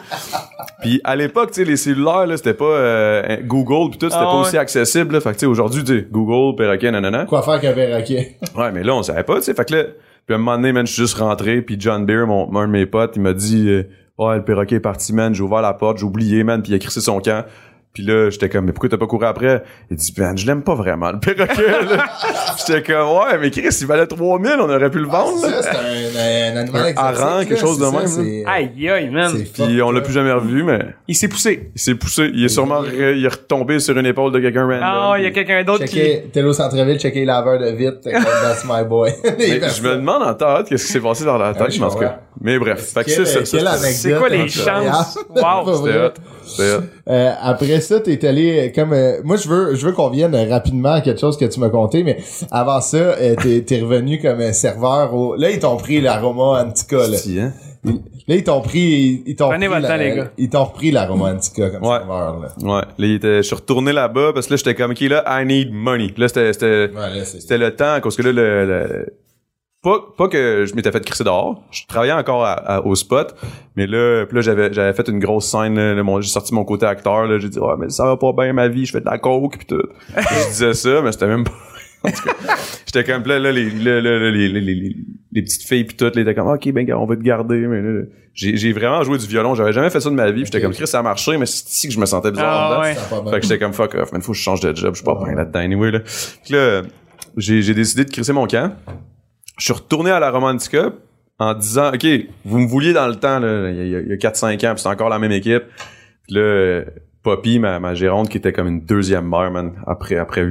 S5: Puis à l'époque, tu sais, les cellulaires, là, c'était pas euh, Google, puis tout, c'était
S3: Ah
S5: pas
S3: ouais.
S5: aussi accessible. Là. Fait que, tu sais, aujourd'hui, tu sais, Google, perroquet, nanana.
S2: Quoi faire qu'un perroquet?
S5: Ouais, mais là, on savait pas, tu sais. Fait que là, puis à un moment donné, man, je suis juste rentré, puis John Beer, mon, un de mes potes, il m'a dit, euh, ouais, le perroquet est parti, man, j'ai ouvert la porte, j'ai oublié, man, puis il a crissé son camp. Puis là, j'étais comme, mais pourquoi t'as pas couru après? Il dit, man, je l'aime pas vraiment, le perroquet, là. j'étais comme, ouais, mais Chris, il valait 3000, on aurait pu le vendre, là.
S2: Ça, c'est un, un animal
S5: Un
S2: exotique,
S5: hareng,
S2: là,
S5: quelque chose
S2: c'est
S5: de
S2: ça,
S5: même,
S2: c'est-
S3: Aïe, aïe, man.
S2: c'est fucked
S5: Puis on l'a
S2: up.
S5: plus jamais revu, mais
S3: Il s'est poussé.
S5: il s'est poussé. Il est sûrement re- il est retombé sur une épaule de quelqu'un random.
S3: Ah, il y a quelqu'un d'autre qui.
S2: Checker, t'es au centre-ville, checker les laveurs de vite, t'es comme, that's my boy.
S5: Mais je me demande en temps, qu'est-ce qui s'est passé dans la
S2: Ah oui,
S5: tête,
S2: je
S5: mais en tout
S2: comprends.
S5: cas. Mais bref, fait que
S2: Quelle-
S5: c'est ça.
S2: quelle hein,
S5: ça, c'est-
S3: C'est quoi les
S2: incroyable.
S3: chances?
S2: Pas
S3: Wow.
S5: C'était
S2: vrai.
S5: hot. C'était hot.
S2: Euh, après ça, t'es allé euh, comme euh, moi je veux je veux qu'on vienne euh, rapidement à quelque chose que tu m'as conté, mais avant ça, euh, t'es t'es revenu comme euh, serveur au. Là ils t'ont pris l'aroma antica là.
S5: Si, hein?
S2: Là ils t'ont pris ils t'ont
S3: Prenez
S2: pris
S3: votre
S2: la-
S3: temps, les gars.
S2: Ils t'ont repris l'aroma antica comme
S5: Ouais.
S2: serveur là.
S5: Ouais, là, il était- je suis retourné là-bas parce que là, j'étais comme, OK, là, I need money. Là, c'était, c'était,
S2: Ouais, là, c'est-
S5: c'était le temps, parce que là, le, le- pas, pas que je m'étais fait crisser dehors. Je travaillais encore à- à- au spot, mais là, puis là, j'avais, j'avais fait une grosse scène, là, là, mon- j'ai sorti mon côté acteur, là, j'ai dit, ouais, mais ça va pas bien ma vie, je fais de la coke, pis tout. je disais ça, mais c'était même pas. En tout cas, J'étais comme là, là, les, là, là, là, les, les, les- les- les petites filles puis toutes, les étaient comme OK, ben gars, on va te garder. Mais là, là, j'ai j'ai vraiment joué du violon, j'avais jamais fait ça de ma vie. puis J'étais comme Chris, ça a marché, mais c'est ici que je me sentais bizarre.
S3: Ah,
S5: en dedans.
S3: ouais.
S2: c'est pas mal.
S5: Fait que j'étais comme fuck off, man, faut que je change de job, je suis pas bien là-dedans anyway. Là. Fait que là, j'ai j'ai décidé de crisser mon camp. Je suis retourné à la Romantica en disant OK, vous me vouliez dans le temps, là, il y a, il y a 4-5 ans, puis c'est encore la même équipe. Puis là, euh, Poppy, ma, ma gérante, qui était comme une deuxième mère, man, après, après,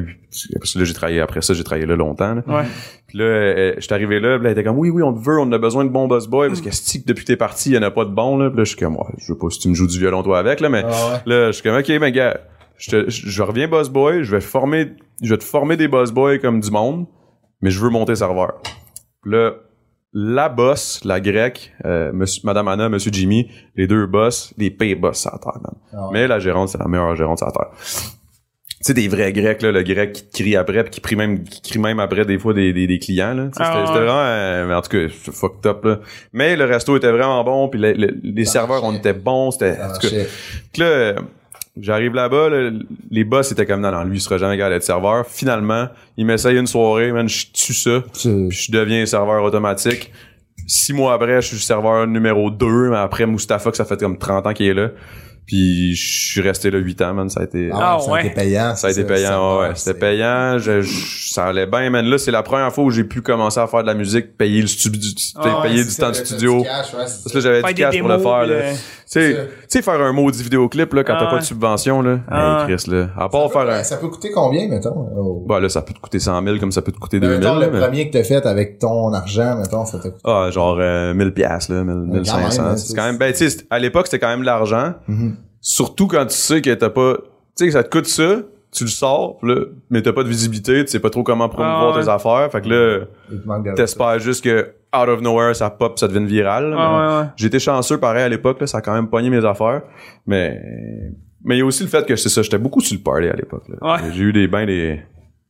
S5: parce que là, j'ai travaillé, après ça, j'ai travaillé là longtemps, là.
S3: Ouais.
S5: Puis là, euh, j'étais arrivé là, puis là, elle était comme, oui, oui, on te veut, on a besoin de bons boss boys, parce que si depuis que t'es parti, il y en a pas de bons, là. Puis là, je suis comme, ouais, je veux pas si tu me joues du violon, toi, avec, là, mais
S2: Ah ouais.
S5: là, je suis comme, OK, mais gars, je, te- je- je reviens boss boy, je vais former, je vais te former des boss boys comme du monde, mais je veux monter serveur. Puis là, la boss, la grecque, euh, monsieur- Madame Anna, Monsieur Jimmy, les deux boss, les pay boss à terre, man.
S2: Ah ouais.
S5: Mais la gérante, c'est la meilleure gérante sur la terre. Tu sais, des vrais grecs, là, le grec qui te crie après, puis qui, prie même, qui crie même après des fois des, des, des clients. Là. Tu sais,
S3: Ah
S5: c'était,
S3: ouais.
S5: c'était vraiment... euh, mais en tout cas, c'est fucked up. Là. Mais le resto était vraiment bon, puis le- le- les
S2: Ça
S5: serveurs, on
S2: marchait.
S5: était bons. C'était,
S2: Ça
S5: en tout cas,
S2: marchait.
S5: fait que là, euh, j'arrive là-bas, là, les boss étaient comme non, non, lui, il sera jamais capable d'être serveur. Finalement, il m'essaye une soirée, man, je tue ça,
S2: Tu-
S5: puis je deviens serveur automatique. Six mois après, je suis serveur numéro 2, mais après Mustapha, que ça fait comme 30 ans qu'il est là. Puis je suis resté là 8 ans, man, ça a été...
S2: Ah, ouais, ça a
S3: ouais.
S2: été payant.
S5: Ça a été payant, ouais, ouais. C'était payant. Je, je- ça allait bien, man. Là, c'est la première fois où j'ai pu commencer à faire de la musique, payer le studio,
S3: Ah ouais,
S5: payer du temps de studio. Parce que là, j'avais
S3: Faire
S5: du
S3: des
S5: cash pour le
S3: démos.
S5: faire,
S3: puis,
S5: là.
S3: euh,
S5: sais, tu sais, faire un maudit vidéoclip, là, quand
S2: Ah
S5: t'as pas
S2: ouais.
S5: de subvention, là.
S2: Ah
S5: hey, Chris, là. À part faire un.
S2: Ça peut coûter combien, mettons? Oh.
S5: Bah, là, ça peut te coûter 100 000 comme ça peut te coûter 2 000.
S2: Mettons, Euh, le
S5: mais-
S2: premier que t'as fait avec ton argent, mettons, ça t'a coûté.
S5: Ah, genre euh, 1000 piastres, là, 1000,
S2: quand même,
S5: 1500.
S2: hein, Mhm.
S5: C'est quand même, ben, tu sais, c'est- à l'époque, c'était quand même de l'argent. Surtout quand tu sais que t'as pas, tu sais, que ça te coûte ça, tu le sors, pis là, mais t'as pas de visibilité, tu sais pas trop comment promouvoir
S3: Ah ouais.
S5: tes affaires. Fait que là,
S2: Il te manque de-
S5: t'espères juste que out of nowhere, ça pop, ça devient viral. là,
S3: Ah
S5: mais
S3: ouais, ouais.
S5: J'ai été chanceux, pareil, à l'époque, là, ça a quand même pogné mes affaires. Mais, mais il y a aussi le fait que c'est ça, j'étais beaucoup sur le party à l'époque, là.
S3: Ouais.
S5: J'ai eu des bains, des,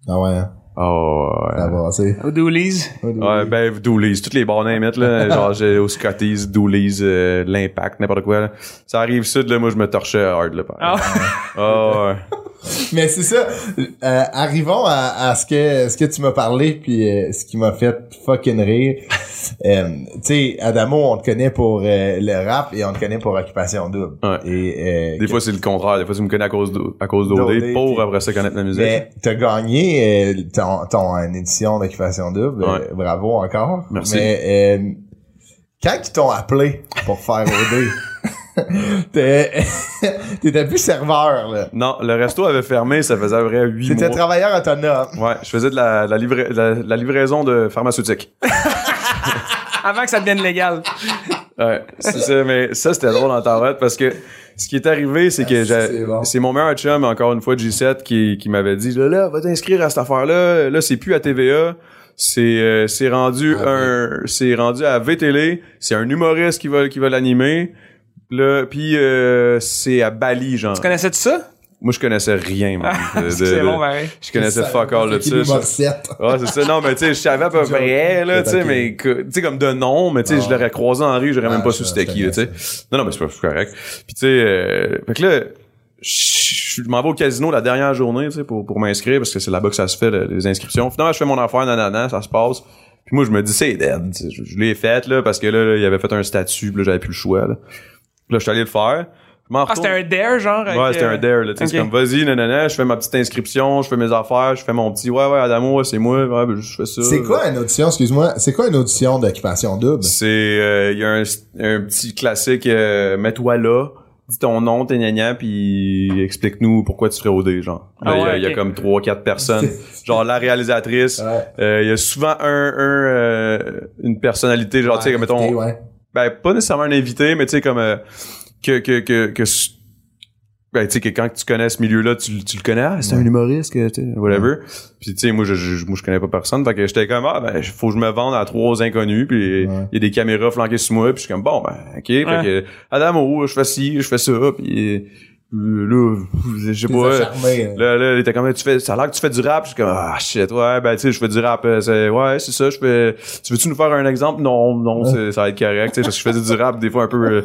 S2: Ah ouais. hein.
S5: oh, ouais.
S2: Ça va, c'est.
S3: Au Doolies.
S5: Ouais, ben, Doolies, toutes les bars d'immettre, là. genre, j'ai au Scotties, Doolies, euh, l'Impact, n'importe quoi, là. Ça arrive sud, là, moi, je me torchais hard, là. par
S3: Ah
S5: exemple. Ah, ouais.
S2: Mais c'est ça. Euh, arrivons à, à ce que ce que tu m'as parlé puis euh, ce qui m'a fait fucking rire. Euh, tu sais, Adamo, on te connaît pour euh, le rap et on te connaît pour Occupation Double.
S5: Ouais.
S2: Et euh,
S5: Des fois, c'est le contraire. Des fois, tu me connais à cause d'O- à cause
S2: D'O.D.,
S5: d'OD pour
S2: puis-
S5: après ça connaître la musique.
S2: mais t'as gagné euh, ton, ton euh, édition d'Occupation Double. Euh,
S5: Ouais.
S2: bravo encore.
S5: Merci.
S2: Mais euh, quand ils t'ont appelé pour faire OD, t'es- t'étais plus serveur là.
S5: Non, le resto avait fermé, ça faisait à peu près 8 mois.
S2: T'étais travailleur autonome.
S5: Ouais, je faisais de la, de la livra- de la- de la livraison de pharmaceutique.
S3: Avant que ça devienne légal.
S5: Ouais, c'est ça, mais ça, c'était drôle en tarotte parce que ce qui est arrivé, c'est que
S2: Ah,
S5: j'a-
S2: c'est bon.
S5: c'est mon meilleur chum, encore une fois, G7, qui, qui m'avait dit, là, là, va t'inscrire à cette affaire-là. Là, c'est plus à TVA. C'est euh, c'est rendu
S2: Ah,
S5: un c'est rendu à VTL, c'est un humoriste qui va qui va l'animer. Là, puis euh, c'est à Bali genre.
S3: Tu connaissais-tu ça?
S5: Moi je connaissais rien man, de- de-
S3: C'est
S5: de-
S3: bon, ben. pareil.
S5: Je connaissais fuck all là
S2: C'est Kelly
S5: dessus.
S2: Morissette.
S5: Ah, c'est ça. Non, mais tu sais, je savais à peu
S2: Joke.
S5: près, là,
S2: Ok,
S5: tu sais,
S2: ok.
S5: mais, que- tu sais, comme de nom, mais tu sais,
S2: Ah.
S5: je l'aurais croisé en rue, j'aurais
S2: Ah,
S5: même pas
S2: ça,
S5: su c'était
S2: ça,
S5: qui, là, tu sais. Non, non, mais c'est pas c'est correct. Puis, tu sais, euh, fait que là, je je m'en vais au casino la dernière journée, tu sais, pour, pour m'inscrire, parce que c'est là-bas que ça se fait, le- les inscriptions. Finalement, je fais mon affaire, nanana, ça se passe. Puis moi, je me dis, c'est dead. Tu sais, Je, je l'ai faite, là, parce que là, là, il avait fait un statut, puis là, j'avais plus le choix, là. Puis là, je suis allé le faire. Je m'en
S3: Ah, c'était
S5: retourne-
S3: un dare, genre. avec,
S5: Ouais, c'était
S3: euh,
S5: un dare, là. tu sais, C'est
S3: ok.
S5: comme, vas-y, nanana, je fais ma petite inscription, je fais mes affaires, je fais mon petit, ouais, ouais, Adamo, ouais, c'est moi, ouais, ben, je fais ça.
S2: C'est quoi une audition, excuse-moi, c'est quoi une audition d'occupation double?
S5: C'est, euh, il y a un, un petit classique, euh, mets-toi là, dis ton nom, t'es gna gna, puis explique-nous pourquoi tu ferais au dé, genre.
S3: Ah
S5: Là, il y a-
S3: ouais,
S5: il y, a
S3: ok.
S5: comme trois, quatre personnes. genre, la réalisatrice, euh,
S2: Ouais.
S5: il y a souvent un, un, euh, une personnalité, genre, tu sais,
S2: Ouais,
S5: mettons,
S2: invité, ouais.
S5: ben pas nécessairement un invité mais tu sais comme euh, que que que que s- ben tu sais que quand tu connais ce milieu là tu, le- tu le connais ah, c'est un humoriste que, tu sais, whatever puis tu sais moi je, je moi je connais pas personne fait que j'étais comme ah ben faut que je me vende à trois inconnus puis il
S2: Ouais.
S5: y a des caméras flanquées sur moi puis je suis comme bon ben ok fait que Adamo je fais ci je fais ça puis euh, là je sais
S2: T'es
S5: pas
S2: acharné, hein.
S5: Là, là, il était comme, tu fais, ça a l'air que tu fais du rap. Je suis comme, ah, shit, ouais, ben, tu sais, je fais du rap. euh, C'est, ouais, c'est ça, je fais, tu veux-tu nous faire un exemple? Non, non, c'est- ça va être correct, tu sais, parce que je faisais du rap, des fois, un peu, euh,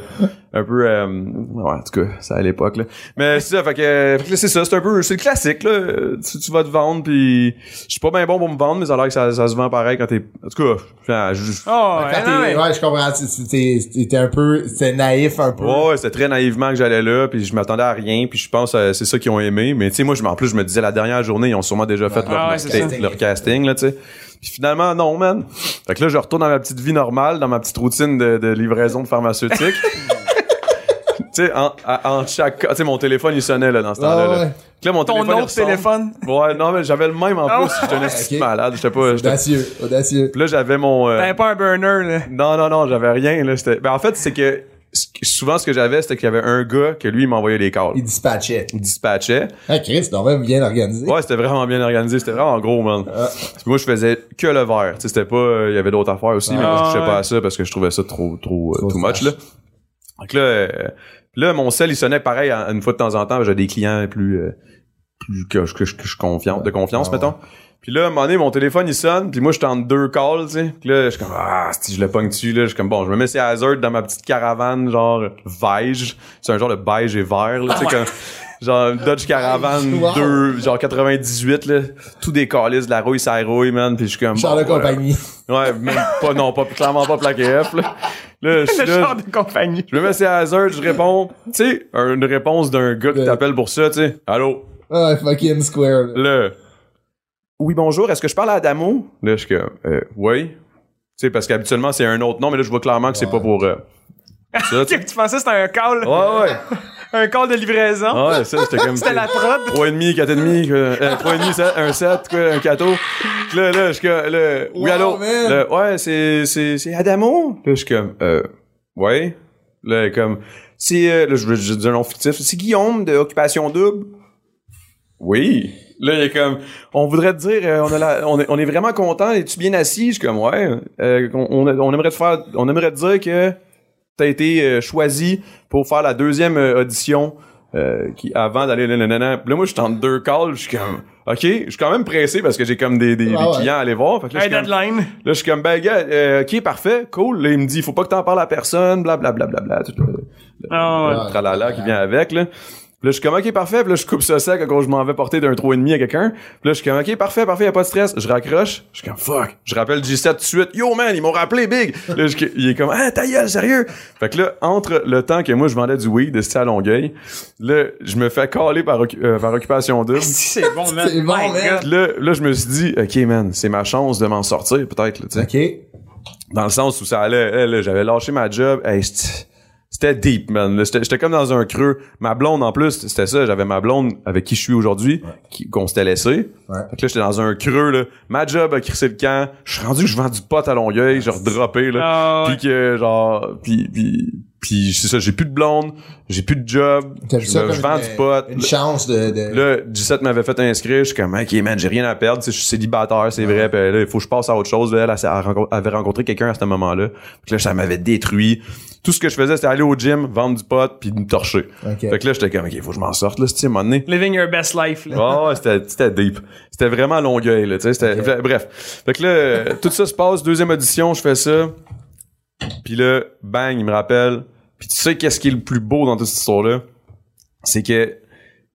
S5: un peu, euh, ouais, en tout cas, c'est à l'époque, là. Mais c'est ça, fait que, euh, fait que là, c'est ça, c'est un peu, c'est le classique, là. Euh, Tu, tu vas te vendre, puis je suis pas bien bon pour me vendre, mais ça a l'air que ça, ça se vend pareil quand t'es, en tout cas, je- je- je-
S3: Oh,
S2: Quand
S3: ouais,
S2: t'es-
S3: non, mais-
S2: ouais, je comprends. tu- tu- t'es- T'étais un peu, c'était naïf un peu.
S5: Ouais, ouais, c'était très naïvement que j'allais là, puis je m'attendais à rien, puis je pense euh, c'est ça qu'ils ont aimé. Mais tu sais, moi, je, m- en plus, je me disais la dernière journée, ils ont sûrement déjà fait
S2: Ah
S5: leur,
S3: ouais,
S5: leur
S3: c'est
S5: ca-
S2: ça.
S5: leur casting, là, tu sais. Puis finalement, non, man. Fait que là, je retourne dans ma petite vie normale, dans ma petite routine de, de livraison de pharmaceutique. tu sais, en, à- en chaque, tu sais, mon téléphone, il sonnait là dans ce
S2: Ouais,
S5: temps-là. là.
S2: ouais.
S5: Fait que là, mon
S3: Ah Ton
S5: téléphone, il
S3: autre
S5: ressemble.
S3: téléphone.
S5: Ouais, non, mais j'avais le même en
S3: Ah
S5: plus. J'étais un petit
S2: ok.
S5: malade. J'étais pas. j'étais-
S2: Audacieux, audacieux.
S5: Puis là, j'avais mon. euh,
S3: T'avais pas un burner, là.
S5: non, non, non, j'avais rien. Là, c'était... Ben, en fait, c'est que ce que- souvent, ce que j'avais, c'était qu'il y avait un gars que lui, il m'envoyait les calls.
S2: Il dispatchait.
S5: Il dispatchait.
S2: Ah, Chris, c'est même bien organisé. Ah.
S5: Ouais, c'était vraiment bien organisé. C'était vraiment gros, man. Puis moi, je faisais que le verre. Tu sais, c'était pas... euh, Il y avait d'autres affaires aussi, mais moi, je touchais
S3: ouais.
S5: pas à ça parce que je trouvais ça trop, trop, euh,
S2: Trop
S5: too much,
S2: trash.
S5: là. Donc là, euh, là, mon sel, il sonnait pareil à- une fois de temps en temps. J'avais des clients plus... euh, plus que, que, que je confiance, de confiance,
S2: Ah,
S5: mettons. Puis là, à un moment donné, mon téléphone, il sonne, puis moi, j'étais en deux calls, tu sais. Puis là, je suis comme, ah, si je le pogne dessus, là, je suis comme, bon, je me mets ces hazards dans ma petite caravane, genre, beige. C'est un genre de beige et vert, là, tu sais, comme, genre, une Dodge Caravan
S2: Wow.
S5: 2, genre 98, là. Tout des calices, de la rouille, ça rouille, man. Puis je suis comme,
S2: Charles de
S5: bon, voilà.
S2: compagnie.
S5: Ouais, même pas, non, pas, clairement pas plaqué F, là. Là, je suis
S3: Le
S5: là,
S3: genre de compagnie.
S5: je me mets ces hazards, je réponds, tu sais, une réponse d'un gars qui
S2: Euh.
S5: t'appelle pour ça, tu sais. Allô?
S2: Ah, fucking square. là.
S5: Là, oui, bonjour, est-ce que je parle à Adamo? Là, je suis comme, euh, oui. Tu sais, parce qu'habituellement, c'est un autre nom, mais là, je vois clairement que c'est
S2: Ouais.
S5: pas pour. euh, Ça, tu-
S3: tu pensais que c'était un call?
S5: Ouais, Ah, ouais.
S3: Un call de livraison?
S5: Ouais, ça, c'était comme.
S3: C'était la prod?
S5: 3,5, 4,5, euh, euh, 3,5, sept- un 7, quoi, un cateau. Puis Là, là, je suis comme, là, oui,
S2: Wow,
S5: allô?
S2: man.
S5: Là, ouais, c'est, c'est, c'est Adamo? Là, je suis comme, euh, ouais. Là, elle est comme, c'est, euh, là, je veux juste dire un nom fictif. C'est Guillaume de Occupation Double? Oui. Là, il est comme, on voudrait te dire, euh, on, a la- on, est, on est vraiment content, es-tu bien assis? Je suis comme, ouais. Euh, on, on, on aimerait te faire, on aimerait te dire que t'as été euh, choisi pour faire la deuxième euh, audition euh, qui avant d'aller là, là, là, là. Puis là, moi, je suis en deux calls, je suis comme, ok, je suis quand même pressé parce que j'ai comme des, des, des
S2: Ah ouais.
S5: clients à aller voir. Fait que là, je
S3: Un
S5: suis comme,
S3: deadline?
S5: là, je suis comme, ben, gars, euh, ok, parfait, cool. Là, il me dit, faut pas que t'en parles à personne, blablabla, bla, bla, bla, tout le-
S3: Ah, ouais.
S5: le tralala qui vient avec, là. Puis là, je suis comme, OK, parfait. Puis là, je coupe ça sec quand je m'en vais porter d'un 3,5 à quelqu'un. Puis là, je suis comme, OK, parfait, parfait, y a pas de stress. Je raccroche. Je suis comme, fuck. Je rappelle G7 tout de suite. Yo, man, ils m'ont rappelé, big. là, je- il est comme, ah, ta gueule, sérieux. Fait que là, entre le temps que moi, je vendais du weed de style à Longueuil, là, je me fais caler par, occu- euh, par Occupation
S3: Ah,
S5: Double.
S3: C'est bon, man.
S2: C'est bon, man.
S3: My God.
S5: Puis là, là, je me suis dit, OK, man, c'est ma chance de m'en sortir, peut-être, là, tu sais
S2: OK.
S5: dans le sens où ça allait, hey, là, j'avais lâché ma job, Hey, c't- c'était deep, man. Là, J'étais j'étais comme dans un creux. Ma blonde, en plus, c'était ça, j'avais ma blonde avec qui je suis aujourd'hui, qui- qu'on s'était laissé.
S2: Ouais.
S5: Fait que là, j'étais dans un creux, là. Ma job a crissé le camp. Je suis rendu que je vends du pot à Longueuil, j'ai redroppé, là.
S3: Ah, ouais.
S5: Puis que, genre, puis, puis, puis c'est ça, j'ai plus de blonde, j'ai plus de job,
S2: T'as vu ça
S5: je,
S2: comme
S5: je vends
S2: une-
S5: du pot.
S2: Une chance de... de...
S5: Là, 17 m'avait fait inscrire. Je suis comme, OK, man, j'ai rien à perdre. tu sais, Je suis célibataire, c'est vrai. Puis là, il faut que je passe à autre chose. Là, elle, elle, elle rencontre- avait rencontré quelqu'un à ce moment-là. Puis là, ça m'avait détruit. Tout ce que je faisais, c'était aller au gym, vendre du pot, puis me torcher.
S2: OK.
S5: Fait que là, j'étais comme, OK, faut que je m'en sorte, là, c'est-tu, à un moment donné.
S3: Living your best life, là.
S5: Ah ouais, c'était, c'était deep. C'était vraiment longueuil, là, tu sais. c'était- fait- Bref. Fait que là, euh, tout ça se passe. Deuxième audition, je fais ça. Puis là, bang, il me rappelle. Puis tu sais qu'est-ce qui est le plus beau dans toute cette histoire-là? C'est que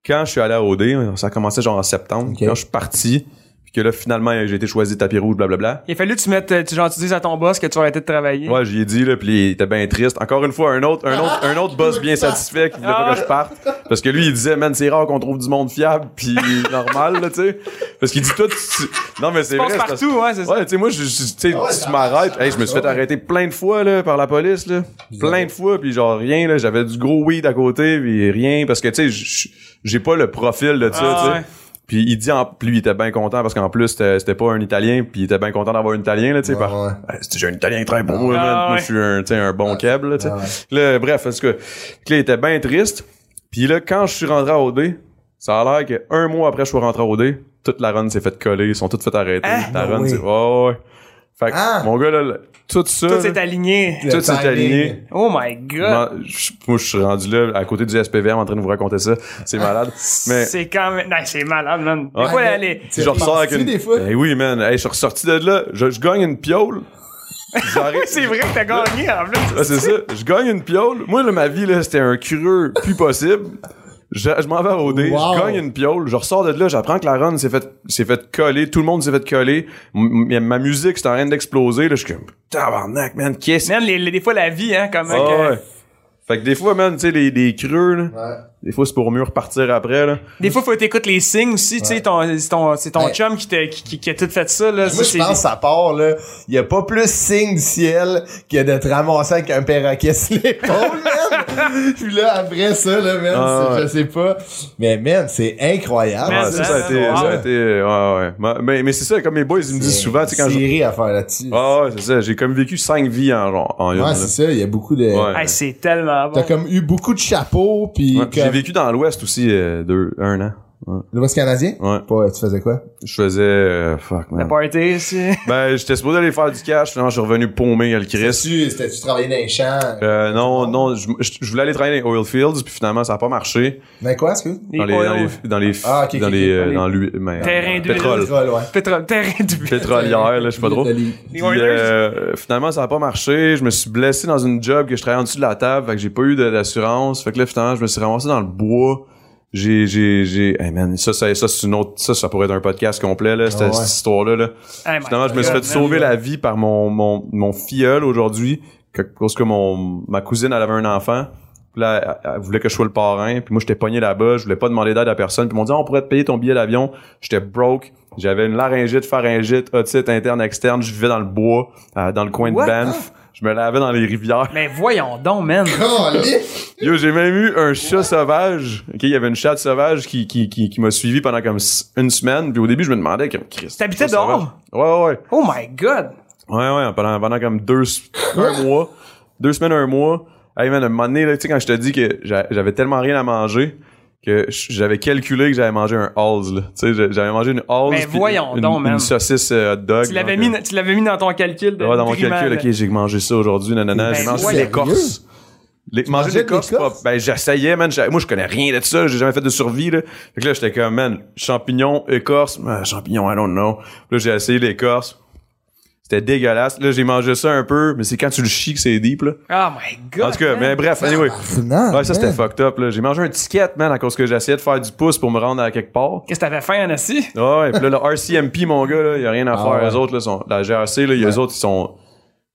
S5: quand je suis allé à OD, ça a commencé genre en septembre,
S2: Ok.
S5: quand je suis parti, puis que là, finalement, j'ai été choisi tapis rouge, blablabla.
S3: Il a fallu que tu mettes, euh, tu, genre, tu dises à ton boss que tu vas arrêter de travailler.
S5: Ouais, j'y ai dit, là, puis il était bien triste. Encore une fois, un autre, un autre, un autre boss bien satisfait qui voulait pas que je parte. Parce que lui, il disait, man, c'est rare qu'on trouve du monde fiable, puis normal, là, tu sais. Parce qu'il dit, toi, tu- tu- Non, mais c'est
S3: Tu
S5: vrai.
S3: passes
S5: c'est parce-
S3: partout, ouais, c'est ça.
S5: Ouais, tu sais, moi, je, je- tu sais,
S2: Ah ouais, ça
S5: tu m'arrêtes.
S2: marche,
S5: Hey, je me suis fait
S2: ça.
S5: arrêter plein de fois, là, par la police, là. Plein de fois, puis genre, rien, là. J'avais du gros weed à côté, puis rien. Parce que, tu sais, je- j'ai pas le profil de ça,
S3: Ah,
S5: tu sais.
S3: ouais.
S5: Puis il dit, en, puis lui, il était bien content parce qu'en plus, c'était c'était pas un Italien, puis il était bien content d'avoir un Italien, là, tu sais,
S2: Ouais,
S5: par-
S2: ouais.
S5: Ouais, Ben, c'est- J'ai un Italien qui travaille pour moi, man.
S3: Ah,
S5: Moi,
S3: ouais.
S5: je suis un, tu sais, un bon câble, là, tu sais.
S2: Ah ouais.
S5: Là, bref, en tout cas, fait que là, il était bien triste. Puis là, quand je suis rentré à OD, ça a l'air qu'un mois après que je suis rentré à OD, toute la run s'est faite coller, ils sont toutes faites arrêter. la
S2: Non,
S5: run,
S2: oui.
S5: c'est... Ouais, ouais. Fait que,
S2: Ah!
S5: mon gars, là, là, tout ça...
S3: Tout
S5: là,
S3: s'est aligné.
S2: Le
S5: tout s'est
S2: timing.
S5: aligné.
S3: Oh my god.
S5: Non, je- Moi, je suis rendu là, à côté du SPVM, en train de vous raconter ça. C'est malade. Mais...
S3: C'est quand même. Non, c'est malade, man.
S5: Ouais.
S3: Pourquoi aller?
S5: Si je ressors avec une...
S2: des fois.
S5: Eh oui, man. Hey, je suis ressorti de là. Je, je gagne une piole. J'arrive...
S3: C'est vrai que t'as gagné en plus.
S5: Ah, c'est ça. Je gagne une piole. Moi, là, ma vie, là, c'était un creux plus possible. Je, je m'en vais à OD,
S2: Wow.
S5: je gagne une piole, je ressors de là, j'apprends que la run s'est fait, s'est fait coller, tout le monde s'est fait coller, M- m- ma musique c'est en train d'exploser, là, je suis comme, tabarnak, man, qu'est-ce que...
S3: Man, les, les- des fois, la vie, hein, comment
S5: Ah,
S3: que-
S5: ouais. Fait que des fois, man, tu sais, les, les creux, là, des fois c'est pour mieux repartir après, là.
S3: Des fois, faut t'écouter les signes aussi, tu sais, ton, c'est ton, c'est ton
S2: Ouais.
S3: chum qui, t'a- qui, qui- qui a tout fait ça, là.
S2: Moi,
S3: C'est-
S2: je pense que ça part, là. Il y a pas plus signe du ciel que de te ramasser avec un perroquet sur l'épaule, man. Puis là, après ça, là, man,
S5: Ah,
S2: c'est-
S5: ouais.
S2: je sais pas. Mais, man, c'est incroyable.
S5: Ouais,
S3: Mais
S5: Ah, ça, ça a
S3: hein,
S5: été,
S3: wow.
S5: ça a été, euh, ouais, ouais. Ma- Mais, mais c'est ça, comme mes boys, ils me disent souvent, tu sais, quand
S2: j'ai
S5: je...
S2: ri à faire là-dessus.
S5: Ah, ouais, c'est ça, j'ai comme vécu cinq vies en, en, en une,
S2: ouais,
S5: là.
S2: c'est ça. Ah, Il y a beaucoup de.
S5: Ouais.
S3: Hey, c'est tellement
S2: T'as
S3: bon.
S2: comme eu beaucoup de chapeaux, puis
S5: Ouais, puis J'ai
S2: comme-
S5: vécu dans l'Ouest aussi, euh, deux, un an. Ouais.
S2: l'Ouest canadien.
S5: Ouais.
S2: Pas, tu faisais quoi?
S5: Je faisais euh, fuck
S3: La
S5: man.
S3: party, c'est.
S5: Ben j'étais supposé aller faire du cash, finalement je suis revenu paumé à le Chris.
S2: Tu, c'était, tu travaillais dans les champs.
S5: Euh, non, non, je, je- je voulais aller travailler dans les oil fields, puis finalement ça a pas marché.
S2: Dans Ben, quoi, excuse?
S3: Les
S5: Dans les, dans les,
S3: oils.
S5: dans les,
S2: Ah, ok, ok,
S5: dans
S2: ok.
S5: les, euh,
S2: Dans
S3: les-
S5: dans l'huile- mais-
S3: Terrain d'huile.
S5: pétrole,
S2: Pétrole, ouais.
S3: Pétrole, terrain du
S5: pétrolière, là, je sais pas trop.
S2: L'Italie.
S3: Les
S5: Puis,
S3: Oilers.
S5: euh, finalement, ça a pas marché. Je me suis blessé dans une job que je travaillais en dessous de la table. Fait que j'ai pas eu de- d'assurance. Fait que là, finalement, je me suis ramassé dans le bois. J'ai, j'ai, j'ai, hey man, ça, ça, ça, c'est une autre, ça, ça pourrait être un podcast complet, là, cette,
S2: Ah ouais.
S5: cette histoire-là, là.
S3: Hey, my
S5: Finalement, je me suis
S3: God,
S5: fait
S3: man.
S5: sauver la vie par mon, mon, mon filleul aujourd'hui. que- Parce que mon, ma cousine, elle avait un enfant. Puis là, elle, elle voulait que je sois le parrain. Puis moi, j'étais pogné là-bas. Je voulais pas demander d'aide à personne. Puis ils m'ont dit, Ah, on pourrait te payer ton billet d'avion. J'étais broke. J'avais une laryngite, pharyngite, otite interne, externe. Je vivais dans le bois, euh, dans le coin de
S3: What?
S5: Banff. Je me lavais dans les rivières.
S3: Mais voyons donc, man.
S5: Yo, j'ai même eu un chat sauvage. OK, il y avait une chatte sauvage qui, qui, qui, qui m'a suivi pendant comme s- une semaine. Puis au début, je me demandais comme Christ.
S3: T'habitais
S5: chat sauvage.
S3: dehors?
S5: Ouais, ouais, ouais.
S3: Oh my god.
S5: Ouais, ouais, pendant, pendant comme deux, s- un mois. Deux semaines, un mois. Hey man, un moment donné, là, tu sais, quand je te dis que j'a- j'avais tellement rien à manger que j- j'avais calculé que j'avais mangé un halls, là. Tu sais, j'a- j'avais mangé une halls.
S3: Mais
S5: puis
S3: Ben, voyons
S5: une,
S3: donc,
S5: une
S3: man.
S5: saucisse euh, hot dog.
S3: Tu l'avais
S5: donc,
S3: mis,
S5: euh,
S3: tu l'avais mis dans ton calcul. de
S5: Ouais, dans mon
S3: primaire,
S5: calcul,
S3: là.
S5: ok, j'ai mangé ça aujourd'hui, nanana,
S3: Ben,
S5: j'ai mangé
S3: voyons.
S5: l'écorce. Les, manger
S2: mangeais de
S5: l'écorce, pas, ben j'essayais, man, j'a- moi je connais rien de ça, j'ai jamais fait de survie, là. Fait que là, j'étais comme, man, champignons, écorce, ah, champignons, I don't know. Là, j'ai essayé l'écorce. C'était dégueulasse. Là, j'ai mangé ça un peu, mais c'est quand tu le chies que c'est deep, là.
S3: Oh my god.
S5: En tout cas, mais bref, anyway.
S2: Non,
S5: Ouais, ça c'était
S2: man.
S5: fucked up, là. J'ai mangé un ticket, man, à cause que j'essayais de faire du pouce pour me rendre à quelque part.
S3: Qu'est-ce que t'avais faim, Anassi?
S5: Ouais, ouais. Puis là, le RCMP, mon gars, là, y a rien à
S2: Ah
S5: faire.
S2: ouais.
S5: Les autres, là, sont, la GRC, là, y a eux autres, ils sont.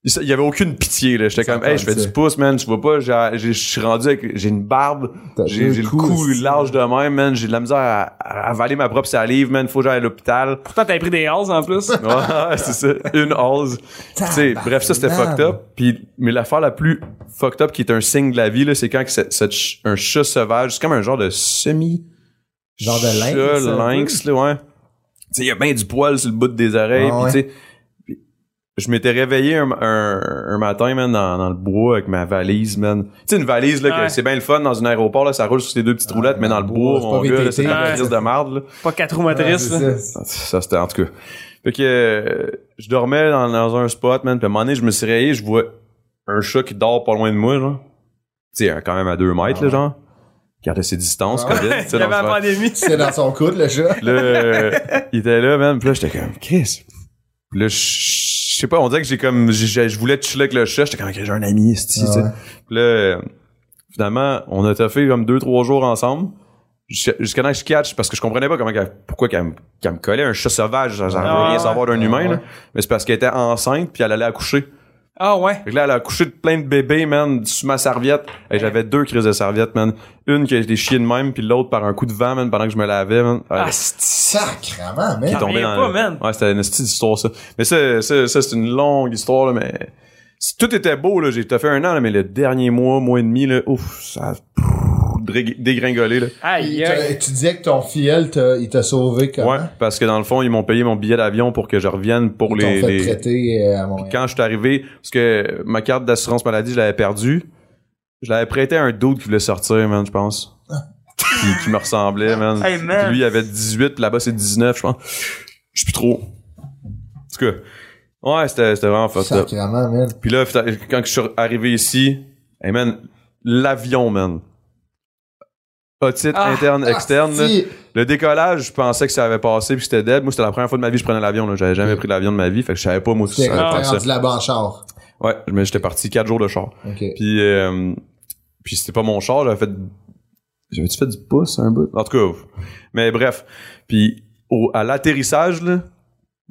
S5: ils sa- Il y avait aucune pitié, là. J'étais
S2: Ça
S5: comme, hey, je fais
S2: parle,
S5: du
S2: ça.
S5: pouce, man. Tu vois pas, j'ai- j'ai- je suis rendu avec, j'ai une barbe.
S2: T'as
S5: J'ai
S2: deux
S5: j'ai le
S2: coups,
S5: cou
S2: aussi.
S5: large de même, man. J'ai de la misère à, à avaler ma propre salive, man. Faut que j'aille à l'hôpital.
S3: Pourtant, t'avais pris des halls en plus.
S5: Ouais, c'est ça. Une hausse. Tu sais, bref, ça, c'était fucked up. Puis, mais l'affaire la plus fucked up qui est un signe de la vie, là, c'est quand que c'est- c'est ch- un chat sauvage, c'est comme un genre de semi.
S2: Genre de lynx,
S5: chat
S2: un peu.
S5: lynx, là, ouais. Tu sais, il y a bien du poil sur le bout des oreilles.
S2: Ah
S5: puis tu sais, puis je m'étais réveillé un, un- un matin, man, dans, dans le bois avec ma valise, man. Tu sais, une valise, là, que
S3: Ouais.
S5: c'est bien le fun dans un aéroport, là, ça roule sur ces deux petites roulettes, mais dans le bois,
S2: c'est
S5: mon
S2: pas
S5: gars, là,
S2: VTT,
S5: c'est une
S3: ouais.
S5: crise de marde, là.
S3: Pas quatre roues motrices. là.
S5: Ça, c'était en tout cas. Fait que euh, je dormais dans, dans un spot, man. Puis à un moment donné, je me suis réveillé, je vois un chat qui dort pas loin de moi, genre. Tu sais, quand même à deux mètres,
S3: Ah
S5: là, genre. Regardez ses distances,
S2: Ah ouais.
S5: Colin, tu
S3: Il
S5: sais,
S3: y
S5: dans
S3: avait la
S5: ce-
S3: pandémie.
S2: C'est dans son coude, le chat.
S5: Là, euh, il était là, man. Puis là, j'étais comme, Chris. Puis là, je- je sais pas, on dirait que j'ai comme, j'ai- j'ai- je voulais chiller avec le chat. J'étais comme, Ok, j'ai un ami, esti, tu sais. Puis là, euh, finalement, on a taffé comme deux, trois jours ensemble. Jusqu- Jusqu'à temps que je catch, parce que je comprenais pas comment qu'elle- pourquoi qu'elle me- qu'elle me collait un chat sauvage. J'en j'en
S3: Ah
S5: veux rien
S3: ouais.
S5: savoir d'un humain, là.
S2: ouais.
S5: Mais c'est parce qu'elle était enceinte, puis elle allait accoucher.
S3: Ah ouais.
S5: Fait que là, elle a accouché de plein de bébés, man, sous ma serviette. Et j'avais deux crises de serviette, man. Une qui a été chiée de même, puis l'autre par un coup de vent, man, pendant que je me lavais, man. Ouais,
S3: Ah, c'est-
S2: Sacrement,
S5: qui
S2: man.
S5: est tombé
S3: reviens
S5: dans
S3: pas, man.
S5: Ouais, c'était une petite histoire, ça. Mais ça, ça, ça, c'est une longue histoire, là, mais... si Tout était beau, là. J'ai tout fait un an, là, mais le dernier mois, mois et demi, là, ouf, ça a dré- dégringolé, là.
S3: Aïe, aïe.
S2: Tu disais que ton fiel, t'a- il t'a sauvé comment?
S5: Ouais, parce que dans le fond, ils m'ont payé mon billet d'avion pour que je revienne pour
S2: Ils t'ont
S5: les...
S2: fait
S5: les-
S2: traiter euh, à
S5: Puis
S2: Montréal.
S5: quand je suis arrivé, parce que ma carte d'assurance maladie, je l'avais perdue, je l'avais prêté à un dude qui voulait sortir, man, je pense. qui, qui me ressemblait, man.
S3: Ah. Hey, man.
S5: Puis lui, il avait 18, puis là-bas, c'est 19, je pense. Je suis plus trop. En tout cas, ouais, c'était c'était vraiment fucked up.
S2: Sacrement, man.
S5: Puis là, putain, quand je suis arrivé ici, hey man, l'avion, man. Otite
S3: Ah,
S5: interne, externe. là.
S2: Si,
S5: Le décollage, je pensais que ça avait passé puis c'était dead. Moi, c'était la première fois de ma vie que je prenais l'avion. là. J'avais jamais pris l'avion de ma vie. Fait que je savais pas, moi, si
S2: T'es
S5: ça allait
S3: Ah,
S2: t'es
S5: faire ça.
S2: rendu là-bas en char.
S5: Ouais, mais j'étais parti quatre jours de char.
S2: OK.
S5: Puis, euh, puis c'était pas mon char, j'avais fait. J'avais-tu fait du pouce un bout? En tout cas, ouf. mais bref. Puis au, à l'atterrissage, là,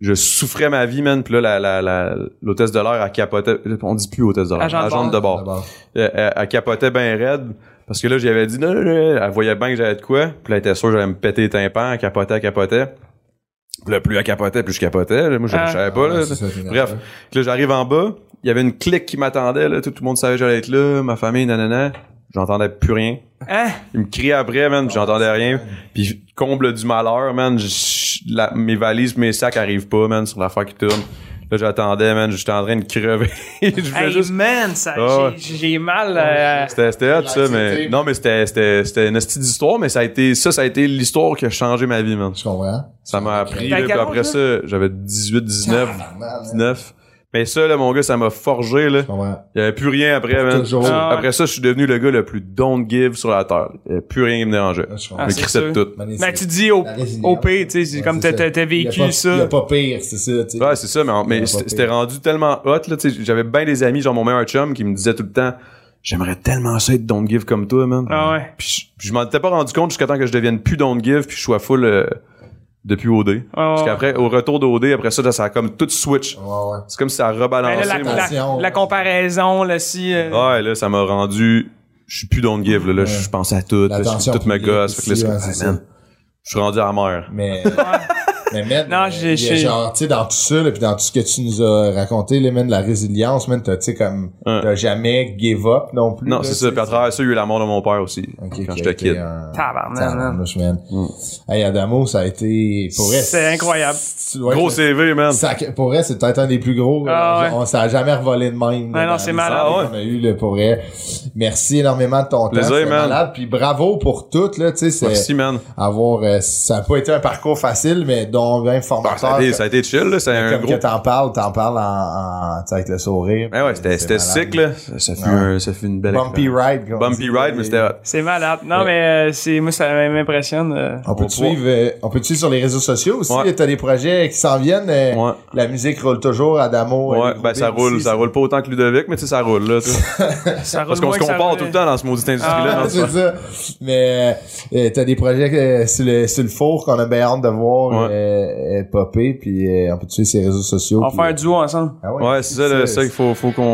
S5: je souffrais ma vie, man. Puis là, la- la- la- l'hôtesse de l'air, elle capotait. On dit plus hôtesse de l'air,
S3: Agent de
S5: agente de bord.
S2: D'abord.
S5: Elle, elle- elle capotait bien raide. Parce que là, j'avais dit, non, non, non, elle voyait bien que j'avais de quoi. Puis là, elle était sûre que j'allais me péter les tympans. Elle capotait, elle capotait. Puis là, plus elle capotait, plus je capotais. Là, Moi, je
S3: Ah.
S5: je savais pas.
S2: Ouais,
S5: Là,
S2: c'est ça, t'es
S5: Bref,
S2: nerveux.
S5: que là, j'arrive en bas, il y avait une clique qui m'attendait, là, tout, tout le monde savait que j'allais être là, ma famille, nanana. J'entendais plus rien.
S3: Hein?
S5: Ils me criaient après, man, puis j'entendais rien. Puis comble du malheur, man, je- la- mes valises, mes sacs arrivent pas, man, sur l'affaire qui tourne. Là, j'attendais, man, j'étais en train de crever. je voulais
S3: Hey,
S5: juste...
S3: man, ça,
S5: Ah
S3: j'ai- j'ai mal. euh,
S5: C'était, c'était hot, ça, mais...
S2: L'anxiété.
S5: Non, mais c'était, c'était, c'était une petite histoire, mais ça a été, ça, ça a été l'histoire qui a changé ma vie, man.
S2: Je comprends.
S5: Ça m'a appris,
S3: T'as
S5: là, puis
S3: quel
S5: après
S3: âge,
S5: ça, j'avais 18, 19,
S2: Tabarnak, man.
S5: 19. Mais ça, là, mon gars, ça m'a forgé, là.
S2: Je comprends.
S5: Il y avait plus rien après, man.
S2: Toujours.
S3: Ah.
S5: Après ça, je suis devenu le gars le plus don't give sur la terre. Il y avait plus rien qui me dérangeait.
S2: Je
S5: Je
S2: comprends.
S5: me
S3: Ah, c'est
S5: crissais de
S3: sûr.
S5: tout.
S2: Man,
S3: Ben,
S2: c'est-
S3: tu dis au,
S2: la résilience.
S3: au pire, tu sais, c'est
S2: Ouais,
S3: comme
S2: c'est
S3: t'as-
S2: ça.
S3: t'as t'as
S2: Il y a
S3: vécu
S2: pas- Il y a
S3: ça.
S2: pas pire, c'est ça, tu sais.
S5: Ouais, c'est ça, mais,
S2: Il y
S5: mais
S2: a pas
S5: c'était
S2: pire.
S5: c'était rendu tellement hot, là, tu sais, j'avais bien des amis, genre mon meilleur chum, qui me disait tout le temps, j'aimerais tellement ça être don't give comme toi, man.
S3: Ah ouais.
S5: Puis je, je m'en étais pas rendu compte jusqu'à temps que je devienne plus don't give, puis je sois full euh, depuis OD. Parce
S3: ouais.
S5: qu'après, au retour d'OD, après ça, là, ça a comme tout switch.
S2: Ouais, ouais.
S5: C'est comme si ça a
S3: Ben,
S5: rebalancé
S3: là,
S5: mon...
S3: la, la-
S2: Attention.
S3: la comparaison, là, si. euh,
S5: Ouais, là, ça m'a rendu. Je suis plus don't give, là. là Je pensais à tout. là, je-
S2: L'attention
S5: tout me
S2: publique
S5: gosse. Fait que là, Ah,
S2: aussi,
S5: c'est comme,
S2: ouais, c'est
S5: Ah, man,
S2: ça.
S5: Je suis rendu à la mer.
S2: Mais. Mais man,
S3: Non,
S2: euh,
S3: j'ai-
S2: il y a
S3: j'ai-
S2: genre, tu sais, dans tout ça, là, puis dans tout ce que tu nous as raconté, là, man, la résilience, man, t'as, tu sais, comme,
S5: Hein.
S2: t'as jamais give up non plus.
S5: Non,
S2: là,
S5: c'est ça. Puis à travers ça, il y a eu la mort de mon père aussi.
S2: qui
S5: quand
S2: a
S5: j'étais
S2: été
S5: kid. Mm.
S2: un
S3: Tabarnak, man.
S2: tabarnouche, man. Hey, Adamo, ça a été, pour vrai,
S3: C'est incroyable.
S2: tu dois
S5: Gros
S2: être-
S5: CV, man.
S2: ça- pour vrai, c'est peut-être un des plus gros.
S3: Ah
S2: euh,
S3: ouais.
S2: On, ça a jamais revolé de même.
S3: Ouais,
S2: là,
S3: non,
S2: dans
S3: c'est
S2: les
S3: malade.
S2: années qu'on a eu, là, pour vrai. Merci énormément de ton temps.
S5: Plaisir,
S2: C'est
S5: man.
S2: malade. Puis bravo pour tout, là, tu sais, c'est-
S5: Merci, man.
S2: avoir euh, ça a pas été un parcours facile mais dont bien
S5: Bah,
S2: formateur
S5: ça, a été, ça a été chill, là. C'est un
S2: comme
S5: gros. Ben
S2: que t'en parles t'en parles en, en tu sais, avec le sourire
S5: Ouais, ouais, c'était, c'était
S2: malade.
S5: sick, là. Ça, ça fut
S2: Ouais.
S5: un, ça fut une belle
S2: bumpy
S5: expérience.
S2: ride comme on
S5: Bumpy
S2: dit.
S5: ride, mais c'était hot.
S3: C'est malade. Non, mais euh, c'est moi, ça m'impressionne. euh.
S2: on peut
S5: On
S2: te
S5: va-
S2: suivre euh, on peut te suivre sur les réseaux sociaux aussi
S5: Ouais.
S2: t'as des projets qui s'en viennent euh,
S5: Ouais.
S2: la musique roule toujours Adamo euh,
S5: Ouais,
S2: les
S5: ben ça
S2: groupes
S5: roule,
S2: ici,
S5: ça roule pas autant que Ludovic, mais tu sais, ça roule, là. tu sais.
S3: Ça
S5: Parce
S3: roule
S5: qu'on
S3: moins
S5: se
S3: que ça
S5: compare
S3: roule.
S5: tout le temps dans ce maudite
S3: Ah,
S5: industrie-là. dans ce-
S2: c'est ça. Mais euh, t'as des projets euh, sur, le, sur le four qu'on a bien hâte de voir
S5: Ouais.
S2: euh, euh, popper, puis euh, on peut te suivre sur les réseaux sociaux.
S3: On va
S2: puis,
S3: faire un
S2: euh,
S3: duo ensemble.
S2: ah
S5: Ouais, c'est ça, là, ça qu'il faut, faut qu'on